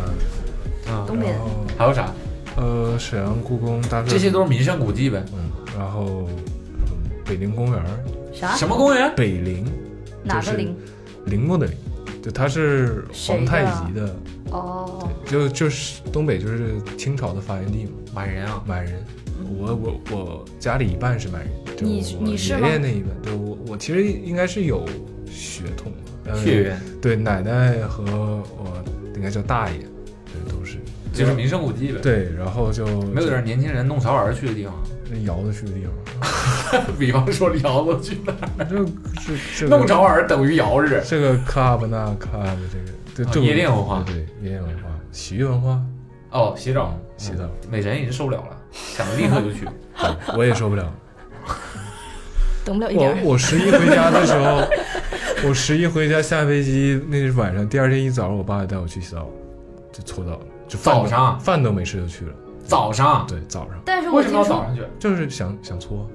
C: 嗯，
E: 东北人
C: 然后
D: 还有啥？
C: 呃，沈阳故宫大帅府
D: 这些都是名胜古迹呗。
C: 嗯，然后嗯北陵公园，
E: 啥
D: 什么公园？
C: 北陵
E: 哪
C: 就
E: 个
C: 是
E: 陵？
C: 陵墓的陵，就它是皇太极
E: 谁
C: 的，
E: 哦，
C: 就就是东北就是清朝的发源地嘛。
D: 满人啊，
C: 满人，我我我家里一半是满人，就
E: 你
C: 我
E: 你是
C: 爷
E: 吗
C: 爷那一半，对我我其实应该是有血统的，呃
D: 血缘
C: 对奶奶和我应该叫大爷，对都是
D: 就是名胜古迹呗。，
C: 对，然后就
D: 没有点年轻人弄潮儿去的地方，
C: 那窑子去的地方，
D: 比方说辽子去那儿
C: 这这这
D: [laughs] 弄
C: 个
D: 潮儿等于窑日。
C: 这个 club 那 club 这个对
D: 啊
C: 对
D: 夜店文化
C: 对对夜店文化，洗浴文化，
D: 哦，洗澡，
C: 洗澡，
D: 美人已经受不了了，想立刻就 [laughs] 去。
C: 我也受不了。
E: 等 [laughs] 不了一点
C: 我
E: 儿。
C: 我十一回家的时候， [laughs] 我十一回家下飞机那是晚上，第二天一早上，我爸带我去洗澡，就搓澡了，就饭都
D: 早上
C: 饭都没吃就去了。
D: 早上，
C: 对，早上
E: 但是
D: 为
E: 我
D: 什
E: 听
D: 么要
E: 说
D: 早上去？
E: [laughs]
C: 就是想想搓，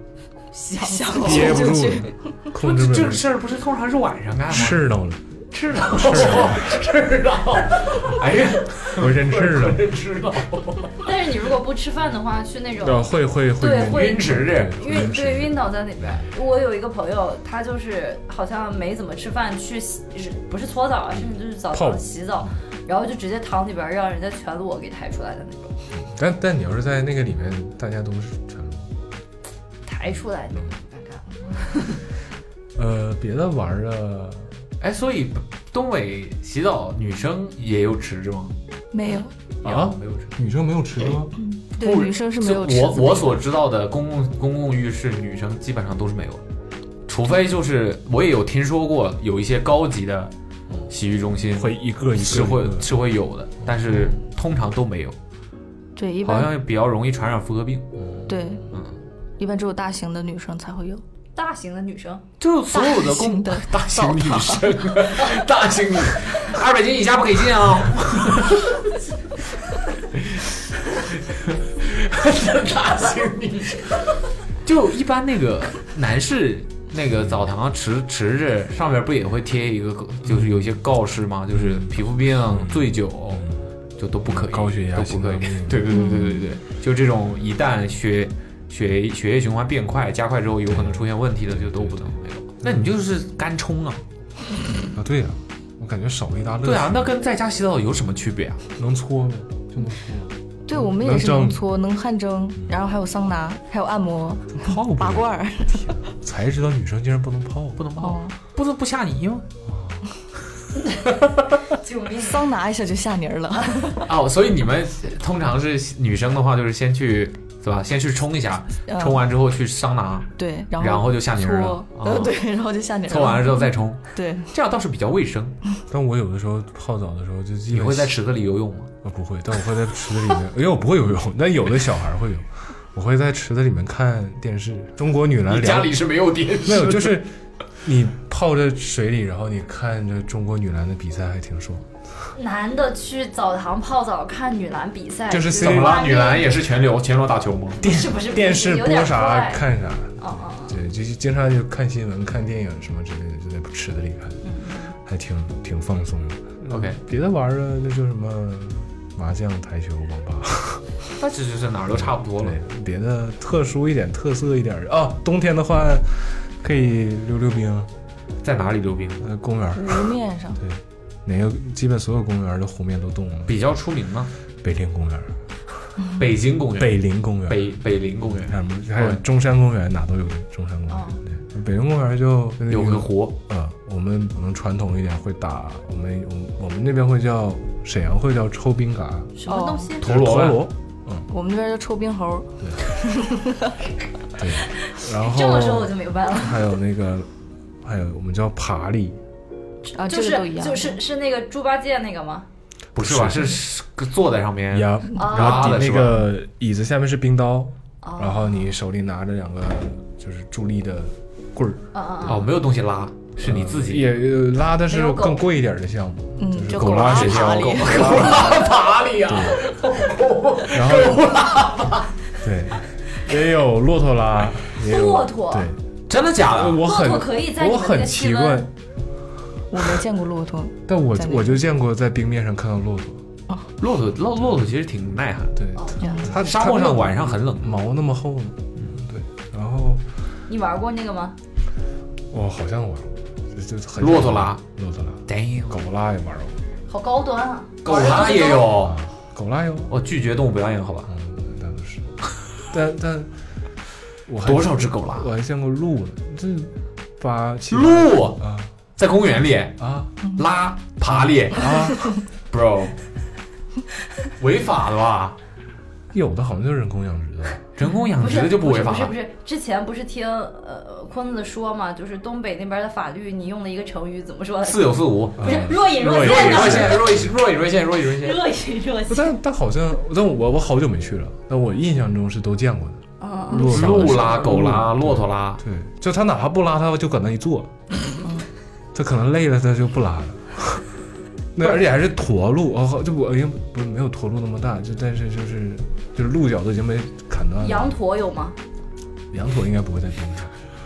E: 想想
B: 憋不
E: 就
B: 住
E: 去，
B: 了，
G: 不
B: 控制
G: 这
B: 不
G: 这
B: 住，
G: 事儿不是通常是晚上干吗？
B: 赤道了，
G: 知道， [laughs]
D: [laughs]
G: 知道，哎呀，
B: 浑身赤了。
G: 知道，
H: 但是你如果不吃饭的话，去那
C: 对，
H: 种
C: 会会会
H: 对会
G: 晕直这。
H: 晕对晕倒在那边。我有一个朋友，他就是好像没怎么吃饭，去洗不是搓澡啊，甚至就是澡
C: 泡
H: 堂洗澡，然后就直接躺里边儿，让人家全裸给抬出来的那种，
C: 但但你要是在那个里面，大家都是全裸。
H: 抬出来那种尴尬。
C: 呃，别的玩儿的，
D: 哎，所以东北洗澡女生也有池子吗？
E: [laughs] 没有，
C: 啊
D: 没有池子。
C: 女生没有池子
D: 哎
C: 吗？
E: 对，女生是没有池
D: 我
E: 子
D: 我所知道的公共公共浴室，女生基本上都是没有的，除非就是我也有听说过有一些高级的洗浴中心
C: 会一个一个
D: 是
C: 一
D: 会
C: 个
D: 是会有的，但是通常都没有，
E: 对一
D: 好
E: 般
D: 像比较容易传染妇科病。
E: 对
D: 嗯，
E: 一般只有大型的女生才会有。
H: 大型的女生，
D: 就所有的公
E: 型的
D: 大型女生， [laughs] 大型女，二百斤以下不给进啊！大型女生，就一般那个男士那个澡堂池池子上面不也会贴一个，就是有一些告示吗？就是皮肤病、醉酒，就都不可以，
C: 高血压
D: 都不
C: 心
D: 可以
C: 脏病。
D: [laughs] 对对对对对对，就这种一旦血血血液循环变快、加快之后，有可能出现问题的，就都不能没有。那你就是干冲啊？
C: 啊，对呀、我感觉少了一大乐趣。
D: 对啊，那跟在家洗澡有什么区别啊？
C: 能搓呗，就能搓。
E: 对我们也
C: 能
E: 是能
C: 蒸
E: 搓，能汗蒸，然后还有桑拿，还有按摩、
C: 泡呗
E: 拔罐儿。
C: 才知道女生竟然不能泡。
D: 不能泡，
E: 哦，
D: 不能不下泥吗？
H: 救命！
E: 哦桑拿一下就下泥儿了。
D: 哦，所以你们通常是女生的话，就是先去是吧？先去冲一下，
E: 嗯
D: 冲完之后去桑拿，
E: 对，然后
D: 然后就下泥儿了
E: 搓呃
D: 哦
E: 对，然后就下泥儿了。
D: 搓完了之后再冲，
E: 对，
D: 这样倒是比较卫生。
E: 嗯
C: 但我有的时候泡澡的时候就基
D: 你
C: 本
D: 会在池子里游泳吗？
C: 啊不会，但我会在池子里面， [laughs] 因为我不会游泳，但有的小孩会游。我会在池子里面看电视，中国女篮
D: 你家
C: 两
D: 里是没有电视？
C: 没有，就是你泡在水里，然后你看着中国女篮的比赛，还挺爽。
H: 男的去澡堂泡澡看女篮比赛，
C: 就是
H: 这
D: 怎
H: 个
D: 么
H: 画
D: 了？
H: 面
D: 女篮也是全流全裸打球吗？
H: 不是不是
C: 电视
H: 有
C: 播
H: 点
C: 啥
H: 怪
C: 看啥，
H: 哦哦哦，
C: 对，就经常就看新闻、看电影什么之类的，就在池子里看，
D: 嗯
C: 还挺挺放松的。
D: OK
C: 别的玩儿的那就什么麻将、台球、网吧，
D: 那其实是哪儿都差不多了。
C: 对，别的特殊一点、特色一点儿啊。冬天的话，可以溜溜冰，
D: 在哪里溜冰？
C: 呃，公园儿，
E: 湖面上
C: 对，哪个基本所有公园儿的湖面都冻了。
D: 比较出名吗？
C: 北林公园儿、
E: 嗯
D: 北京公园、
C: 北林公园儿、
D: 北哦北林公园
C: 还有什么还有中山公园，哪都有中山公园。对，北林公园就
D: 哦有个湖，
C: 呃，我们可能传统一点会打，我们我们我们那边会叫沈阳会叫抽冰嘎，
H: 什么东西？
D: 陀螺
C: 陀
D: 呗
C: 螺，
E: 我们这边叫抽冰猴，
C: 对，然
H: 这么说我
C: 后
H: 就明白了，
C: 还有那个，还有我们叫爬犁，
E: 啊，
H: 就
E: 这个都
H: 是
E: 一样。
H: 就是是那个猪八戒那个吗？
D: 不是吧？是是坐在上面
C: 呀，然
H: 啊
D: 啊
C: 后
D: 的
C: 底
D: 是
C: 那
D: 吧
C: 个椅子下面是冰刀，
H: 哦
C: 然后你手里拿着两个就是助力的棍儿，
H: 啊啊啊！
D: 哦，没有东西拉，是你自己
C: 也呃拉的
H: 没
C: 是
H: 有狗
C: 更贵一点的项目，
E: 嗯
C: 就是
E: 就
C: 狗
E: 狗
C: 拉
E: 拉
C: 雪
E: 爬
C: 橇，
E: 犁
D: 爬里啊？
C: 然后对，也有骆驼
H: [laughs]
C: 拉，也有
H: 骆驼
C: 对。呃
D: 真的假的？
C: 我很
H: 骆驼可以在你
C: 我
H: 们那
C: 很
H: 个
C: 奇
H: 气温
C: 怪，
E: 我没见过骆驼，
C: 但我
E: 在那
C: 我就见过在冰面上看到骆驼，
D: 骆驼骆骆驼其实挺耐寒，
C: 对，
H: 哦
E: 这样子
C: 它
D: 哦沙漠上晚上嗯很冷
C: 它。毛那么厚呢，对，然后
H: 你玩过那个吗？
C: 我好像玩过，就就很
D: 骆驼拉，
C: 骆驼拉，
D: Damn，
C: 狗拉也玩过，
H: 好高端啊！
D: 狗拉也有。
C: 狗拉有，
D: 我哦拒绝动物表演，好吧？
C: 嗯，那都
D: [laughs]
C: 是，但但我还
D: 多少只狗拉？
C: 我还见过鹿呢，这八七八
D: 鹿
C: 啊
D: 在公园里
C: 啊
D: 拉爬里
C: 啊，
D: ，bro，违法的吧？
C: 有的好像就是人工养殖的，
D: 人工养
H: 不
D: 殖
H: 是
D: 嗯的就违法
H: 不是不是不是，之前不是听呃坤子说嘛，就是东北那边的法律，你用了一个成语怎么说来着？
D: 似有似无。
H: 不是若隐若
D: 嗯若
H: 现
D: 隐若
H: 的，
D: 现，若隐若隐若现，若隐若现。
H: 若隐若
C: 不
H: 现。
C: 但但好像但我我好久没去了，但我印象中是都见过的。
H: 嗯，
C: 骆驼
D: 鹿拉、狗拉、骆驼拉，
C: 对，就他哪怕不拉，他就搁那一坐，他可能累了，他就不拉了。那而且还是驼鹿，哦，就我哎呀，不是没有驼鹿那么大，就但是就是就是鹿角都已经被砍断了。
H: 羊驼有吗？
C: 羊驼应该不会在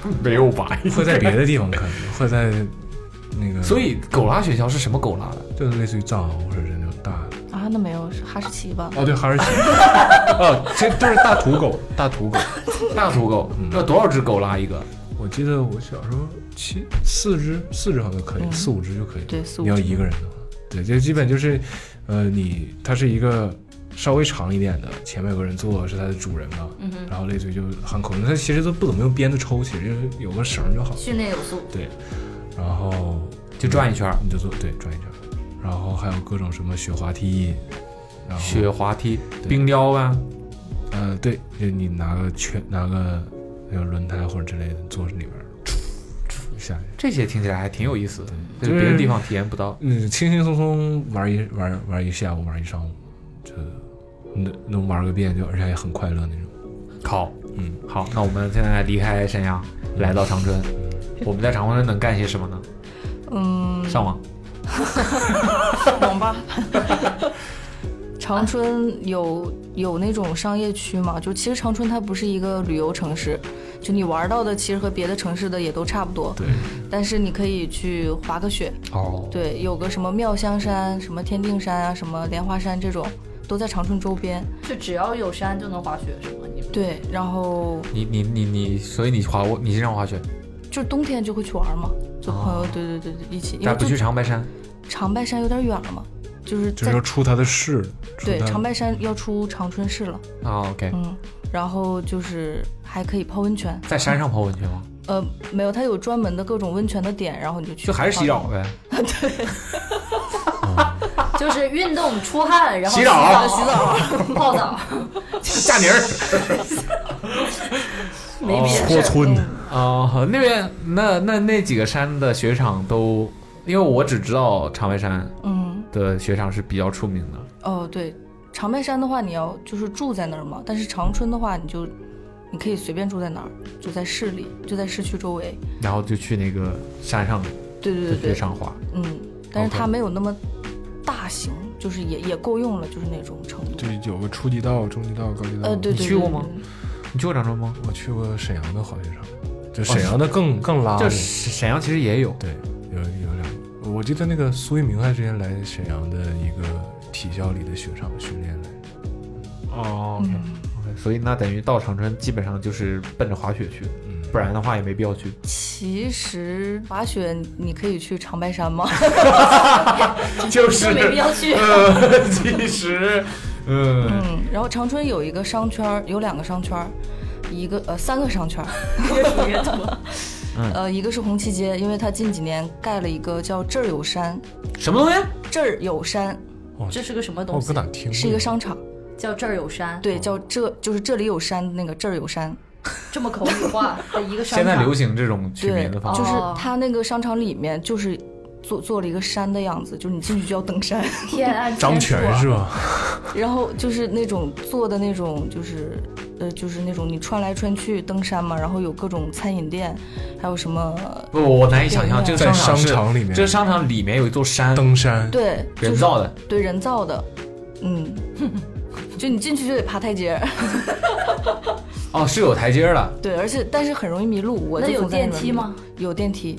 C: 东北，
D: 没有吧？
C: 会在别的地方看到，会在那个，
D: 所以狗拉雪橇是什么狗拉的？
C: 就是类似于藏獒或者是那种大
E: 啊，那没有是哈士奇吧？
C: [laughs] 哦，对，哈士奇，哦，这都是大土狗，大土狗。
D: [laughs] 大土狗，要多少只狗拉一个？
C: 我记得我小时候七四只，四只好像可以，
E: 嗯
C: 四五只就可以。
E: 对，四五
C: 你要
E: 只
C: 一个人的话，对，就基本就是，呃，你它是一个稍微长一点的，前面有个人坐是它的主人嘛，
H: 嗯哼，
C: 然后类似于就喊口令，它其实都不怎么用鞭子抽，其实就是有个绳儿就好。
H: 训练有素，
C: 对，然后
D: 就转一圈儿。
C: 你就坐，对，转一圈儿，然后还有各种什么雪滑梯，然后
D: 雪滑梯、
C: 对
D: 冰雕啊，
C: 呃，对，就你拿个圈，拿个那个轮胎或者之类的坐里边儿，下去，
D: 这些听起来还挺有意思的，
C: 对
D: 就是
C: 就是
D: 别的地方体验不到。
C: 嗯，轻轻松松玩一玩玩一下午，玩一上午，就能能玩个遍，就而且也很快乐那种。
D: 好，嗯，好，那我们现在离开沈阳，来到长春，我们在长春能干些什么呢？
E: 嗯，
D: 上网，
E: 网吧。长春有有那种商业区嘛？就其实长春它不是一个旅游城市，就你玩到的其实和别的城市的也都差不多。
C: 对，
E: 但是你可以去滑个雪，
D: 哦，
E: 对，有个什么妙香山、什么天定山啊、什么莲花山这种，都在长春周边。
H: 就只要有山就能滑雪是吗？你们
E: 对，然后
D: 你你你你，所以你滑过，你经常滑雪，
E: 就冬天就会去玩嘛，就朋友、
D: 哦
E: 对对对对一起，因
D: 但
E: 为
D: 不
E: 就
D: 去长白山。
E: 长白山有点远了嘛，就是
C: 就是
E: 在
C: 要出它的市，出
E: 对
C: 它
E: 长白山要出长春市了，
D: 啊，OK，
E: 嗯，然后就是还可以泡温泉，
D: 在山上泡温泉吗？
E: 呃，没有，它有专门的各种温泉的点，然后你就去
D: 就还是洗
E: 泡
D: 澡 [laughs] 呗。
H: 就是运动出汗，然后
D: 洗澡
H: 洗澡、泡澡，
D: 夏宁 [laughs]
H: 没别
D: 哦
H: 的事
C: 坡
H: 儿。
C: 村
E: 嗯
C: 的，
D: 啊，好那边那那那几个山的雪场都，因为我只知道长白山
E: 嗯，
D: 的雪场是比较出名的。
E: 哦对，长白山的话你要就是住在那儿嘛，但是长春的话你就你可以随便住在哪儿，就在市里，就在市区周围，
D: 然后就去那个山上
E: 对
D: 的
E: 对
D: 雪
E: 对对，
D: 场滑。
E: 嗯，但是
D: OK
E: 它没有那么大型，就是也也够用了，就是那种程度。
C: 就是有个初级道、中级道、高级道。
E: 呃，对对，
D: 你
E: 对
D: 去过
E: 对
D: 吗
E: 对
D: 你去过长春吗？
C: 我去过沈阳的滑雪场，就沈阳的更、更拉
D: 就
C: 了。
D: 沈沈阳其实也有，
C: 对，有有两个，我记得那个苏一鸣还之前来沈阳的一个体校里的雪场训练来。
D: 哦
E: 嗯
D: 所以那等于到长春基本上就是奔着滑雪去，
C: 嗯，
D: 不然的话也没必要去。
E: 其实滑雪你可以去长白山吗？
D: [laughs]
E: [laughs]
D: 就
H: 就没必要去。
D: 呃，其实，嗯，
E: 嗯，然后长春有一个商圈儿，有两个商圈儿，一个呃三个商圈儿，
D: [laughs] 嗯
E: 呃一个是红旗街，因为它近几年盖了一个叫这儿有山，
D: 什么东西？
E: 这儿有山
H: 这是个什么
D: 哦
H: 东
C: 我
H: 西
C: 哦搁？哪听过？
E: 是一个商场，
H: 叫这儿有山，
E: 对，叫这就是这里有山的那个这儿有山，
H: 这么口语
D: [laughs]
H: 化的一个商
D: 现在
H: 场
D: 流行这种取
E: 对
D: 名的方，
E: 就
D: 式，
E: 是
H: 哦
E: 它那个商场里面就是做做了一个山的样子，就是你进去就要登山。 [laughs]
H: 天安
C: 张
E: 啊
C: 全是
H: 吧？
C: 吧？
E: 然后就是那种做的那种，就是呃，就是那种你穿来穿去登山嘛，然后有各种餐饮店，还有什么
D: 不，我难以想象这个
C: 在
D: 商
C: 商
D: 是
C: 场里面
D: 这商场里面有一座山，
C: 登山，
E: 对，就是
D: 人造的，
E: 对人造的，
D: [laughs]
E: 嗯，就你进去就得爬台阶儿， [laughs]
D: 哦，是有台阶儿的，
E: 对，而且但是很容易迷路。我
H: 那
E: 就
H: 有
E: 总在那
H: 电
E: 边
H: 梯
E: 迷路
H: 吗？？哦
E: 有电梯。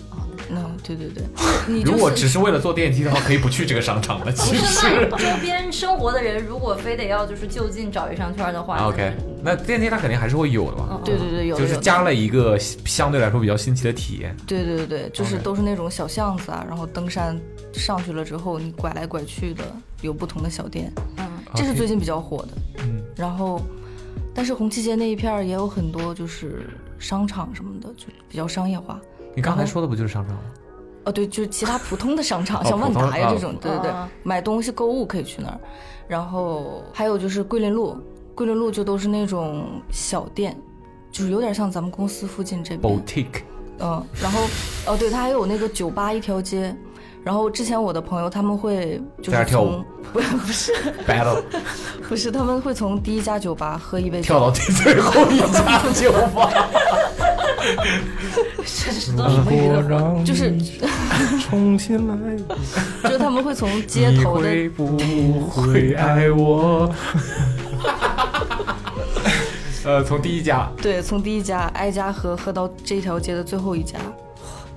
E: 嗯，对对
D: [laughs]
E: 对，你
D: 如
E: 就
D: 果
E: 是
D: 只是为了坐电梯的话，可以不去这个商场了。
H: 不
D: 其
H: 是那
D: 实
H: 周边生活的人，如果非得要就是就近找一商圈的话
D: [laughs] 啊，OK，那电梯它肯定还是会有的嘛，
E: 对对嗯对，有
D: 就是
E: 有
D: 加了一个相对来说比较新奇的体验。
E: 对对对对，就是都是那种小巷子啊，然后登山上去了之后，你拐来拐去的，有不同的小店，
H: 嗯，
E: 这是最近比较火的。
D: 嗯，
E: 然后，但是红旗街那一片儿也有很多就是商场什么的，就比较商业化。
D: 你刚才说的不就是商场吗？
E: 哦，对，就其他普通的商场，
D: 哦
E: 像万
D: 普通
E: 达呀
D: 的
E: 这种，对对对，
H: 啊
E: 买东西购物可以去那儿。然后还有就是桂林路，桂林路就都是那种小店，就是有点像咱们公司附近这边。
D: boutique
E: 嗯，然后哦，对，它还有那个酒吧一条街。然后之前我的朋友他们会就
D: 在那
E: 是
D: 儿跳舞
E: 从不不是
D: battle
E: 不是他们会从第一家酒吧喝一杯酒
D: 跳到最最后一家酒吧，
H: 这
D: 嗯
H: 是都什么娱乐活动？
C: 让
E: [laughs] 就是 [laughs]
C: 重新来，
D: 嗯
E: 就是他们会从街头的
D: 不会
C: 会爱我。
D: [laughs] 呃，从第一家
E: 对，从第一家挨家喝喝到这条街的最后一家，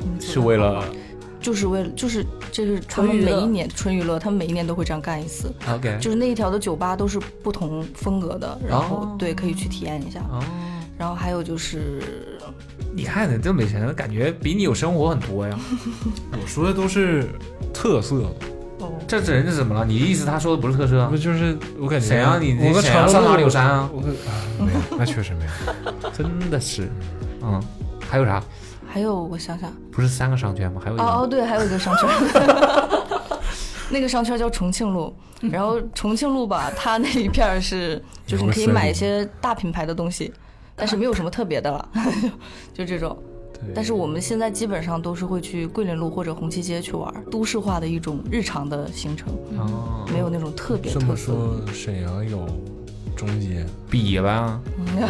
E: 嗯
D: 是为了
E: 就是为了就是这是他
H: 纯
E: 们
H: 娱
E: 每
H: 乐
E: 一年纯娱乐，他们每一年都会这样干一次，
D: OK，
E: 就是那一条的酒吧都是不同风格的，然后、
D: 哦
E: 对可以去体验一下。
D: 哦，
E: 然后还有就是
D: 你看的这美神感觉比你有生活很多呀。 [laughs]
C: 我说的都是特色，
D: 啊这这人是怎么了？你的意思他说的不是特色啊
C: 不？就是我感觉
D: 沈啊阳你
C: 我
D: 你
C: 跟
D: 沈阳
C: 长
D: 上哪里有
C: 乐
D: 山啊？
C: 我跟啊没有，那确实没有。
D: 真的是，嗯，还有啥？
E: 还有我想想，
D: 不是三个商圈吗？还有一个
E: 哦哦，对，还有一个商圈， [laughs] 那个商圈叫重庆 [laughs] 路。然后重庆路吧，它那一片儿是就是你可以买一些大品牌的东西，但是没有什么特别的了， [laughs] 就这种。但是我们现在基本上都是会去桂林路或者红旗街去玩儿，都市化的一种日常的行程，
D: 哦，
E: 没有那种特别
C: 这
E: 特
C: 么
E: 色。
C: 说，沈阳有中街，
H: [laughs]
D: 比吧。
C: 那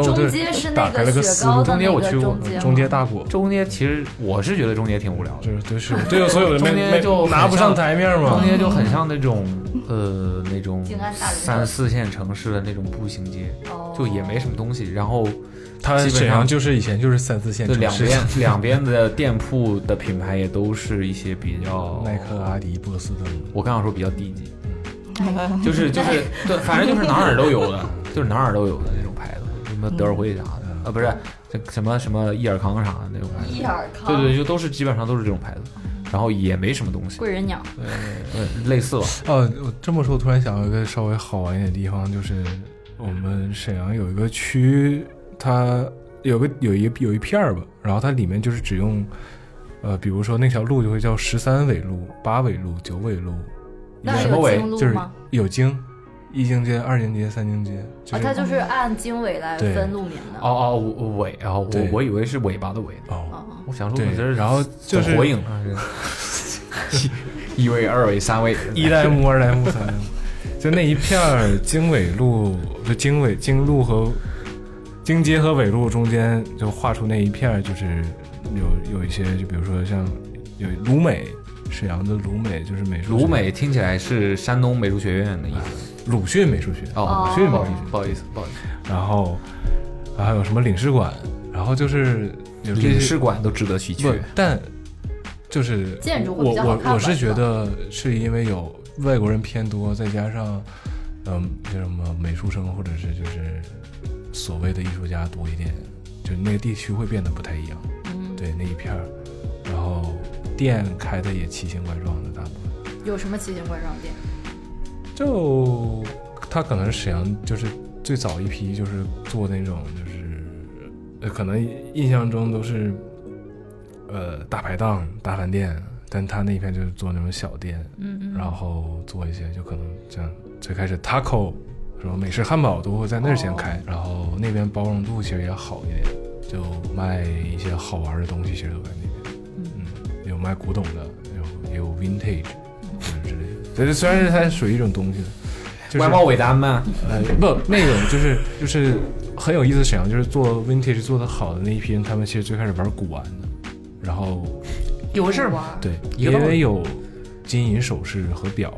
C: 我
H: 中
C: 对
H: 街是
C: 打
H: 那
C: 开了
H: 雪
C: 个思路
H: 糕的
D: 中
H: 那
D: 间我
H: 个
D: 去过
H: 中街吗，
C: 中街大鼓，
D: 中间其实我是觉得中间挺无聊的，
C: 就是就是
D: [laughs]
C: 对有所有的
D: 中
C: 没
D: 间
C: 没
D: 就很
C: 拿不上
D: 像
C: 台面嘛
D: 中。间就很像那种呃那种
H: 嗯静安大旅社
D: 三四线城市的那种步行街，
H: 哦
D: 就也没什么东西。然后
C: 它
D: 基本上
C: 沈阳就是以前就是三四线
D: 这
C: 城
D: 两
C: 市，
D: 边
C: [laughs]
D: 两边的店铺的品牌也都是一些比较
C: 耐克、阿迪、波司登，
D: 我刚想说比较
H: [laughs]
D: 低级，就是就是对，反正就是哪儿哪儿都有的，就是哪儿哪儿都有的那种牌子，什么德尔惠啥的，
C: 嗯
D: 啊不是，这什么什么益尔康啥的那种牌
H: 伊
D: 子，
H: 尔康，嗯
D: 对对，就都是基本上都是这种牌子，然后也没什么东西，
H: 贵人鸟，
D: 呃类似吧，
C: 哦，我这么说，我突然想到一个稍微好玩一点的地方，就是我们沈阳有一个区，它有个有一有一片儿吧，然后它里面就是只用，呃，比如说那条路就会叫十三纬路、八纬路、九纬路，
H: 那
D: 什么
H: 有
D: 尾
H: 经路
C: 就是
H: 吗？
C: 有经、一经街、二经街、三经街，就
H: 哦，
C: 是、
H: 它就是按经纬来
C: 对
H: 分路名的。
D: 哦哦我尾啊，我
C: 对
D: 我以为是尾巴的尾呢，
C: 哦，
H: 哦，
D: 我想说
C: 对
D: 我这是
C: 然后就是
D: 火影啊，这 [laughs] 一一尾二尾三尾
C: [laughs] 一代目、二代目、三代目，就那一片儿经纬路，就经纬经路和经街和纬路中间，就画出那一片儿，就是有有一些，就比如说像有鲁美，沈阳的鲁美就是美术学
D: 鲁美听起来是山东美术学院的意思
C: 鲁迅美术学，
D: 哦，
H: 哦
D: 不好意思，不好意思，不好意思，
C: 然后还有什么领事馆，然后就是有这些
D: 领事馆都值得去去
C: 不，但就是
H: 建筑会
C: 我
H: 比较好
C: 我
H: 看吧
C: 我是
H: 是
C: 觉
H: 吧
C: 得是因为有外国人偏多，再加上嗯，就什么美术生或者是就是所谓的艺术家多一点，就那个地区会变得不太一样。
H: 嗯，
C: 对那一片儿，然后店开的也奇形怪状的，大部分
H: 有什么奇形怪状的店？
C: 就他可能是沈阳就是最早一批就是做那种就是呃，可能印象中都是呃大排档、大饭店，但他那片就是做那种小店，
H: 嗯嗯，
C: 然后做一些就可能像最开始 taco 什么美式汉堡都会在那儿先
H: 哦
C: 开，然后那边包容度其实也好一点，就卖一些好玩的东西，其实都在那边，嗯，有卖古董的，有也有 vintage，就是
H: 嗯
C: 之类的，所以虽然是它属于一种东西的。就是
D: 外贸尾单吗？
C: 呃，不，那种就是就是很有意思。沈阳就是做 vintage 做的好的那一批人，他们其实最开始玩古玩的，然后
D: 有事
H: 玩儿
C: 对，
D: 一
C: 因
D: 个道理
C: 为有金银首饰和表，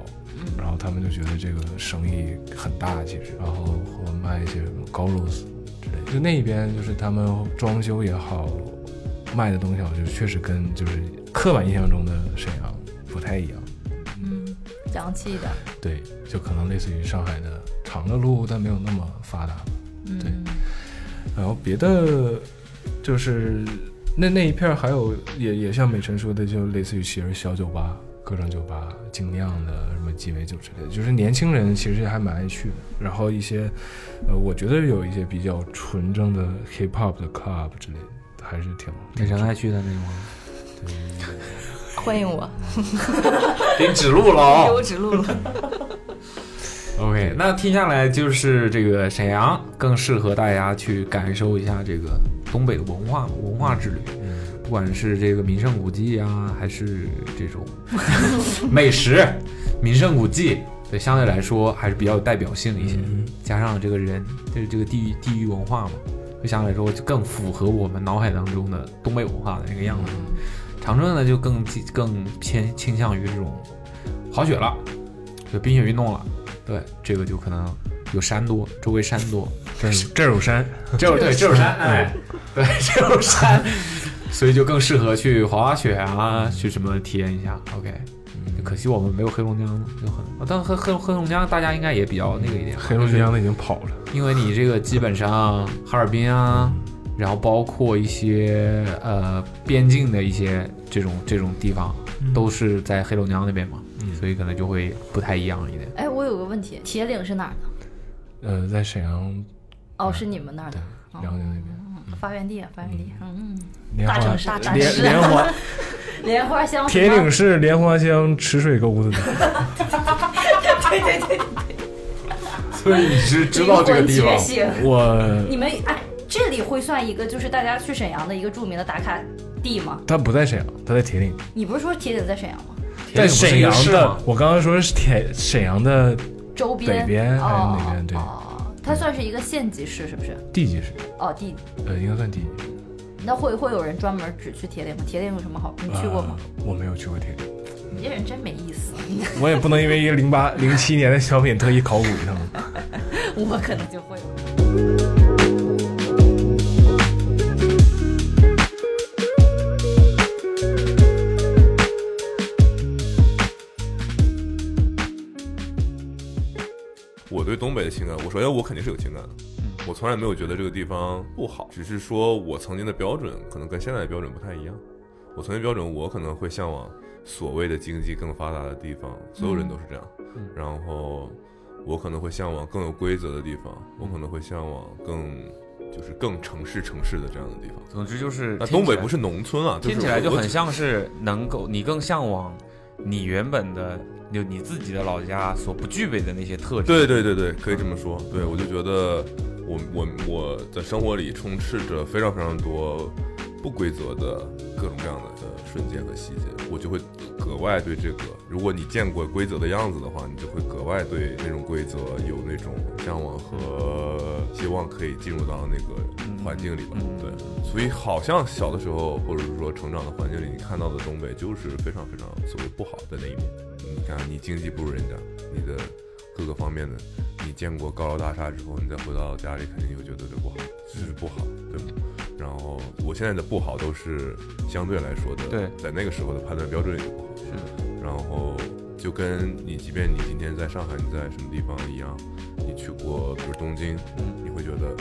C: 然后他们就觉得这个生意很大，其实，然后会卖一些什么高露丝之类的。就那边就是他们装修也好，卖的东西好，就确实跟就是刻板印象中的沈阳不太一样。
H: 嗯，洋气的，
C: 对，就可能类似于上海的长乐路，但没有那么发达。
H: 嗯，
C: 对然后别的就是那那一片儿还有也也像美晨说的，就类似于其实小酒吧、各种酒吧、精酿的什么鸡尾酒之类的，就是年轻人其实还蛮爱去的。然后一些呃，我觉得有一些比较纯正的 hip hop 的 club 之类的，还是挺
D: 女神爱去的那种吗？
E: 欢迎我，
D: 给你指路了
E: 给
D: 哦
E: 哎我。指路了。
D: OK，那听下来就是这个沈阳更适合大家去感受一下这个东北的文化文化之旅，不管是这个名胜古迹啊，还是这种 [laughs] 美食、名胜古迹，对，相对来说还是比较有代表性一些。加上这个人，就是这个地域地域文化嘛，就相对来说就更符合我们脑海当中的东北文化的那个样子。长春呢就更更偏倾向于这种滑雪了，就冰雪运动了。对，这个就可能有山多，周围山多，
C: 这这儿有山，
D: 这有对， [laughs] 这有山，哎，对，这有山， [laughs] 所以就更适合去滑滑雪啊，去什么体验一下。OK，可惜我们没有黑龙江，就很，哦但黑黑黑龙江大家应该也比较那个一点
C: [laughs]
D: 吧，
C: 黑龙江的已经跑了，
D: 因为你这个基本上哈尔滨啊，然后包括一些呃边境的一些这种这种地方，都是在黑龙江那边嘛，所以可能就会不太一样一点。
H: 哎，我有个问题，铁岭是哪儿的？
C: 呃，在沈阳，
H: 哦，是你们那儿的哦
C: 对，辽宁那边。
H: 发源地，发源地，嗯，
C: 莲花
H: 大城市大城市
C: 莲
H: [laughs]
C: 莲花
H: 嗯，莲花香。
C: 铁岭是莲花江池水
H: [laughs]
C: 沟子的，
D: 所以你
H: [laughs]
B: [laughs]
D: 是
H: 知道这个地方灵魂觉醒
C: 我
H: 你们哎，这里会算一个就是大家去沈阳的一个著名的打卡地吗？
C: 他不在沈阳，他在铁岭，
H: 你不是说铁岭在沈阳吗？
C: 在沈阳
D: 是
C: 的
D: 吗。
C: 我刚刚说是铁沈阳的
H: 周边
C: 北边还是
H: 哦
C: 哪边对
H: 哦，它算是一个县级市是不是？
C: 地级市，
H: 哦，地，
C: 呃，应该算地级市。
H: 那会会有人专门只去铁岭吗？铁岭有什么好？你去过吗？
C: 呃？我没有去过铁岭，
H: 你这人真没意思， [laughs]
C: 我也不能因为一个零八零七年的小品特意考古一趟。
H: 我可能就会。
F: 我对东北的情感，我首先我肯定是有情感的，
G: 嗯
F: 我从来没有觉得这个地方不好，只是说我曾经的标准可能跟现在的标准不太一样。我曾经标准，我可能会向往所谓的经济更发达的地方，所有人都是这样。
G: 嗯
F: 然后我可能会向往更有规则的地方，
G: 嗯
F: 我可能会向往更就是更城市城市的这样的地方。
D: 总之就是
F: 那东北不是农村啊，
G: 听起来
F: 是
G: 就
F: 我
G: 很。像是能够你更向往你原本的就你自己的老家所不具备的那些特质。
F: 对对对对，可以这么说。对我就觉得我我我在生活里充斥着非常非常多不规则的各种各样的呃瞬间和细节，我就会格外对这个。如果你见过规则的样子的话，你就会格外对那种规则有那种向往和希望可以进入到那
G: 嗯
F: 个环境里吧。对，所以好像小的时候或者是说成长的环境里，你看到的东北就是非常非常所谓不好的那一面。你看，你经济不如人家，你的各个方面的，你见过高楼大厦之后，你再回到家里，肯定就觉得这不好，就是不好，对吗？然后我现在的不好都是相对来说的，
G: 对
F: 在那个时候的判断标准也就不好。是，然后就跟你，即便你今天在上海，你在什么地方一样，你去过比如东京，你会觉得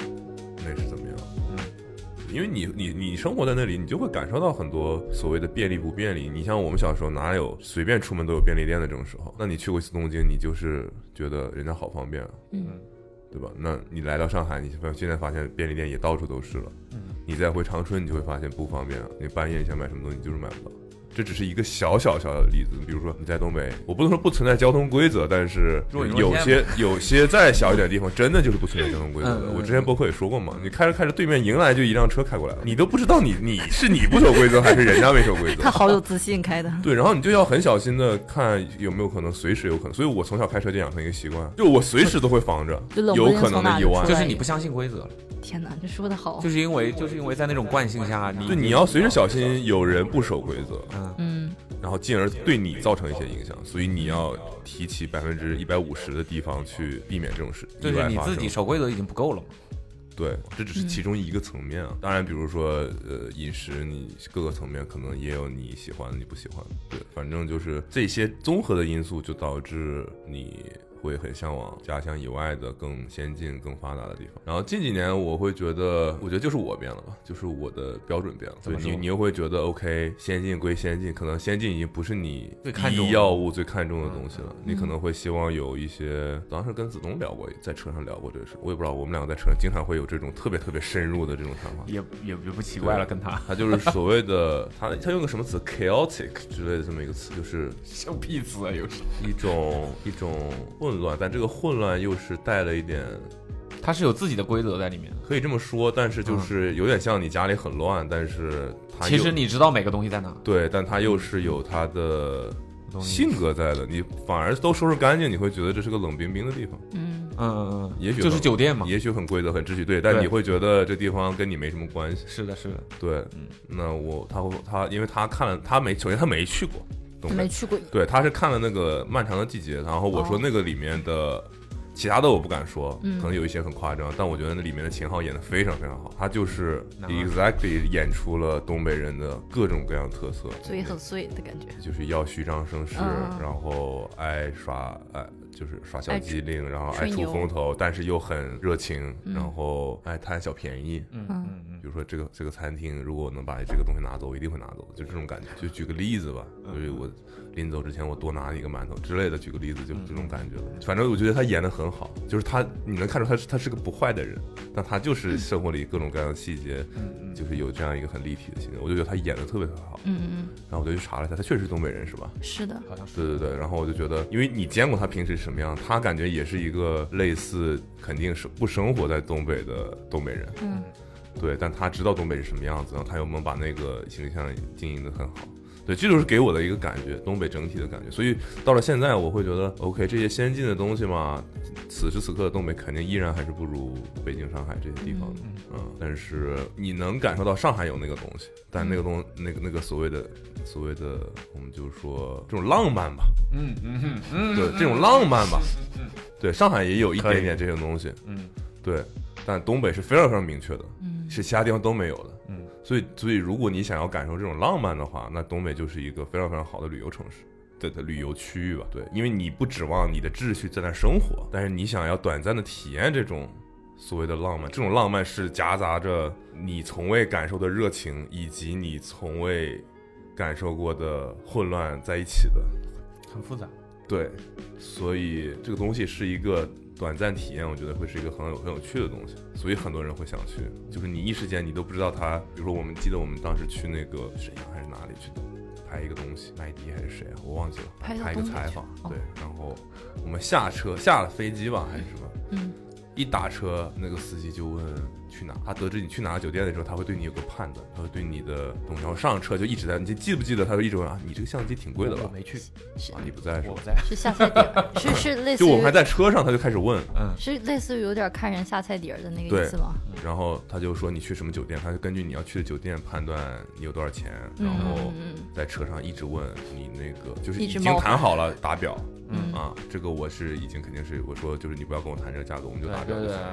F: 那是怎么样？嗯因为你你你生活在那里，你就会感受到很多所谓的便利不便利。你像我们小时候哪有随便出门都有便利店的这种时候？那你去过一次东京，你就是觉得人家好方便啊，
H: 嗯，
F: 对吧？那你来到上海，你发现在发现便利店也到处都是了。你再回长春，你就会发现不方便啊。你半夜你想买什么东西，你就是买不到。这只是一个小小小的例子，比如说你在东北，我不能说不存在交通规则，但是
G: 若隐若
F: 有
G: 现
F: 些有些再小一点的地方，真的就是不存在交通规则的
G: 嗯。嗯
F: 我之前博客也说过嘛，你开着开着，对面迎来就一辆车开过来了，你都不知道你你是你不守规则，还是人家没守规则。
H: 好有自信开的，
F: 对，然后你就要很小心的看有没有可能随时有可能，所以我从小开车就养成一个习惯，就我随时都会防着
E: 就冷不
F: 有啊
E: 丁
F: 可能
E: 从哪
F: 的
E: 里
F: 意外
E: 出。
G: 就是你不相信规则了，
H: 天哪，这说的好
G: 就，是因为就是因为在那种惯性下，你
F: 对，你要随时小心有人不守规则，
H: 嗯，
F: 然后进而对你造成一些影响，所以你要提起百分之一百五十的地方去避免这种事
G: 就
F: 意
G: 是
F: 外
G: 你
F: 发
G: 自己
F: 生。
G: 守规则已经不够了嘛。
F: 对，这只是其中一个层面啊。当然，比如说呃饮食，你各个层面可能也有你喜欢的，你不喜欢的。对，反正就是这些综合的因素，就导致你会很向往家乡以外的更先进、更发达的地方。然后近几年，我会觉得，我觉得就是我变了吧，就是我的标准变了。对
G: 么说
F: 你，你又会觉得 OK，先进归先进，可能先进已经不是你
G: 最看
F: 第
G: 重
F: 一
G: 的
F: 要物最看重的东西了。你
G: 嗯
F: 可能会希望有一些，当时跟子东聊过，在车上聊过这个事，我也不知道我们两个在车上经常会有这种特别特别深入的这种谈话。
G: 也也也不奇
F: 怪了
G: 跟他
F: 他就是所谓的，他他用个什么词，chaotic 之类的这么一个词，就是
G: 小屁词啊，有时
F: 一种一种混乱，但这个混乱又是带了一点，
G: 他是有自己的规则在里面的。
F: 可以这么说，但是就是有点像你家里很乱，但是他
G: 嗯其
F: 又
G: 实你知道每个东西在哪，
F: 对，但他又是有他的
G: 懂你
F: 性格在的，你反而都收拾干净，你会觉得这是个冷冰冰的地方。
H: 嗯，
G: 嗯嗯嗯，
F: 也许
G: 就是
F: 很
G: 酒店嘛。
F: 也许很规则、很秩序，对，但
G: 对
F: 你会觉得这地方跟你没什么关系。
G: 是的，是的，
F: 对，
G: 嗯
F: 那我他会他，因为他看了他没，首先他没去过东
H: 没
F: 北，
H: 去过，
F: 对，他是看了那个《漫长的季节》，然后我说
H: 哦
F: 那个里面的其他的我不敢说，
H: 嗯
F: 可能有一些很夸张，但我觉得那里面的秦昊演的非常非常好，他就是。exactly 演出了东北人的各种各样的特色，
I: 嘴很碎的感觉。
F: 就是要虚张声势，
I: 嗯
F: 然后爱耍爱就是耍小
I: 爱
F: 机灵，然后爱
I: 吹
F: 出
I: 牛
F: 风头，但是又很热情，
I: 嗯
F: 然后爱贪小便宜。
G: 嗯
I: 嗯
G: 嗯嗯，
F: 比如说这个这个餐厅，如果我能把这个东西拿走，我一定会拿走，就这种感觉。就举个例子吧，就是我临走之前我多拿了一个馒头之类的，举个例子，就是这种感觉。反正我觉得他演的很好，就是他你能看出他是他是个不坏的人，但他
I: 嗯
F: 就是生活里各种各样的细节，
G: 嗯
F: 就是有这样一个很立体的形象，我就觉得他演的特别特别好。
I: 嗯嗯，
F: 然后我就去查了一下，他确实是东北人是吧？
I: 嗯是的，
G: 好像是
F: 对对对，然后我就觉得，因为你见过他平时什么样，他感觉也是一个类似，肯定是不生活在东北的东北人，
I: 嗯，
F: 对，但他知道东北是什么样子，然后他又能把那个形象经营的很好。对，这就是给我的一个感觉，东北整体的感觉。所以到了现在，我会觉得，OK，这些先进的东西嘛，此时此刻的东北肯定依然还是不如北京、上海这些地方的。嗯，但是你能感受到上海有那个东西，但那个东那个那个所谓的所谓的，我们就说这种浪漫吧，
G: 嗯嗯嗯嗯，
F: 对，这种浪漫吧，对，上海也有一点点这种东西，
G: 嗯，
F: 对，但东北是非常非常明确的，
I: 嗯
F: 是其他地方都没有的，
G: 嗯，
F: 所以所以如果你想要感受这种浪漫的话，那东北就是一个非常非常好的旅游城市。对的旅游区域吧，对，因为你不指望你的秩序在那儿生活，但是你想要短暂的体验这种所谓的浪漫，这种浪漫是夹杂着你从未感受的热情以及你从未感受过的混乱在一起的，
G: 很复杂。
F: 对，所以这个东西是一个短暂体验，我觉得会是一个很有很有趣的东西，所以很多人会想去。就是你一时间你都不知道它，比如说我们记得我们当时去那个沈阳还是哪里去拍一个东西，麦迪还是谁啊，我忘记了，
I: 拍到
F: 拍一个
I: 东北
F: 采
I: 去
F: 访，
I: 哦
F: 对，然后我们下车下了飞机吧还是什么。
I: 嗯
F: 一打车，那个司机就问去哪。他得知你去哪个酒店的时候，他会对你有个判断，他会对你的东西。然后上车就一直在，你记不记得？他就一直问啊，你这个相机挺贵的
G: 我
F: 吧？
G: 没去，
I: 是
F: 啊，你不在是吧
G: 我？在。
I: 是下菜碟儿，是是类似
F: 就我
I: 于
F: 们还在车上，他就开始问，
I: 是类似于有点看人下菜碟儿的那个
F: 对
I: 意思吗？
F: 然后他就说你去什么酒店，他就根据你要去的酒店判断你有多少钱，
I: 嗯
F: 然后
I: 嗯嗯
F: 在车上一直问你那个就是
I: 一
F: 已
I: 直
F: 经
I: 冒
F: 谈好了打表
I: 嗯
F: 啊，这个我是已经肯定是我说就是你不要跟我谈这个价格，我们就
G: 对
F: 打表
G: 对
F: 就
G: 对
F: 行。，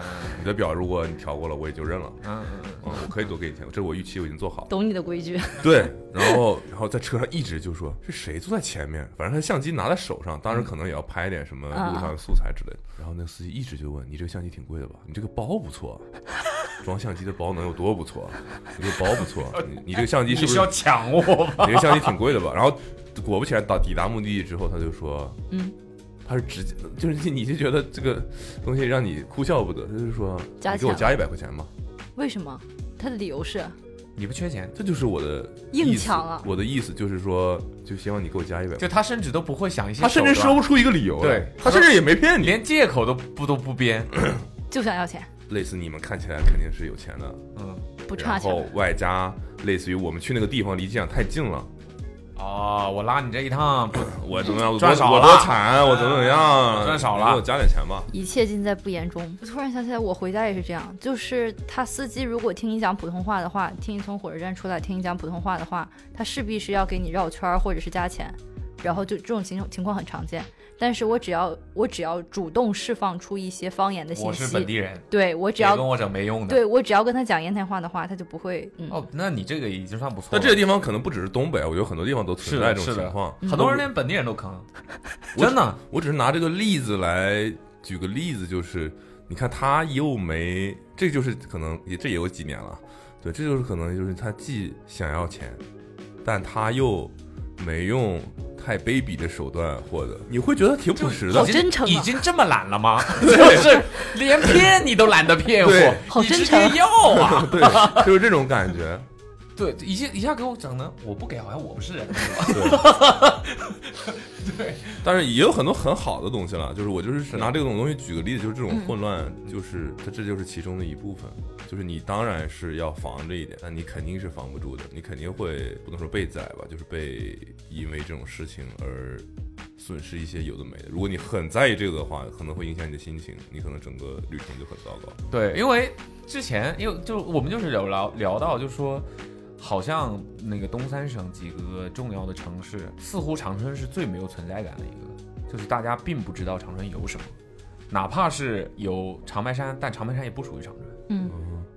F: 你的表如果你调过了，我也就认了，
G: 嗯嗯嗯，
F: 嗯，我可以多给你钱，这是我预期我已经做好了。
I: 懂你的规矩，
F: [laughs] 对，然后然后在车上一直就说是谁坐在前面，反正他相机拿在手上，当时可能也要拍点什么
I: 嗯
F: 路上的素材之类的。然后那个司机一直就问你这个相机挺贵的吧？你这个包不错，啊装相机的包能有多不错？啊你这个包不错，你你这个相机是不
G: 你是
F: 是
G: 要抢我吧？
F: 你这个相机挺贵的吧？然后果不其然，到抵达目的地之后，他就说，
I: 嗯，
F: 他是直接就是你就觉得这个东西让你哭笑不得，他就说
I: 加
F: 你给我
I: 钱
F: 加一百块钱吧，
I: 为什么？他的理由是
G: [laughs] 你不缺钱，
F: 这就是我的
I: 硬
F: 意思
I: 抢啊
F: 我的意思就是说，就希望你给我加一百。
G: 就他甚至都不会想一些手
F: 他
G: 段，
F: 甚至说不出一个理由来，
G: 对
F: 他甚至也没骗你。
G: 连借口都不都不编。
I: 就想要钱，
F: 类似你们看起来肯定是有钱的，
G: 嗯，
I: 不差
F: 然
I: 钱。
F: 后外加类似于我们去那个地方离机场太近了，
G: 哦，我拉你这一趟，不
F: 我怎么样，我多
G: 赚少了
F: 我多惨，我怎么怎么样，
G: 赚少了
F: 你给我加点钱吧。
I: 一切尽在不言中。我突然想起来，我回家也是这样，就是他司机如果听你讲普通话的话，听你从火车站出来听你讲普通话的话，他势必是要给你绕圈儿或者是加钱，然后就这种情情况很常见。但是我只要我只要主动释放出一些方言的信
G: 我是本地
I: 息，
G: 人，
I: 对我只
G: 别
I: 要
G: 跟我整没用的。
I: 对我只要跟他讲烟台话的话，他就不会嗯。
G: 哦，那你这个已经算不错了。
F: 但这个地方可能不只是东北，我觉得很多地方都
G: 是
F: 存在
G: 的
F: 这种
G: 是的
F: 情况。
I: 嗯
G: 很多人连本地人都坑，
F: 我
G: 真的。
F: 我只是拿这个例子来举个例子，就是你看他又没，这就是可能也这也有几年了，对，这就是可能就是他既想要钱，但他又没用太卑鄙的手段获得，你会觉得挺朴实的
I: 好。真诚啊
G: 已经这么懒
F: [laughs]
G: 了吗？就是连骗你都懒得骗
F: 对
G: 我，
I: 好
G: 你直
I: 真诚
G: 接要
F: [laughs]
G: 啊！
F: 对，就是这种感觉。
G: 对，一下一下给我整的，我不给，好像我不是人。
F: 但是也有很多很好的东西了，就是我就是拿这种东西举个例子，就是这种混乱，就是它这就是其中的一部分，就是你当然是要防着一点，但你肯定是防不住的，你肯定会不能说被宰吧，就是被因为这种事情而损失一些有的没的。如果你很在意这个的话，可能会影响你的心情，你可能整个旅程就很糟糕。
G: 对，因为之前因为就我们就是有聊聊到，就说好像那个东三省几个重要的城市，似乎长春是最没有存在感的一个，就是大家并不知道长春有什么。哪怕是有长白山，但长白山也不属于长春，
I: 嗯，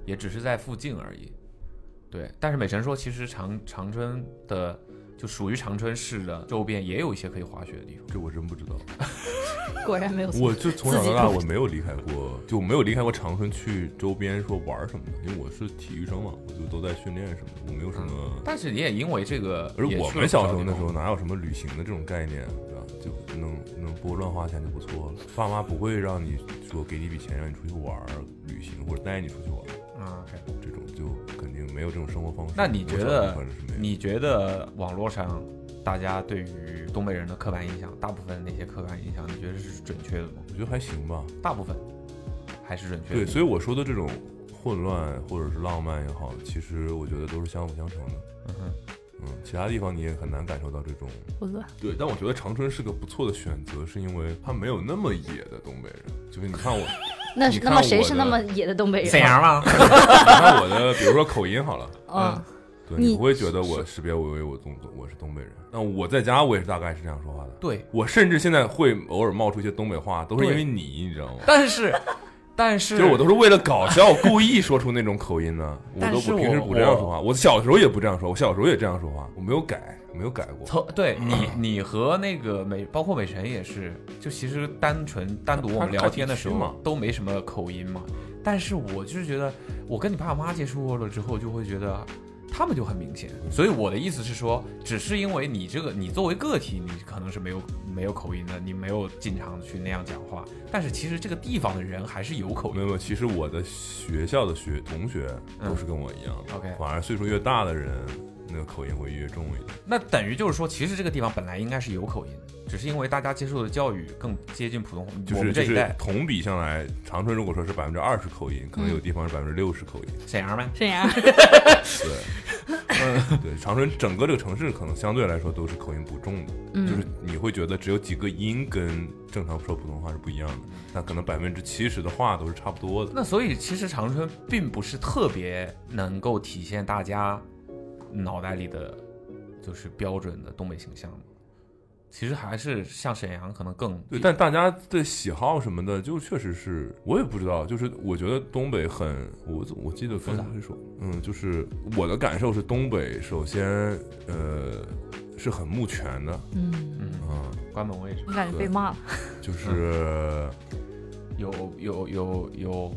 G: 也只是在附近而已。对，但是美神说，其实长长春的就属于长春市的周边也有一些可以滑雪的地方。
F: 这我真不知道。
I: 果然没有。
F: 我就从小到大我没有离开过，就没有离开过长春去周边说玩什么的，因为我是体育生嘛，我就都在训练什么的，我没有什么。
G: 但是你也因为这个，
F: 而
G: 也
F: 我
G: 去了
F: 们
G: 不
F: 小
G: 少
F: 时候
G: 地
F: 那
G: 方
F: 时候哪有什么旅行的这种概念，对吧？就能能拨乱花钱就不错了。爸妈不会让你说给你一笔钱让你出去玩儿、旅行或者带你出去玩儿，
G: 啊，OK，
F: 这种就肯定没有这种生活方式。
G: 那你觉
F: 我小时
G: 得
F: 候反正是没有？
G: 你觉得网络上大家对于东北人的刻板印象，大部分那些刻板印象，你觉得是准确的吗？
F: 我觉得还行吧。
G: 大部分还是准确的。
F: 对，所以我说的这种混乱或者是浪漫也好，其实我觉得都是相辅相成的。
G: 嗯哼
F: 嗯，其他地方你也很难感受到这种。
I: 不乱，
F: 对，但我觉得长春是个不错的选择，是因为它没有那么野的东北人。就是你看我，
I: 那
F: 你
I: 是
F: 看
I: 那么谁
F: 我
I: 是
F: 的
I: 那么野的东北人？
G: 沈阳吗？
F: [laughs] 你看我的，比如说口音好了，
I: 嗯，
F: 对
I: 你
F: 你不会觉得我识别为我东我是东北人。那我在家我也是大概是这样说话的。
G: 对，
F: 我甚至现在会偶尔冒出一些东北话，都是因为你，你知道吗？[laughs]
G: 但是但是
F: 就是我都是为了搞笑，故意说出那种口音
G: [laughs]
F: 呢。我
G: 但
F: 都
G: 是
F: 不平时
G: 我
F: 不这样说话，我小时候也不这样说，我小时候也这样说话，我没有改，没有改过。
G: 从对你，
F: 嗯
G: 你和那个美，包括美神也是，就其实单纯单独我们聊天的时
F: 他他地
G: 候
F: 区嘛
G: 都没什么口音嘛。但是我就是觉得，我跟你爸妈接触过了之后，就会觉得他们就很明显。所以我的意思是说，只是因为你这个，你作为个体，你可能是没有没有口音的，你没有经常去那样讲话。但是其实这个地方的人还是有口
F: 没
G: 音。
F: 有没有，其实我的学校的学同学都是跟我一样的，
G: OK，
F: 反而岁数越大的人，那个口音会越重一点。
G: 那等于就是说，其实这个地方本来应该是有口音的，只是因为大家接受的教育更接近普通话，
F: 就
G: 我
F: 是
G: 们
F: 就
G: 这一
F: 是
G: 代
F: 同比上来，长春如果说是百分之二十口音，可
G: 嗯
F: 能有地方是百分之六十口音。
G: 沈阳呗。
I: 沈阳。
G: [laughs]
F: 对，长春整个这个城市可能相对来说都是口音不重的，
G: 嗯
F: 就是你会觉得只有几个音跟正常说普通话是不一样
G: 嗯
F: 的，那可能百分之七十的话都是差不多的。
G: 那所以其实长春并不是特别能够体现大家脑袋里的就是标准的东北形象其实还是像沈阳可能更
F: 对，但大家的喜好什么的，就确实是我也不知道。就是我觉得东北很，我我记得跟谁说，嗯，就是我的感受是东北首先呃是很牧权的，
I: 嗯，
G: 嗯
F: 嗯，
G: 关门卫置
I: 我感觉被骂了。
G: 嗯
F: 就是
G: 有有有有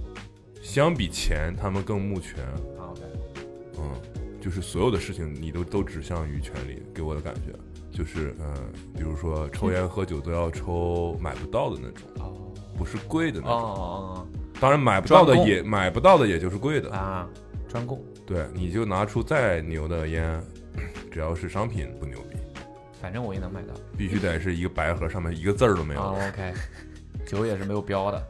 F: 相比前他们更牧权，
G: 啊，OK，
F: 嗯，就是所有的事情你都都指向于权力，给我的感觉就是，嗯、比如说抽烟喝酒都要抽买不到的那种，
G: 哦
F: 不是贵的那
G: 哦
F: 种。
G: 哦
F: 当然买不到的
G: 专供
F: 也买不到的也就是贵
G: 哦
F: 的。
G: 啊，专供，
F: 对，你就拿出再牛的烟， [clears throat] 只要是商品不牛逼，
G: 反正我也能买到。
F: 必须得是一个白盒，上面一个字儿都没有。
G: 啊，OK，酒也是没有标的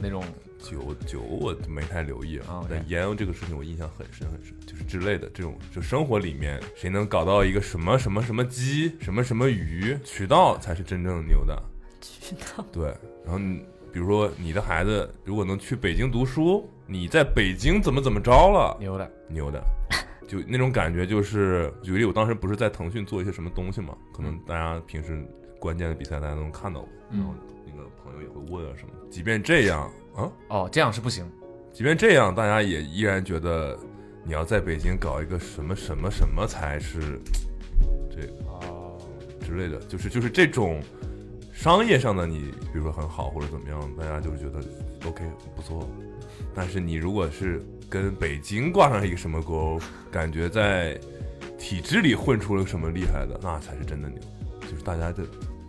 G: 那种，
F: 酒酒我没太留意
G: 啊
F: 啊
G: ，OK，
F: 但烟这个事情我印象很深很深，就是之类的这种，就生活里面谁能搞到一个什么什么什么鸡，什么什么鱼，渠道才是真正牛的。
I: 知道，
F: 对，然后你比如说你的孩子如果能去北京读书，你在北京怎么怎么着了，
G: 牛的，
F: 牛的，就那种感觉就是，举个例，我当时不是在腾讯做一些什么东西嘛，可能大家平时关键的比赛大家都能看到我，然后那个朋友也会问啊什么，即便这样啊，
G: 哦，这样是不行，
F: 即便这样，大家也依然觉得你要在北京搞一个什么什么什么才是这个
G: 哦，
F: 之类的，就是就是这种商业上的你，比如说很好或者怎么样，大家就是觉得 OK 不错，但是你如果是跟北京挂上一个什么钩，感觉在体制里混出了什么厉害的，那才是真的牛，就是大家的。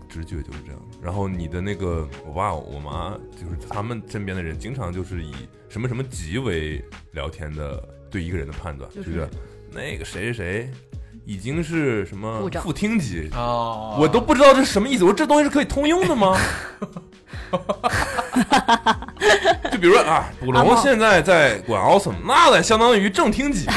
F: 直觉就是这样，然后你的那个我爸我妈，就是他们身边的人，经常就是以什么什么级为聊天的对一个人的判断，就是、那个谁谁谁已经是什么
I: 部长
F: 副厅级，
G: 哦
F: 我都不知道这是什么意思。我说这东西是可以通用的吗？就比如说啊，捕龙现在在管 awesome，那得相当于正厅级，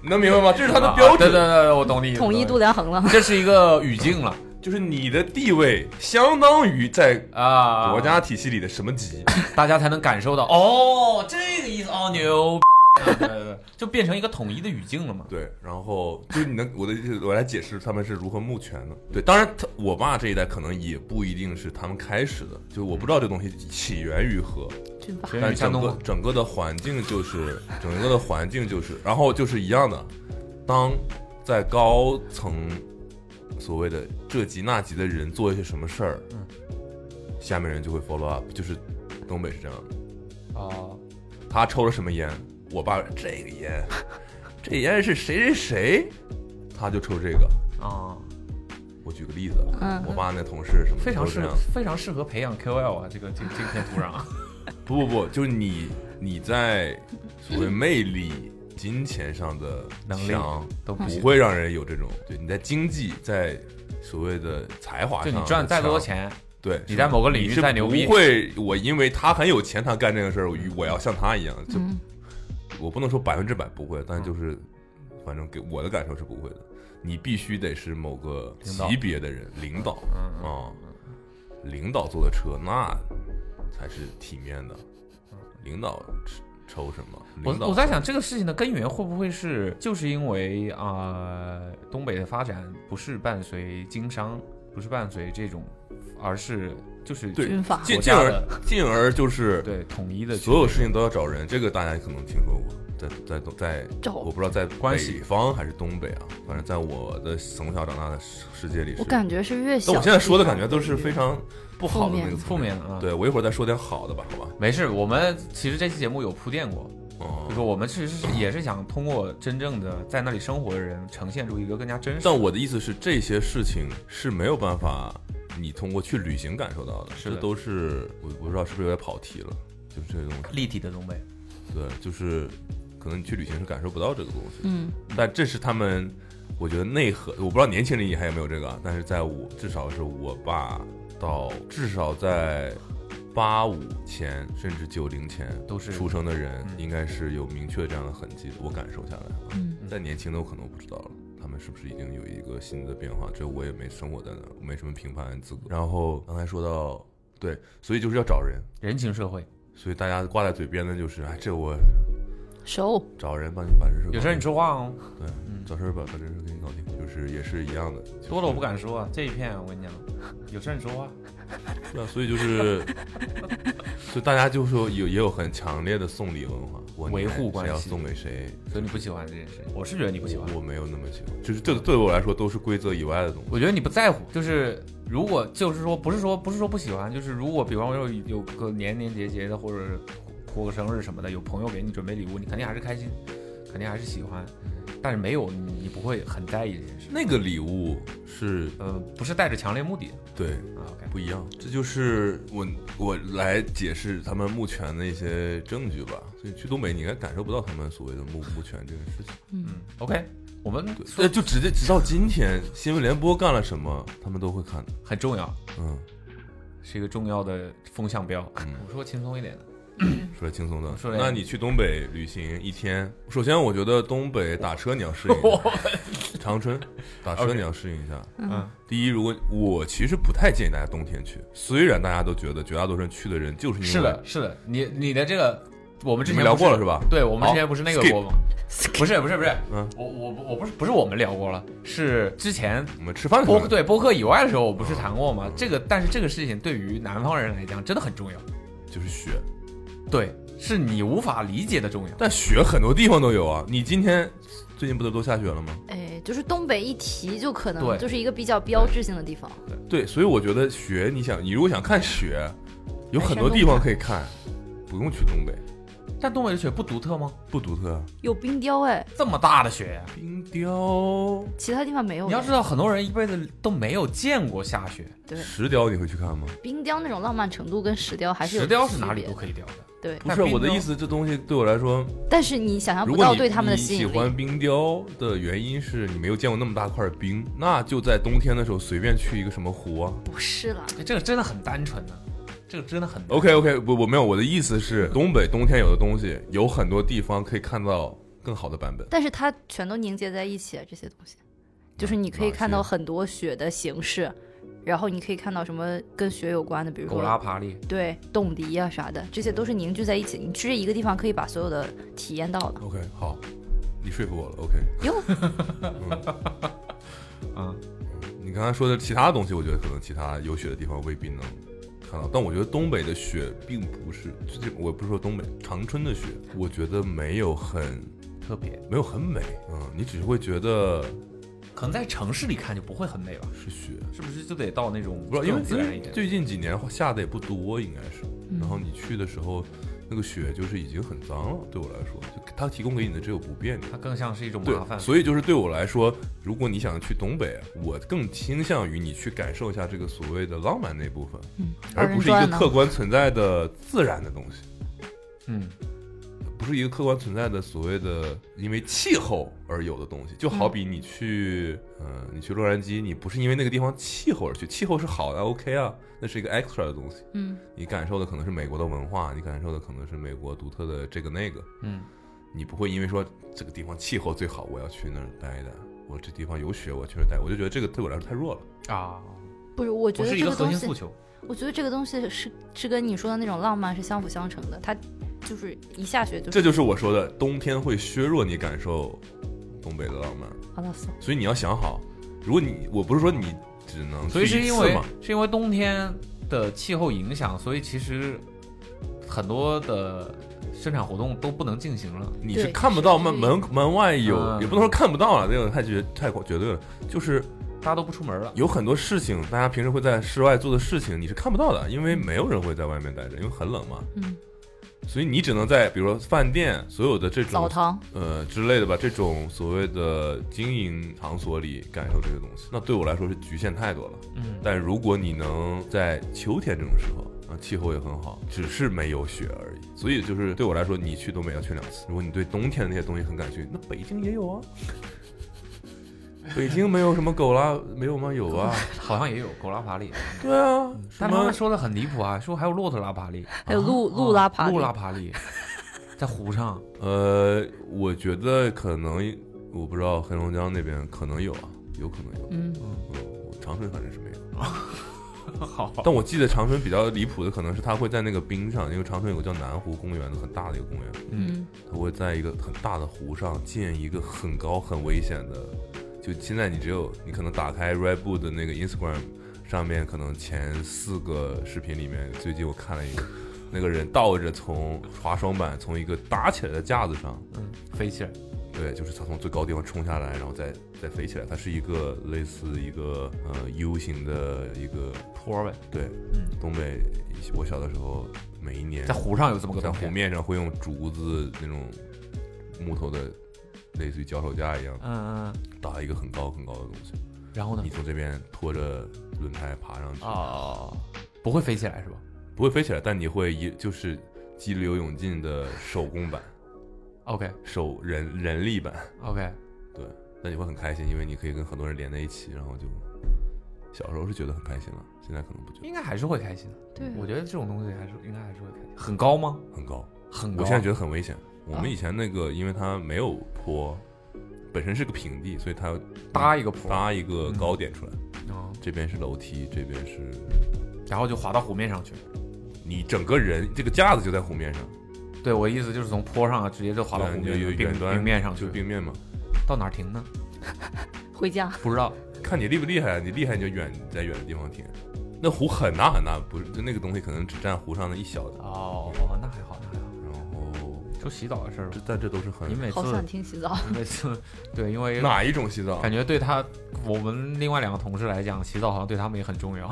F: 你能明白吗？这是它的标
G: 哦啊对对
F: 准，
G: 对，我懂你，
I: 统一度，量衡了。
G: 这是一个语境了
F: 就是你的地位相当于在
G: 啊，
F: 国家体系里的什么级。 [laughs]
G: 大家才能感受到哦，这个意思哦，牛对对对，就变成一个统一的语境了嘛。
F: 对，然后就是你能，我的意思，我来解释他们是如何募权的。对，当然他我爸这一代可能也不一定是他们开始的，就我不知道这东西起源于何，
I: 军阀
F: 但整个整个的环境就是整个的环境就是，然后就是一样的，当在高层所谓的这级那级的人做一些什么事儿，
G: 嗯
F: 下面人就会 follow up，就是东北是这样的。
G: 哦，
F: 他抽了什么烟？我爸这个烟，这烟是谁谁谁，他就抽这个。
G: 啊，
F: 我举个例子，
I: 嗯
F: 我爸那同事什么的
G: 非常
F: 都这
G: 适
F: 样
G: 合。非常适合培养 KOL 啊，这个这个这片土壤
F: [laughs]
G: 啊。
F: 不不不，就是你你在所谓魅力、金钱上的
G: 能力
F: 强
G: 都不
F: 不
G: 行
F: 会让人有这种。对，你在经济在所谓的才华
G: [laughs] 就
F: 上，
G: 你赚再多，钱，
F: 对，
G: 你在某个领
F: 你
G: 域
F: 是
G: 再牛逼
F: 不，会。我因为他很有钱，他干这个事儿，我我要像他一样，就
I: 嗯，
F: 我不能说百分之百不会，
G: 嗯
F: 但就是反正给我的感受是不会的。你必须得是某个
G: 领导
F: 级别的人，领导
G: 嗯嗯
F: 啊，领导坐的车那才是体面的。领导吃抽什么？领导
G: 嗯我我在想这个事情的根源会不会是就是因为啊、呃东北的发展不是伴随经商，不是伴随这种，而是就是
F: 对
I: 军阀
F: 进进
G: 国家
F: 而
G: 的
F: [laughs] 进而就是
G: 对统一的
F: 所有事情都要找人，这个大家可能听说过，在在东在
I: 找
F: 我不知道在
G: 哦关系
F: 北方还是东北啊，反正在我的从小长大的世世界里是，
I: 我感觉是
G: 嗯
I: 越小
F: 但
I: 地方，
F: 我现在说的感觉都是非常不好的那个词
G: 负面啊。
F: 对，我一会儿再说点好的吧，好吧？
G: 没事，我们其实这期节目有铺垫过，
F: 哦、
G: 就是我们其实是也是想通过真正的在那里生活的人，呈现出一个更加真实。
F: 但我的意思是，这些事情是没有办法你通过去旅行感受到的，
G: 是的
F: 这都是我我不知道是不是有点跑题了，就是这些东西，
G: 立体的东北，
F: 对，就是可能你去旅行是感受不到这个东西的。
H: [laughs]
I: 嗯，
F: 但这是他们，我觉得内核，我不知道年轻人还有没有这个啊，但是在我至少是我爸到至少在八五前甚至九零前
G: 都是
F: 出生的人，
G: 嗯
F: 应该是有明确这样的痕迹，我感受下来了。
I: 嗯
F: 但年轻的我可能不知道了，他们是不是已经有一个新的变化？这我也没生活在那儿，我没什么评判资格。然后刚才说到，对，所以就是要找人，
G: 人情社会。
F: 所以大家挂在嘴边的就是，哎，这我
I: 熟，
F: 找人帮你把这事儿搞定。
G: 有事儿你说话哦，
F: 对，找事儿把把这事儿给你搞定，就是也是一样的。就是
G: 多了我不。敢说啊。这一片我跟你讲，有事儿你说话。
F: 对啊，所以就是，所以大家就说有也有很强烈的送礼文化，我
G: 维护
F: 你
G: 关
F: 谁要
G: 系
F: 送给谁，
G: 所以你不喜欢这件事情，我是觉得你不喜欢
F: 我。我没有那么喜欢，就是这个对我来说都是规则以外的东西。
G: 我觉得你不在乎，就是如果就是说不是说不是说不喜欢，就是如果比方说有有个年年节节的或者是过个生日什么的，有朋友给你准备礼物，你肯定还是开心，肯定还是喜欢，但是没有你你不会很在意这件事。
F: 那个礼物是
G: 呃，不是带着强烈目的
F: 对
G: 啊，OK，
F: 不一样，这就是我我来解释他们募权的一些证据吧。所以去东北，你应该感受不到他们所谓的募募权这个事情。
G: 嗯，OK，我们
F: 对，呃就直接直到今天，新闻联播干了什么，他们都会看的。
G: 很重要，
F: 嗯，
G: 是一个重要的风向标。
F: 嗯
G: 我说轻松一点的，
F: 说点轻松的
G: 说，点
F: 那你去东北旅行一天，首先我觉得东北打车你要适应
G: [laughs]
F: 一下， [laughs] 长春打车
G: OK
F: 你要适应一下。
G: 嗯，
F: 第一，如果我其实不太建议大家冬天去，虽然大家都觉得绝大多数人去的人就是因为
G: 是的，是的，你你的这个我们之
F: 你
G: 前
F: 们聊
G: 不是
F: 过了是吧？
G: 对，我们
F: 好
G: 之前不是那个
F: skip
G: 过吗？ [laughs] 不是不是不是，
F: 嗯
G: 我我不我不是不是我们聊过了，是
F: [laughs]
G: 之前
F: 我们吃饭的时候
G: 播哦对播客以外的时候，我不
F: 哦
G: 是谈过吗？这个但是这个事情对于南方人来讲真的很重要，
F: 就是雪，
G: 对，是你无法理解的重要。
F: 但雪很多地方都有啊。你今天最近不都都下雪了吗？
I: 哎，就是东北一提就可
G: 对
I: 能就是一个比较标志性的地方，
F: 对，所以我觉得雪，你想，你如果想看雪，有很多地方可以看，不用去东北，
G: 但东北的雪不独特吗？
F: 不独特啊。
I: 有冰雕哎，
G: 这么大的雪，
F: 冰雕，
I: 其他地方没有。哎
G: 你要知道，很多人一辈子都没有见过下雪。
I: 对
F: 石雕你会去看吗？
I: 冰雕那种浪漫程度跟石雕还是有
G: 石雕
I: 区
G: 是哪里
I: 别
G: 都
I: 的
G: 可以雕的，
I: 对，
F: 不是
G: 但冰雕
F: 我的意思，这东西对我来说，
I: 但是你想象
F: 如
I: 啊不
F: 果
I: 到
F: 你
I: 对他们的
F: 你
I: 吸
F: 喜
I: 引
F: 欢
I: 力。
F: 冰雕的原因是你没有见过那么大块冰，那就在冬天的时候随便去一个什么湖啊。
I: 不是啦，
G: 哎这个真的很单纯呢、这个真的很
F: OK OK，不，我没有，我的意思是，东北冬天有的东西有很多地方可以看到更好的版本。
I: 但是啊
G: 嗯
I: 它全都凝结在一起，这些东西，就是你可以看到很多雪的形式，然后你可以看到什么跟雪有关的，比如说
D: 狗拉爬犁。
I: 对冻梨啊啥的，这些都是凝聚在一起。你去这一个地方，可以把所有的体验到了。
F: OK，好，你说服我了。OK，
G: [laughs]
I: 哟，
G: 啊
F: 嗯，你刚才说的其他东西，我觉得可能其他有雪的地方未必能看到，但我觉得东北的雪并不是，这我不是说东北长春的雪，我觉得没有很
G: 特别，
F: 没有很美，嗯，你只是会觉得
G: 可能在城市里看就不会很美吧？
F: 是雪，
G: 是不是就得到那种
F: 不知道，因为
G: 更自
F: 因
G: 然
F: 为
G: 一点？
F: 最近几年下的也不多，应该是
I: 嗯。
F: 然后你去的时候，那个雪就是已经很脏了，对我来说，就它提供给你的只有不便。
G: 它更像是一种
F: 对
G: 麻烦，。
F: 所以就是对我来说，如果你想去东北，我更倾向于你去感受一下这个所谓的浪漫那部分，而不是一个
I: 二人转呢
F: 客观存在的自然的东西，
G: 嗯，
F: 不是一个客观存在的所谓的因为气候而有的东西。就
I: 嗯
F: 好比你去，嗯、你去洛杉矶，你不是因为那个地方气候而去，气候是好的，OK 啊，那是一个 extra 的东西。
I: 嗯，
F: 你感受的可能是美国的文化，你感受的可能是美国独特的这个那个，
G: 嗯，
F: 你不会因为说这个地方气候最好，我要去那儿待一待，我这地方有雪，我去那儿待，我就觉得这个对我来说太弱了。
G: 啊，
I: 不是，我觉得
G: 不是一
I: 这
G: 个
I: 个
G: 核
I: 东
G: 心
I: 西
G: 诉，求。
I: 我觉得这个东西是是跟你说的那种浪漫是相辅相成的。它就是一下雪就
F: 这
I: 是
F: 就是我说的，冬天会削弱你感受东北的浪漫，
I: 阿拉斯。
F: 所以你要想好，如果你我不是说你只能
G: 所以
F: 去
G: 是
F: 一
G: 因
F: 次
G: 为
F: 嘛，
G: 是因为冬天的气候影响，所以其实很多的生产活动都不能进行了。
F: 你是
I: 对
F: 看不到
I: 是
F: 门门门外有，
G: 嗯
F: 也不能说看不到了，这个太绝太过绝对了，就是
G: 大家都不出门了，
F: 有很多事情，大家平时会在室外做的事情，你是看不到的，因为没有人会在外面待着，因为很冷嘛。
I: 嗯，
F: 所以你只能在比如说饭店所有的这
I: 澡
F: 种
I: 堂，
F: 呃之类的吧，这种所谓的经营场所里感受这些东西，那对我来说是局限太多了。
G: 嗯，
F: 但如果你能在秋天这种时候，啊，气候也很好，只是没有雪而已。所以就是对我来说，你去东北要去两次。如果你对冬天的那些东西很感兴趣，那北京也有啊。北京没有什么狗啦，没有吗？有啊，
G: 好像也有狗拉爬犁，
F: 对啊，什
G: 但他
F: 么
G: 们说的很离谱啊，说还有骆驼拉爬犁，啊
I: 还有鹿鹿拉爬犁
G: 鹿拉爬
I: [laughs]
G: 犁，在湖上，
F: 呃，我觉得可能我不知道黑龙江那边可能有啊，有可能有，
I: 嗯，
F: 嗯，我长春反正是没有。 [laughs]
G: 好，
F: 但我记得长春比较离谱的可能是它会在那个冰上，因为长春有个叫南湖公园的很大的一个公园，
I: 嗯，
F: 它会在一个很大的湖上建一个很高很危险的，就现在你只有你可能打开 Red Bull 的那个 Instagram 上面，可能前四个视频里面，最近我看了一个，那个人倒着从滑双板从一个搭起来的架子上。
G: 嗯，飞起来，
F: 对，就是它从最高地方冲下来，然后再再飞起来。它是一个类似一个呃 U 型的一个
G: 坡呗，
F: 对，
G: 嗯，
F: 东北我小的时候每一年
G: 在湖上有这么个
F: 在
G: 东
F: 湖
G: 西，
F: 面上会用竹子那种木头的，类似于脚手架一样
G: 嗯嗯，
F: 搭一个很高很高的东西，
G: 嗯然后呢
F: 你？从这边拖着轮胎爬上去，
G: 哦，不会飞起来是吧？
F: 不会飞起来，但你会一就是激流勇进的手工版、
G: OK
F: 手人人力版，
G: OK，
F: 对，但你会很开心，因为你可以跟很多人连在一起，然后就小时候是觉得很开心了，现在可能不觉得
G: 应该还是会开心的。
I: 对，
G: 我觉得这种东西还是应该还是会开心。很高吗？
F: 很高。
G: 很高。啊
F: 我现在觉得很危险。我
I: 啊
F: 们以前那个，因为它没有坡，本身是个平地，所以它
G: 搭一个坡，
F: 搭一个高点出来。
G: 嗯，
F: 这边是楼梯，这边是
G: 然后就滑到湖面上去。
F: 你整个人这个架子就在湖面上，
G: 对我意思就是从坡上啊，直接就滑到湖
F: 对
G: 面
F: 你就有
G: 冰
F: 远端
G: 冰面上去
F: 就，冰面嘛。
G: 到哪儿停呢？
I: 回家
G: [laughs] 不知道。
F: 看你厉不厉害，你厉害你就远在远的地方停。那湖很大很大，不是就那个东西可能只占湖上的一小的。
G: 哦，那还好，那还好。
F: 然后
G: 说洗澡的事儿吧
F: 这，但这都是很
G: 你每次
I: 好想听洗澡，
G: 你每次 [laughs] 对，因为
F: 哪一种洗澡
G: 感？觉对他我们另外两个同事来讲，洗澡好像对他们也很重要。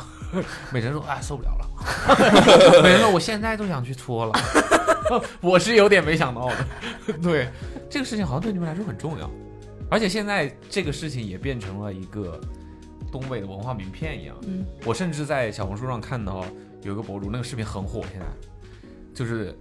G: 每人说哎受不了了，每人说我现在就想去搓了。我是有点没想到的，对这个事情好像对你们来说很重要，而且现在这个事情也变成了一个东北的文化名片一样。
I: 嗯，
G: 我甚至在小红书上看到有一个博主，那个视频很火，现在就是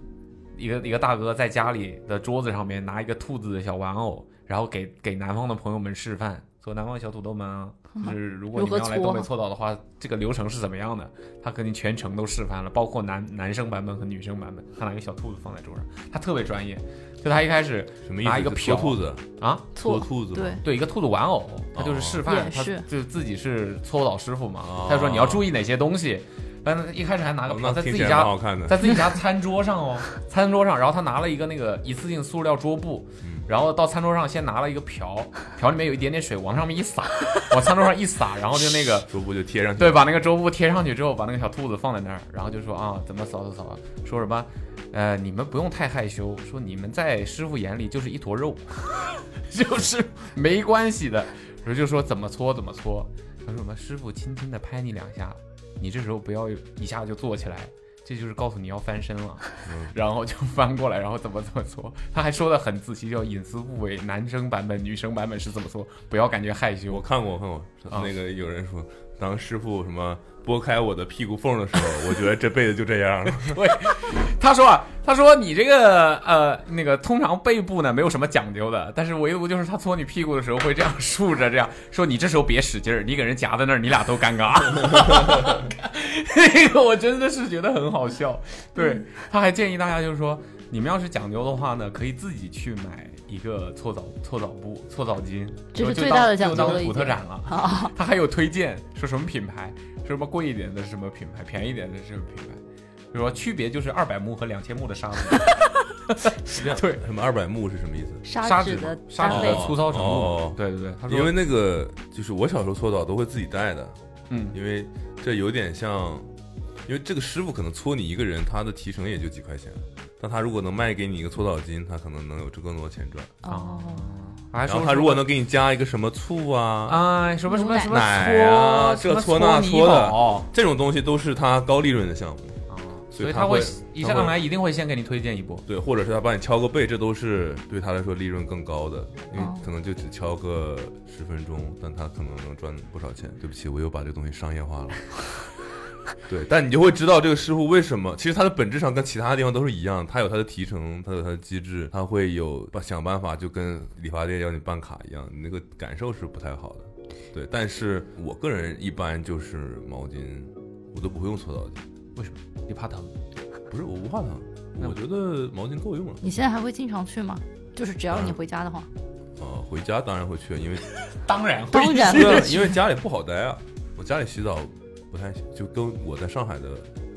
G: 一个一个大哥在家里的桌子上面拿一个兔子的小玩偶，然后给给南方的朋友们示范做南方小土豆们啊，就是如果
I: 如
G: 你
I: 何
G: 们要来
I: 搓
G: 东北搓澡的话，这个流程是怎么样的？他给你全程都示范了，包括男男生版本和女生版本。他拿一个小兔子放在桌上，他特别专业。就他一开始
F: 什么意思？
G: 拿一个
F: 是搓
G: 瓢
F: 兔子，
G: 啊，
F: 搓兔子吗，
I: 对
G: 对，一个兔子玩偶，他就是示范，
I: 哦也
G: 他
I: 是
G: 就自己是搓澡师傅嘛
F: 哦。
G: 他说你要注意哪些东西，但是一开始还拿个
F: 哦
G: 瓢
F: 那
G: 在自
F: 听
G: 己
F: 起来蛮
G: 家
F: 好看的。
G: 在自己家餐桌上哦，餐桌上，然后他拿了一个那个一次性塑料桌布，
F: 嗯
G: 然后到餐桌上先拿了一个瓢，瓢里面有一点点水，往上面一撒，往餐桌上一撒，然后就那个。
F: 桌布就贴上去，
G: 对，把那个桌布贴上去之后，把那个小兔子放在那儿，然后就说啊，怎么扫扫扫，说什么，呃，你们不用太害羞，说你们在师傅眼里就是一坨肉， [laughs] 就是没关系的，然后就说怎么搓怎么搓，他说什么师傅轻轻的拍你两下，你这时候不要一下就坐起来，这就是告诉你要翻身了，然后就翻过来，然后怎么怎么搓，他还说的很仔细，叫隐私部位，男生版本、女生版本是怎么搓，不要感觉害羞
F: 我。看过，我看过，
G: 啊
F: 那个有人说，当师傅什么拨开我的屁股缝的时候，我觉得这辈子就这样
G: [laughs]
F: 了。
G: 对， [laughs] 他说啊，他说你这个呃那个通常背部呢没有什么讲究的，但是唯独就是他搓你屁股的时候会这样竖着，这样说你这时候别使劲儿，你给人夹在那儿，你俩都
I: [laughs]
G: 尴尬。这个我真的是觉得很好笑。对，
I: 嗯
G: 他还建议大家就是说，你们要是讲究的话呢，可以自己去买一个搓澡搓澡布、搓澡巾，
I: 这是
G: 就
I: 最
G: 当
I: 大的讲究
G: 就
I: 了
G: 当
I: 已
G: 土特
I: 经哦
G: 产
I: [laughs]
G: 了。他还有推荐，说什么品牌，说什么贵一点的是什么品牌，便宜一点的是什么品牌，就说区别就是二百目和两千目的沙子，
I: [laughs]
G: 对，
F: 什么二百目是什么意思？
I: 砂
G: 砂
I: 纸
G: 纸
I: 的
G: 嘛砂
I: 单
G: 纸
I: 位
G: 的，粗糙程
F: 哦
G: 度。对对对，他说
F: 因为那个就是我小时候搓澡都会自己带的，
G: 嗯
F: 因为这有点像，因为这个师傅可能搓你一个人，他的提成也就几块钱，但他如果能卖给你一个搓澡巾，他可能能有这更多钱赚。
G: 哦，还
F: 然
G: 说
F: 后他如果能给你加一个什么醋啊，
G: 啊什么什么什么
F: 奶啊
G: 搓
F: 这搓
G: 搓
F: 那搓的
G: 哦，
F: 这种东西都是他高利润的项目。所
G: 所
F: 以
G: 以
F: 他
G: 他
F: 会
G: 会一
F: 他
G: 上
F: 会
G: 来一定会先给你推荐一波。
F: 对，或者是他帮你敲个背，这都是对他来说利润更高的，因为可能就只敲个十分钟，但他可能能赚不少钱。对不起，我又把这个东西商业化了。 [laughs] 对，但你就会知道这个师傅为什么，其实他的本质上跟其他地方都是一样，他有他的提成，他有他的机制，他会有想办法，就跟理发店要你办卡一样，你那个感受是不太好的。对，但是我个人一般就是毛巾，我都不会用搓澡巾，
G: 你怕疼？
F: 不是我不怕疼，
G: 那
F: 我觉得毛巾够用了。
I: 你现在还会经常去吗？就是只要你回家的话，
F: 呃，回家当然会去，因 [laughs] 为
G: 当然会，
I: 当然
F: 因为因为家里不好待啊，我家里洗澡不太行，就跟我在上海的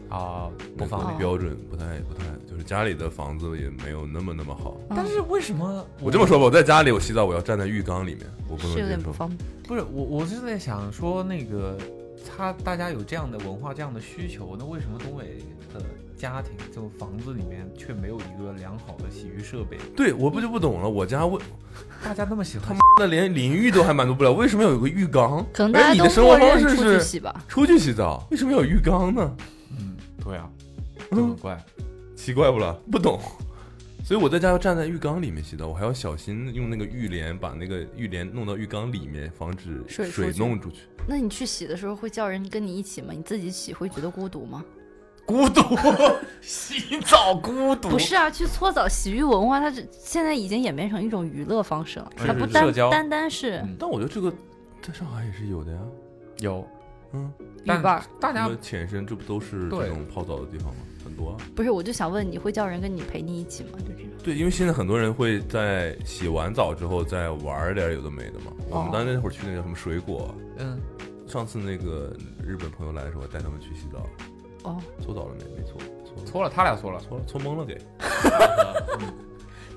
G: 啊，
F: 那
G: 不方
F: 个
I: 便
F: 标准不太不太，就是家里的房子也没有那么那么好。
I: 嗯
G: 但是为什么
F: 我这么说吧，我在家里我洗澡，我要站在浴缸里面，我不能
I: 是有
F: 接
I: 点不
F: 受。
I: 方便。
G: 不是我，我是在想说那个，他大家有这样的文化、这样的需求，那为什么东北的家庭就房子里面却没有一个良好的洗浴设备？
F: 对，我不就不懂了，我家为
G: 大家那么喜
F: 他
G: 欢
F: 妈，的连淋浴都还满足不了，为什么要有个浴缸？
I: 可能
F: 而
I: 大
F: 哎你
I: 家
F: 的
I: 都
F: 生活
I: 默
F: 方
I: 认
F: 式
I: 出去
F: 是
I: 洗吧。
F: 出去洗澡，为什么要有浴缸呢？
G: 嗯，对啊，这么
F: 嗯，
G: 怪，
F: 奇怪不啦？不懂。所以我在家要站在浴缸里面洗澡，我还要小心用那个浴帘把那个浴帘弄到浴缸里面，防止
I: 水
F: 水
I: 出去
F: 弄出去。
I: 那你去洗的时候会叫人跟你一起吗？你自己洗会觉得孤独吗？
F: [laughs]
G: 孤独，洗澡孤独
I: 不是啊，去搓澡洗浴文化，它这现在已经演变成一种娱乐方式了，
G: 是
I: 它不
G: 是
I: 单
G: 社交
I: 单单是
G: 嗯
F: 但我觉得这个在上海也是有的呀，
G: 有，
F: 嗯，
I: 浴
G: 但
I: 伴儿。
G: 大
F: 什
G: 家
F: 么浅深，这不都是这
G: 对
F: 种泡澡的地方吗？很多、啊。
I: 不是，我就想问，你会叫人跟你陪你一起吗？就这种。
F: 对，因为现在很多人会在洗完澡之后再玩儿点儿有的没的嘛。
I: 哦
F: 我们当时那会儿去那个叫什么水果，
G: 嗯，
F: 上次那个日本朋友来的时候，我带他们去洗澡，
I: 哦，
F: 搓澡了没？没搓，搓了
G: 搓了，他俩搓了，
F: 搓了，搓懵了给。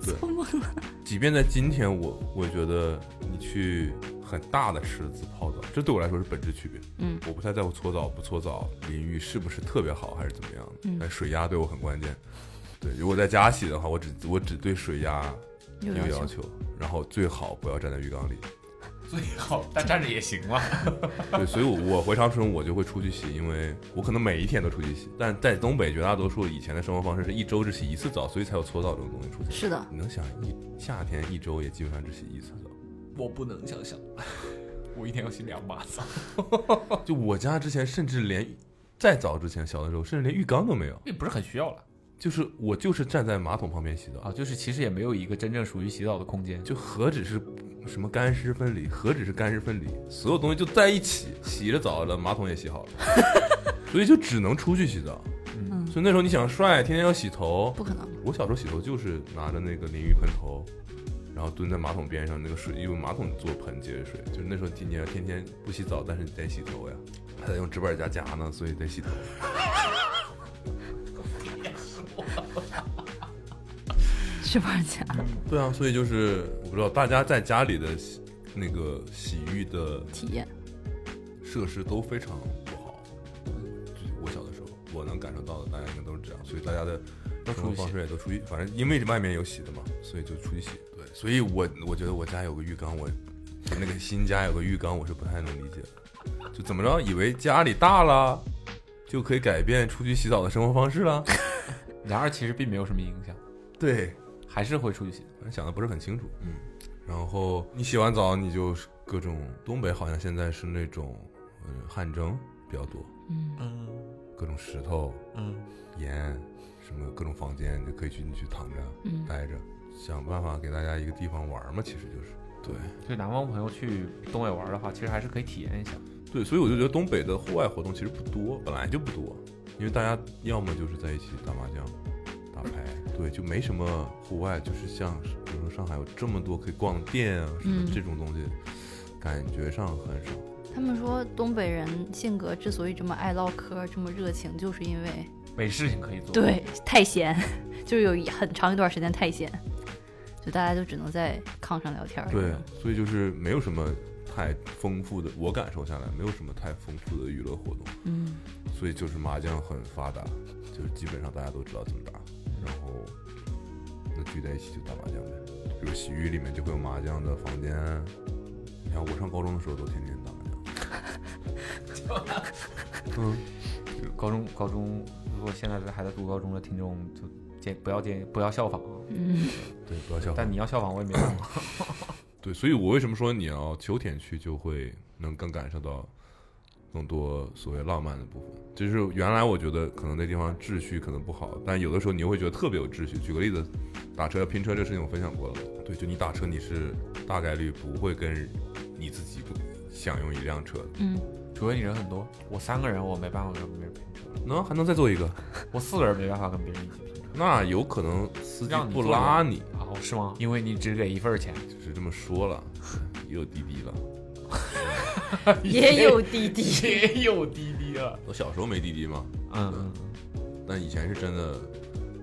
F: 对，搓懵了。即便在今天我，我觉得你去很大的池子泡澡，这对我来说是本质区别。
I: 嗯，
F: 我不太在乎搓澡不搓澡，淋浴是不是特别好还是怎么样的，
I: 嗯
F: 但水压对我很关键。对，如果在家洗的话，我只我只对水压
I: 有
F: 有
I: 要
F: 要
I: 求。
F: 求，然后最好不要站在浴缸里。
G: 最好，但站着也行嘛。
F: 对，所以我，我回长春我就会出去洗，因为我可能每一天都出去洗。但在东北，绝大多数以前的生活方式是一周只洗一次澡，所以才有搓澡这种东西出现。
I: 是的，
F: 你能想一夏天一周也基本上只洗一次澡。
G: 我不能想象， [laughs] 我一天要洗两把澡。
F: 就我家之前甚至连在澡之前，小的时候甚至连浴缸都没有。
G: 也不是很需要了。
F: 就是我就是站在马桶旁边洗澡
G: 啊，就是其实也没有一个真正属于洗澡的空间，
F: 就何止是什么干湿分离，何止是干湿分离，所有东西就在一起，洗着澡了，马桶也洗好了， [laughs] 所以就只能出去洗澡。
I: 嗯
F: 所以那时候你想帅，天天要洗头，
I: 不可能。
F: 我小时候洗头就是拿着那个淋浴喷头，然后蹲在马桶边上，那个水用马桶做盆接水。就是那时候你要天天不洗澡，但是你得洗头呀，还得用纸板夹夹呢，所以得洗头。
I: 是玩家，
F: 对啊，所以就是我不知道大家在家里的洗那个洗浴的
I: 体验
F: 设施都非常不好。就是我小的时候，我能感受到的，大家应该都是这样，所以大家的
G: 都出
F: 生
G: 去
F: 活方式也都出去，反正因为外面有洗的嘛，所以就出去洗。对，所以我我觉得我家有个浴缸，我我那个新家有个浴缸，我是不太能理解的，就怎么着以为家里大了就可以改变出去洗澡的生活方式了，
G: 然而其实并没有什么影响，
F: 对，
G: 还是会出去洗。
F: 反正想的不是很清楚。嗯，然后你洗完澡，你就是各种东北好像现在是那种呃汗蒸比较多，
G: 嗯
F: 各种石头、
G: 嗯，
F: 盐，什么各种房间，你就可以去你去躺着、
I: 嗯
F: 待着，想办法给大家一个地方玩嘛，其实就是。对
G: 所以南方朋友去东北玩的话，其实还是可以体验一下。
F: 对，所以我就觉得东北的户外活动其实不多，本来就不多，因为大家要么就是在一起打麻将、打牌，对，就没什么户外，就是像比如说上海有这么多可以逛的店啊什么
I: 嗯
F: 这种东西，感觉上很少。
I: 他们说东北人性格之所以这么爱唠嗑、这么热情，就是因为
G: 没事情可以做，，
I: 对太闲， [laughs] 就是有一很长一段时间太闲，就大家就只能在炕上聊天儿。
F: 对，所以就是没有什么太丰富的，我感受下来没有什么太丰富的娱乐活动，
I: 嗯，
F: 所以就是麻将很发达，就是基本上大家都知道怎么打，然后那聚在一起就打麻将呗。比如洗浴里面就会有麻将的房间，你看我上高中的时候都天天打麻将，
G: 嗯高中高中，如果现在还在读高中的听众，就建不要建不要效仿啊，
F: 对，不要笑话
G: 但。你要效仿我也没办 [coughs] 法。
F: 对，所以我为什么说你要秋天去就会能更感受到更多所谓浪漫的部分？就是原来我觉得可能那地方秩序可能不好，但有的时候你又会觉得特别有秩序。举个例子，打车拼车这事情我分享过了，对，就你打车你是大概率不会跟你自己享用一辆车的，
G: 除非你人很多，我三个人我没办法跟别人拼车，
F: 那还能再做一个，
G: 我四个人没办法跟别人一起拼车
F: 那有可能司机
G: 让你
F: 不
G: 坐
F: 拉你，
G: 啊？哦是吗？因为你只给一份儿钱，
F: 就是这么说了，又有滴滴了。
I: 也有滴滴。
G: 也有滴滴了。
F: 我小时候没滴滴嘛，
G: 嗯嗯，
F: 但以前是真的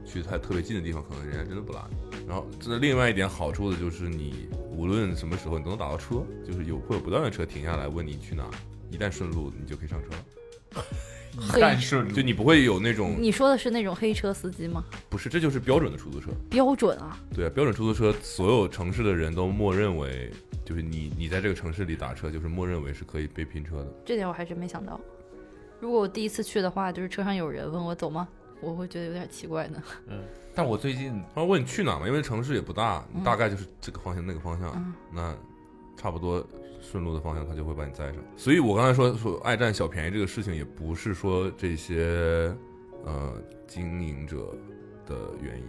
F: 去太特别近的地方，可能人家真的不拉你。然后这另外一点好处的就是你无论什么时候你都能打到车，就是有会有不断的车停下来问你去哪，一旦顺路你就可以上车了，
I: 黑，
G: 顺
F: 就你不会有那种
I: 你说的是那种黑车司机吗？
F: 不是，这就是标准的出租车。
I: 标准啊，
F: 对啊，标准出租车所有城市的人都默认为就是你你在这个城市里打车就是默认为是可以被拼车的。
I: 这点我还真没想到。如果我第一次去的话，就是车上有人问我走吗，我会觉得有点奇怪呢。 [laughs]
G: 但我最近
F: 他问你去哪嘛，因为城市也不大，你大概就是这个方向那个方向，
I: 嗯
F: 那差不多顺路的方向，他就会把你载上。所以我刚才说说爱占小便宜这个事情，也不是说这些呃经营者的原因，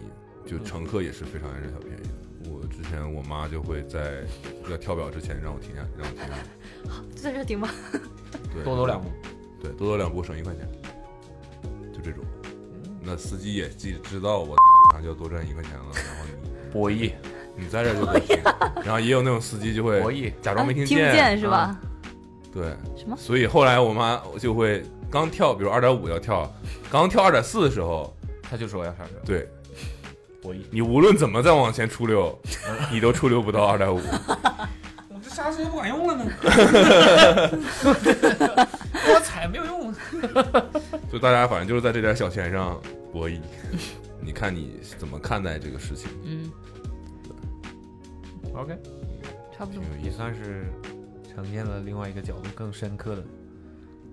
F: 就乘客也是非常爱占小便宜的。我之前我妈就会在要跳表之前让我停下，让我停下，
I: 就在这停吧。
F: 对，
G: 多走两步，
F: 对，多走两步省一块钱，就这种。
G: 嗯
F: 那司机也记知道我 [laughs] 马上就要多赚一块钱了，然后你。
G: 博弈
F: 你在这儿就可以停。然后也有那种司机就
G: 博
F: 会
G: 弈，
F: 假装没
I: 听
F: 听
I: 不见是
F: 啊
I: 吧？
F: 对，
I: 什么
F: 所以后来我妈就会刚跳，比如二点五要跳，刚跳二点四的时候，
G: 他就说我要上车，
F: 对
G: 博弈。
F: 你无论怎么再往前出溜，你都出溜不到二点五。
G: [laughs] 我这刹车不管用
F: [laughs]
G: 了呢，多踩没有用。
F: [laughs] 就大家反正就是在这点小钱上博弈。你看你怎么看待这个事情？
I: 嗯，
G: OK，
I: 差不
F: 挺
I: 多。
F: 有意
G: 也
F: 思。
G: 算是呈现了另外一个角度更深刻的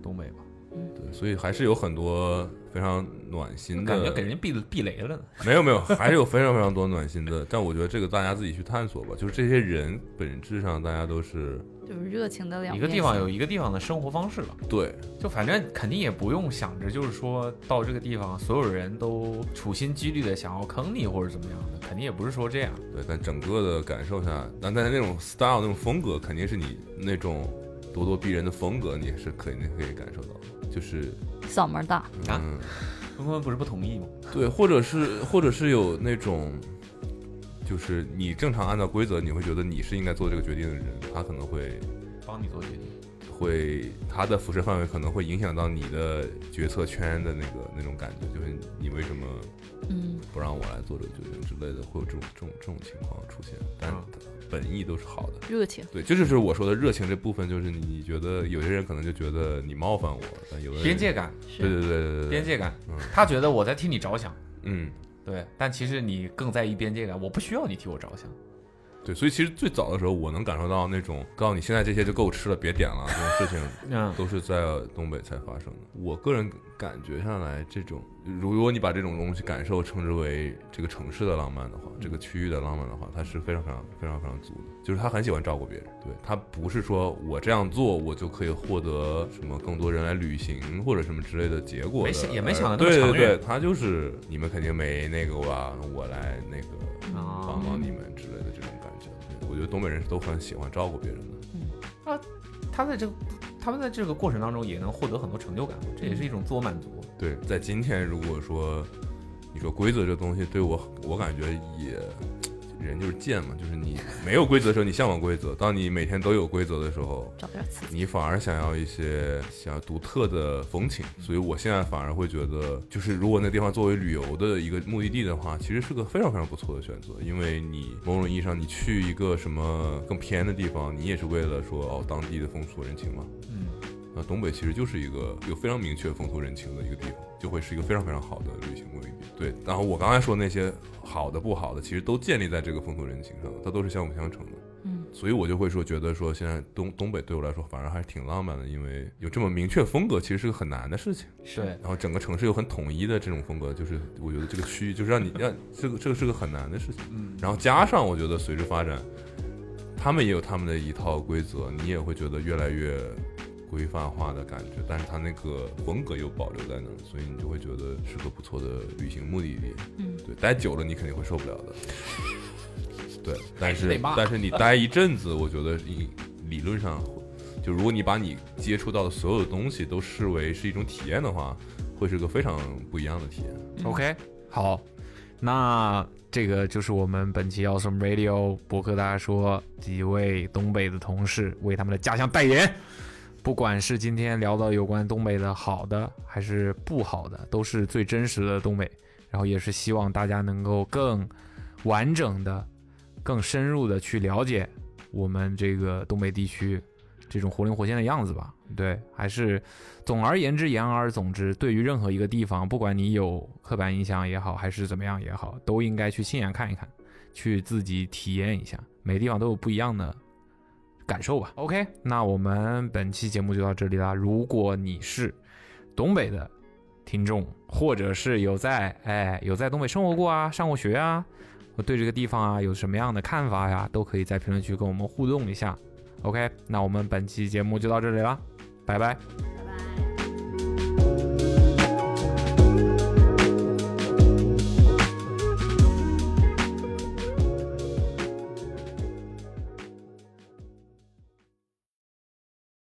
G: 东北吧，
F: 对，所以还是有很多非常暖
I: 嗯
F: 心
G: 感觉给
F: 的，
G: 人避避雷了呢。
F: 没有没有，还是有非常非常多暖心的。但我觉得这个大家自己去探索吧，就是这些人本质上大家都是
I: 就是热情的两
G: 一
I: 面
G: 个地方
I: 性
G: 有一个地方的生活方式吧。
F: 对，
G: 就反正肯定也不用想着，就是说到这个地方，所有人都处心积虑的想要坑你或者怎么样的，肯定也不是说这样。
F: 对，但整个的感受下，但但是那种 style 那种风格，肯定是你那种咄咄逼人的风格，你也是肯定可以感受到的，就是
I: 嗓门大，
G: 啊
F: 嗯，
G: 坤坤不是不同意吗？
F: 对，或者是或者是有那种，就是你正常按照规则，你会觉得你是应该做这个决定的人，他可能会
G: 帮你做决定。
F: 会他的辐射范围可能会影响到你的决策圈的那个那种感觉，就是你为什么
I: 嗯
F: 不让我来做这个决定之类的，会有这种这种这种情况出现，但
G: 嗯
F: 本意都是好的。
I: 热情。
F: 对，这就是我说的热情这部分，就是你觉得有些人可能就觉得你冒犯我，但有的人
G: 边界，感，
F: 对对对对对对，
G: 边，界感
F: 嗯，
G: 他觉得我在替你着想，
F: 嗯，
G: 对，但其实你更在意边界感，我不需要你替我着想。
F: 对，所以其实最早的时候，我能感受到那种告诉你现在这些就够吃了，别点了这种事情，
G: 嗯，
F: 都是在东北才发生的。我个人感觉下来，这种如果你把这种东西感受称之为这个城市的浪漫的
G: 嗯
F: 话，这个区域的浪漫的话，它是非常非常非常非常足的。就是他很喜欢照顾别人，对他不是说我这样做我就可以获得什么更多人来旅行或者什么之类的结果的呃
G: 没想也没想得那么
F: 对对
G: 长远
F: 对，他就是你们肯定没那个吧，我来那个帮
G: 啊，
F: 帮你们之类的这种感觉。对我觉得东北人是都很喜欢照顾别人的。
G: 他在这个他们在这个过程当中也能获得很多成就感，这也是一种自我满足。
F: 对，在今天如果说你说规则这东西对我，我感觉也人就是贱嘛，就是你没有规则的时候，你向往规则；当你每天都有规则的时候，
I: 找点刺激，
F: 你反而想要一些想要独特的风情。所以我现在反而会觉得，就是如果那地方作为旅游的一个目的地的话，其实是个非常非常不错的选择，因为你某种意义上你去一个什么更偏的地方，你也是为了说哦当地的风俗人情嘛。
G: 嗯，
F: 那呃东北其实就是一个有非常明确风土人情的一个地方，就会是一个非常非常好的旅行目的地。对，然后我刚才说那些好的不好的，其实都建立在这个风土人情上的，它都是相辅相成的。
I: 嗯，
F: 所以我就会说，觉得说现在东东北对我来说反而还是挺浪漫的，因为有这么明确风格，其实是个很难的事情。
G: 对，
F: 然后整个城市又很统一的这种风格，就是我觉得这个区域就是让你让这个这个是个很难的事情。
G: 嗯，
F: 然后加上我觉得随着发展，他们也有他们的一套规则，你也会觉得越来越规范化的感觉，但是他那个风格又保留在那儿，所以你就会觉得是个不错的旅行目的地。
I: 嗯，
F: 对，待久了你肯定会受不了的。
G: [laughs]
F: 对，但
G: 得
F: 是
G: 骂
F: 但是
G: [laughs]
F: 你待一阵子，我觉得你理论上会，就如果你把你接触到的所有的东西都视为是一种体验的话，会是个非常不一样的体验。
D: OK，好，那这个就是我们本期 Awesome Radio 博客，大家说几位东北的同事为他们的家乡代言。不管是今天聊到有关东北的好的还是不好的，都是最真实的东北。然后也是希望大家能够更完整的、更深入的去了解我们这个东北地区这种活灵活现的样子吧。对，还是总而言之，言而总之，对于任何一个地方，不管你有刻板印象也好，还是怎么样也好，都应该去亲眼看一看，去自己体验一下，每个地方都有不一样的感受吧。OK，那我们本期节目就到这里啦。如果你是东北的听众，或者是有在哎有在东北生活过啊，上过学啊，我对这个地方啊有什么样的看法呀，都可以在评论区跟我们互动一下。OK，那我们本期节目就到这里啦，拜拜。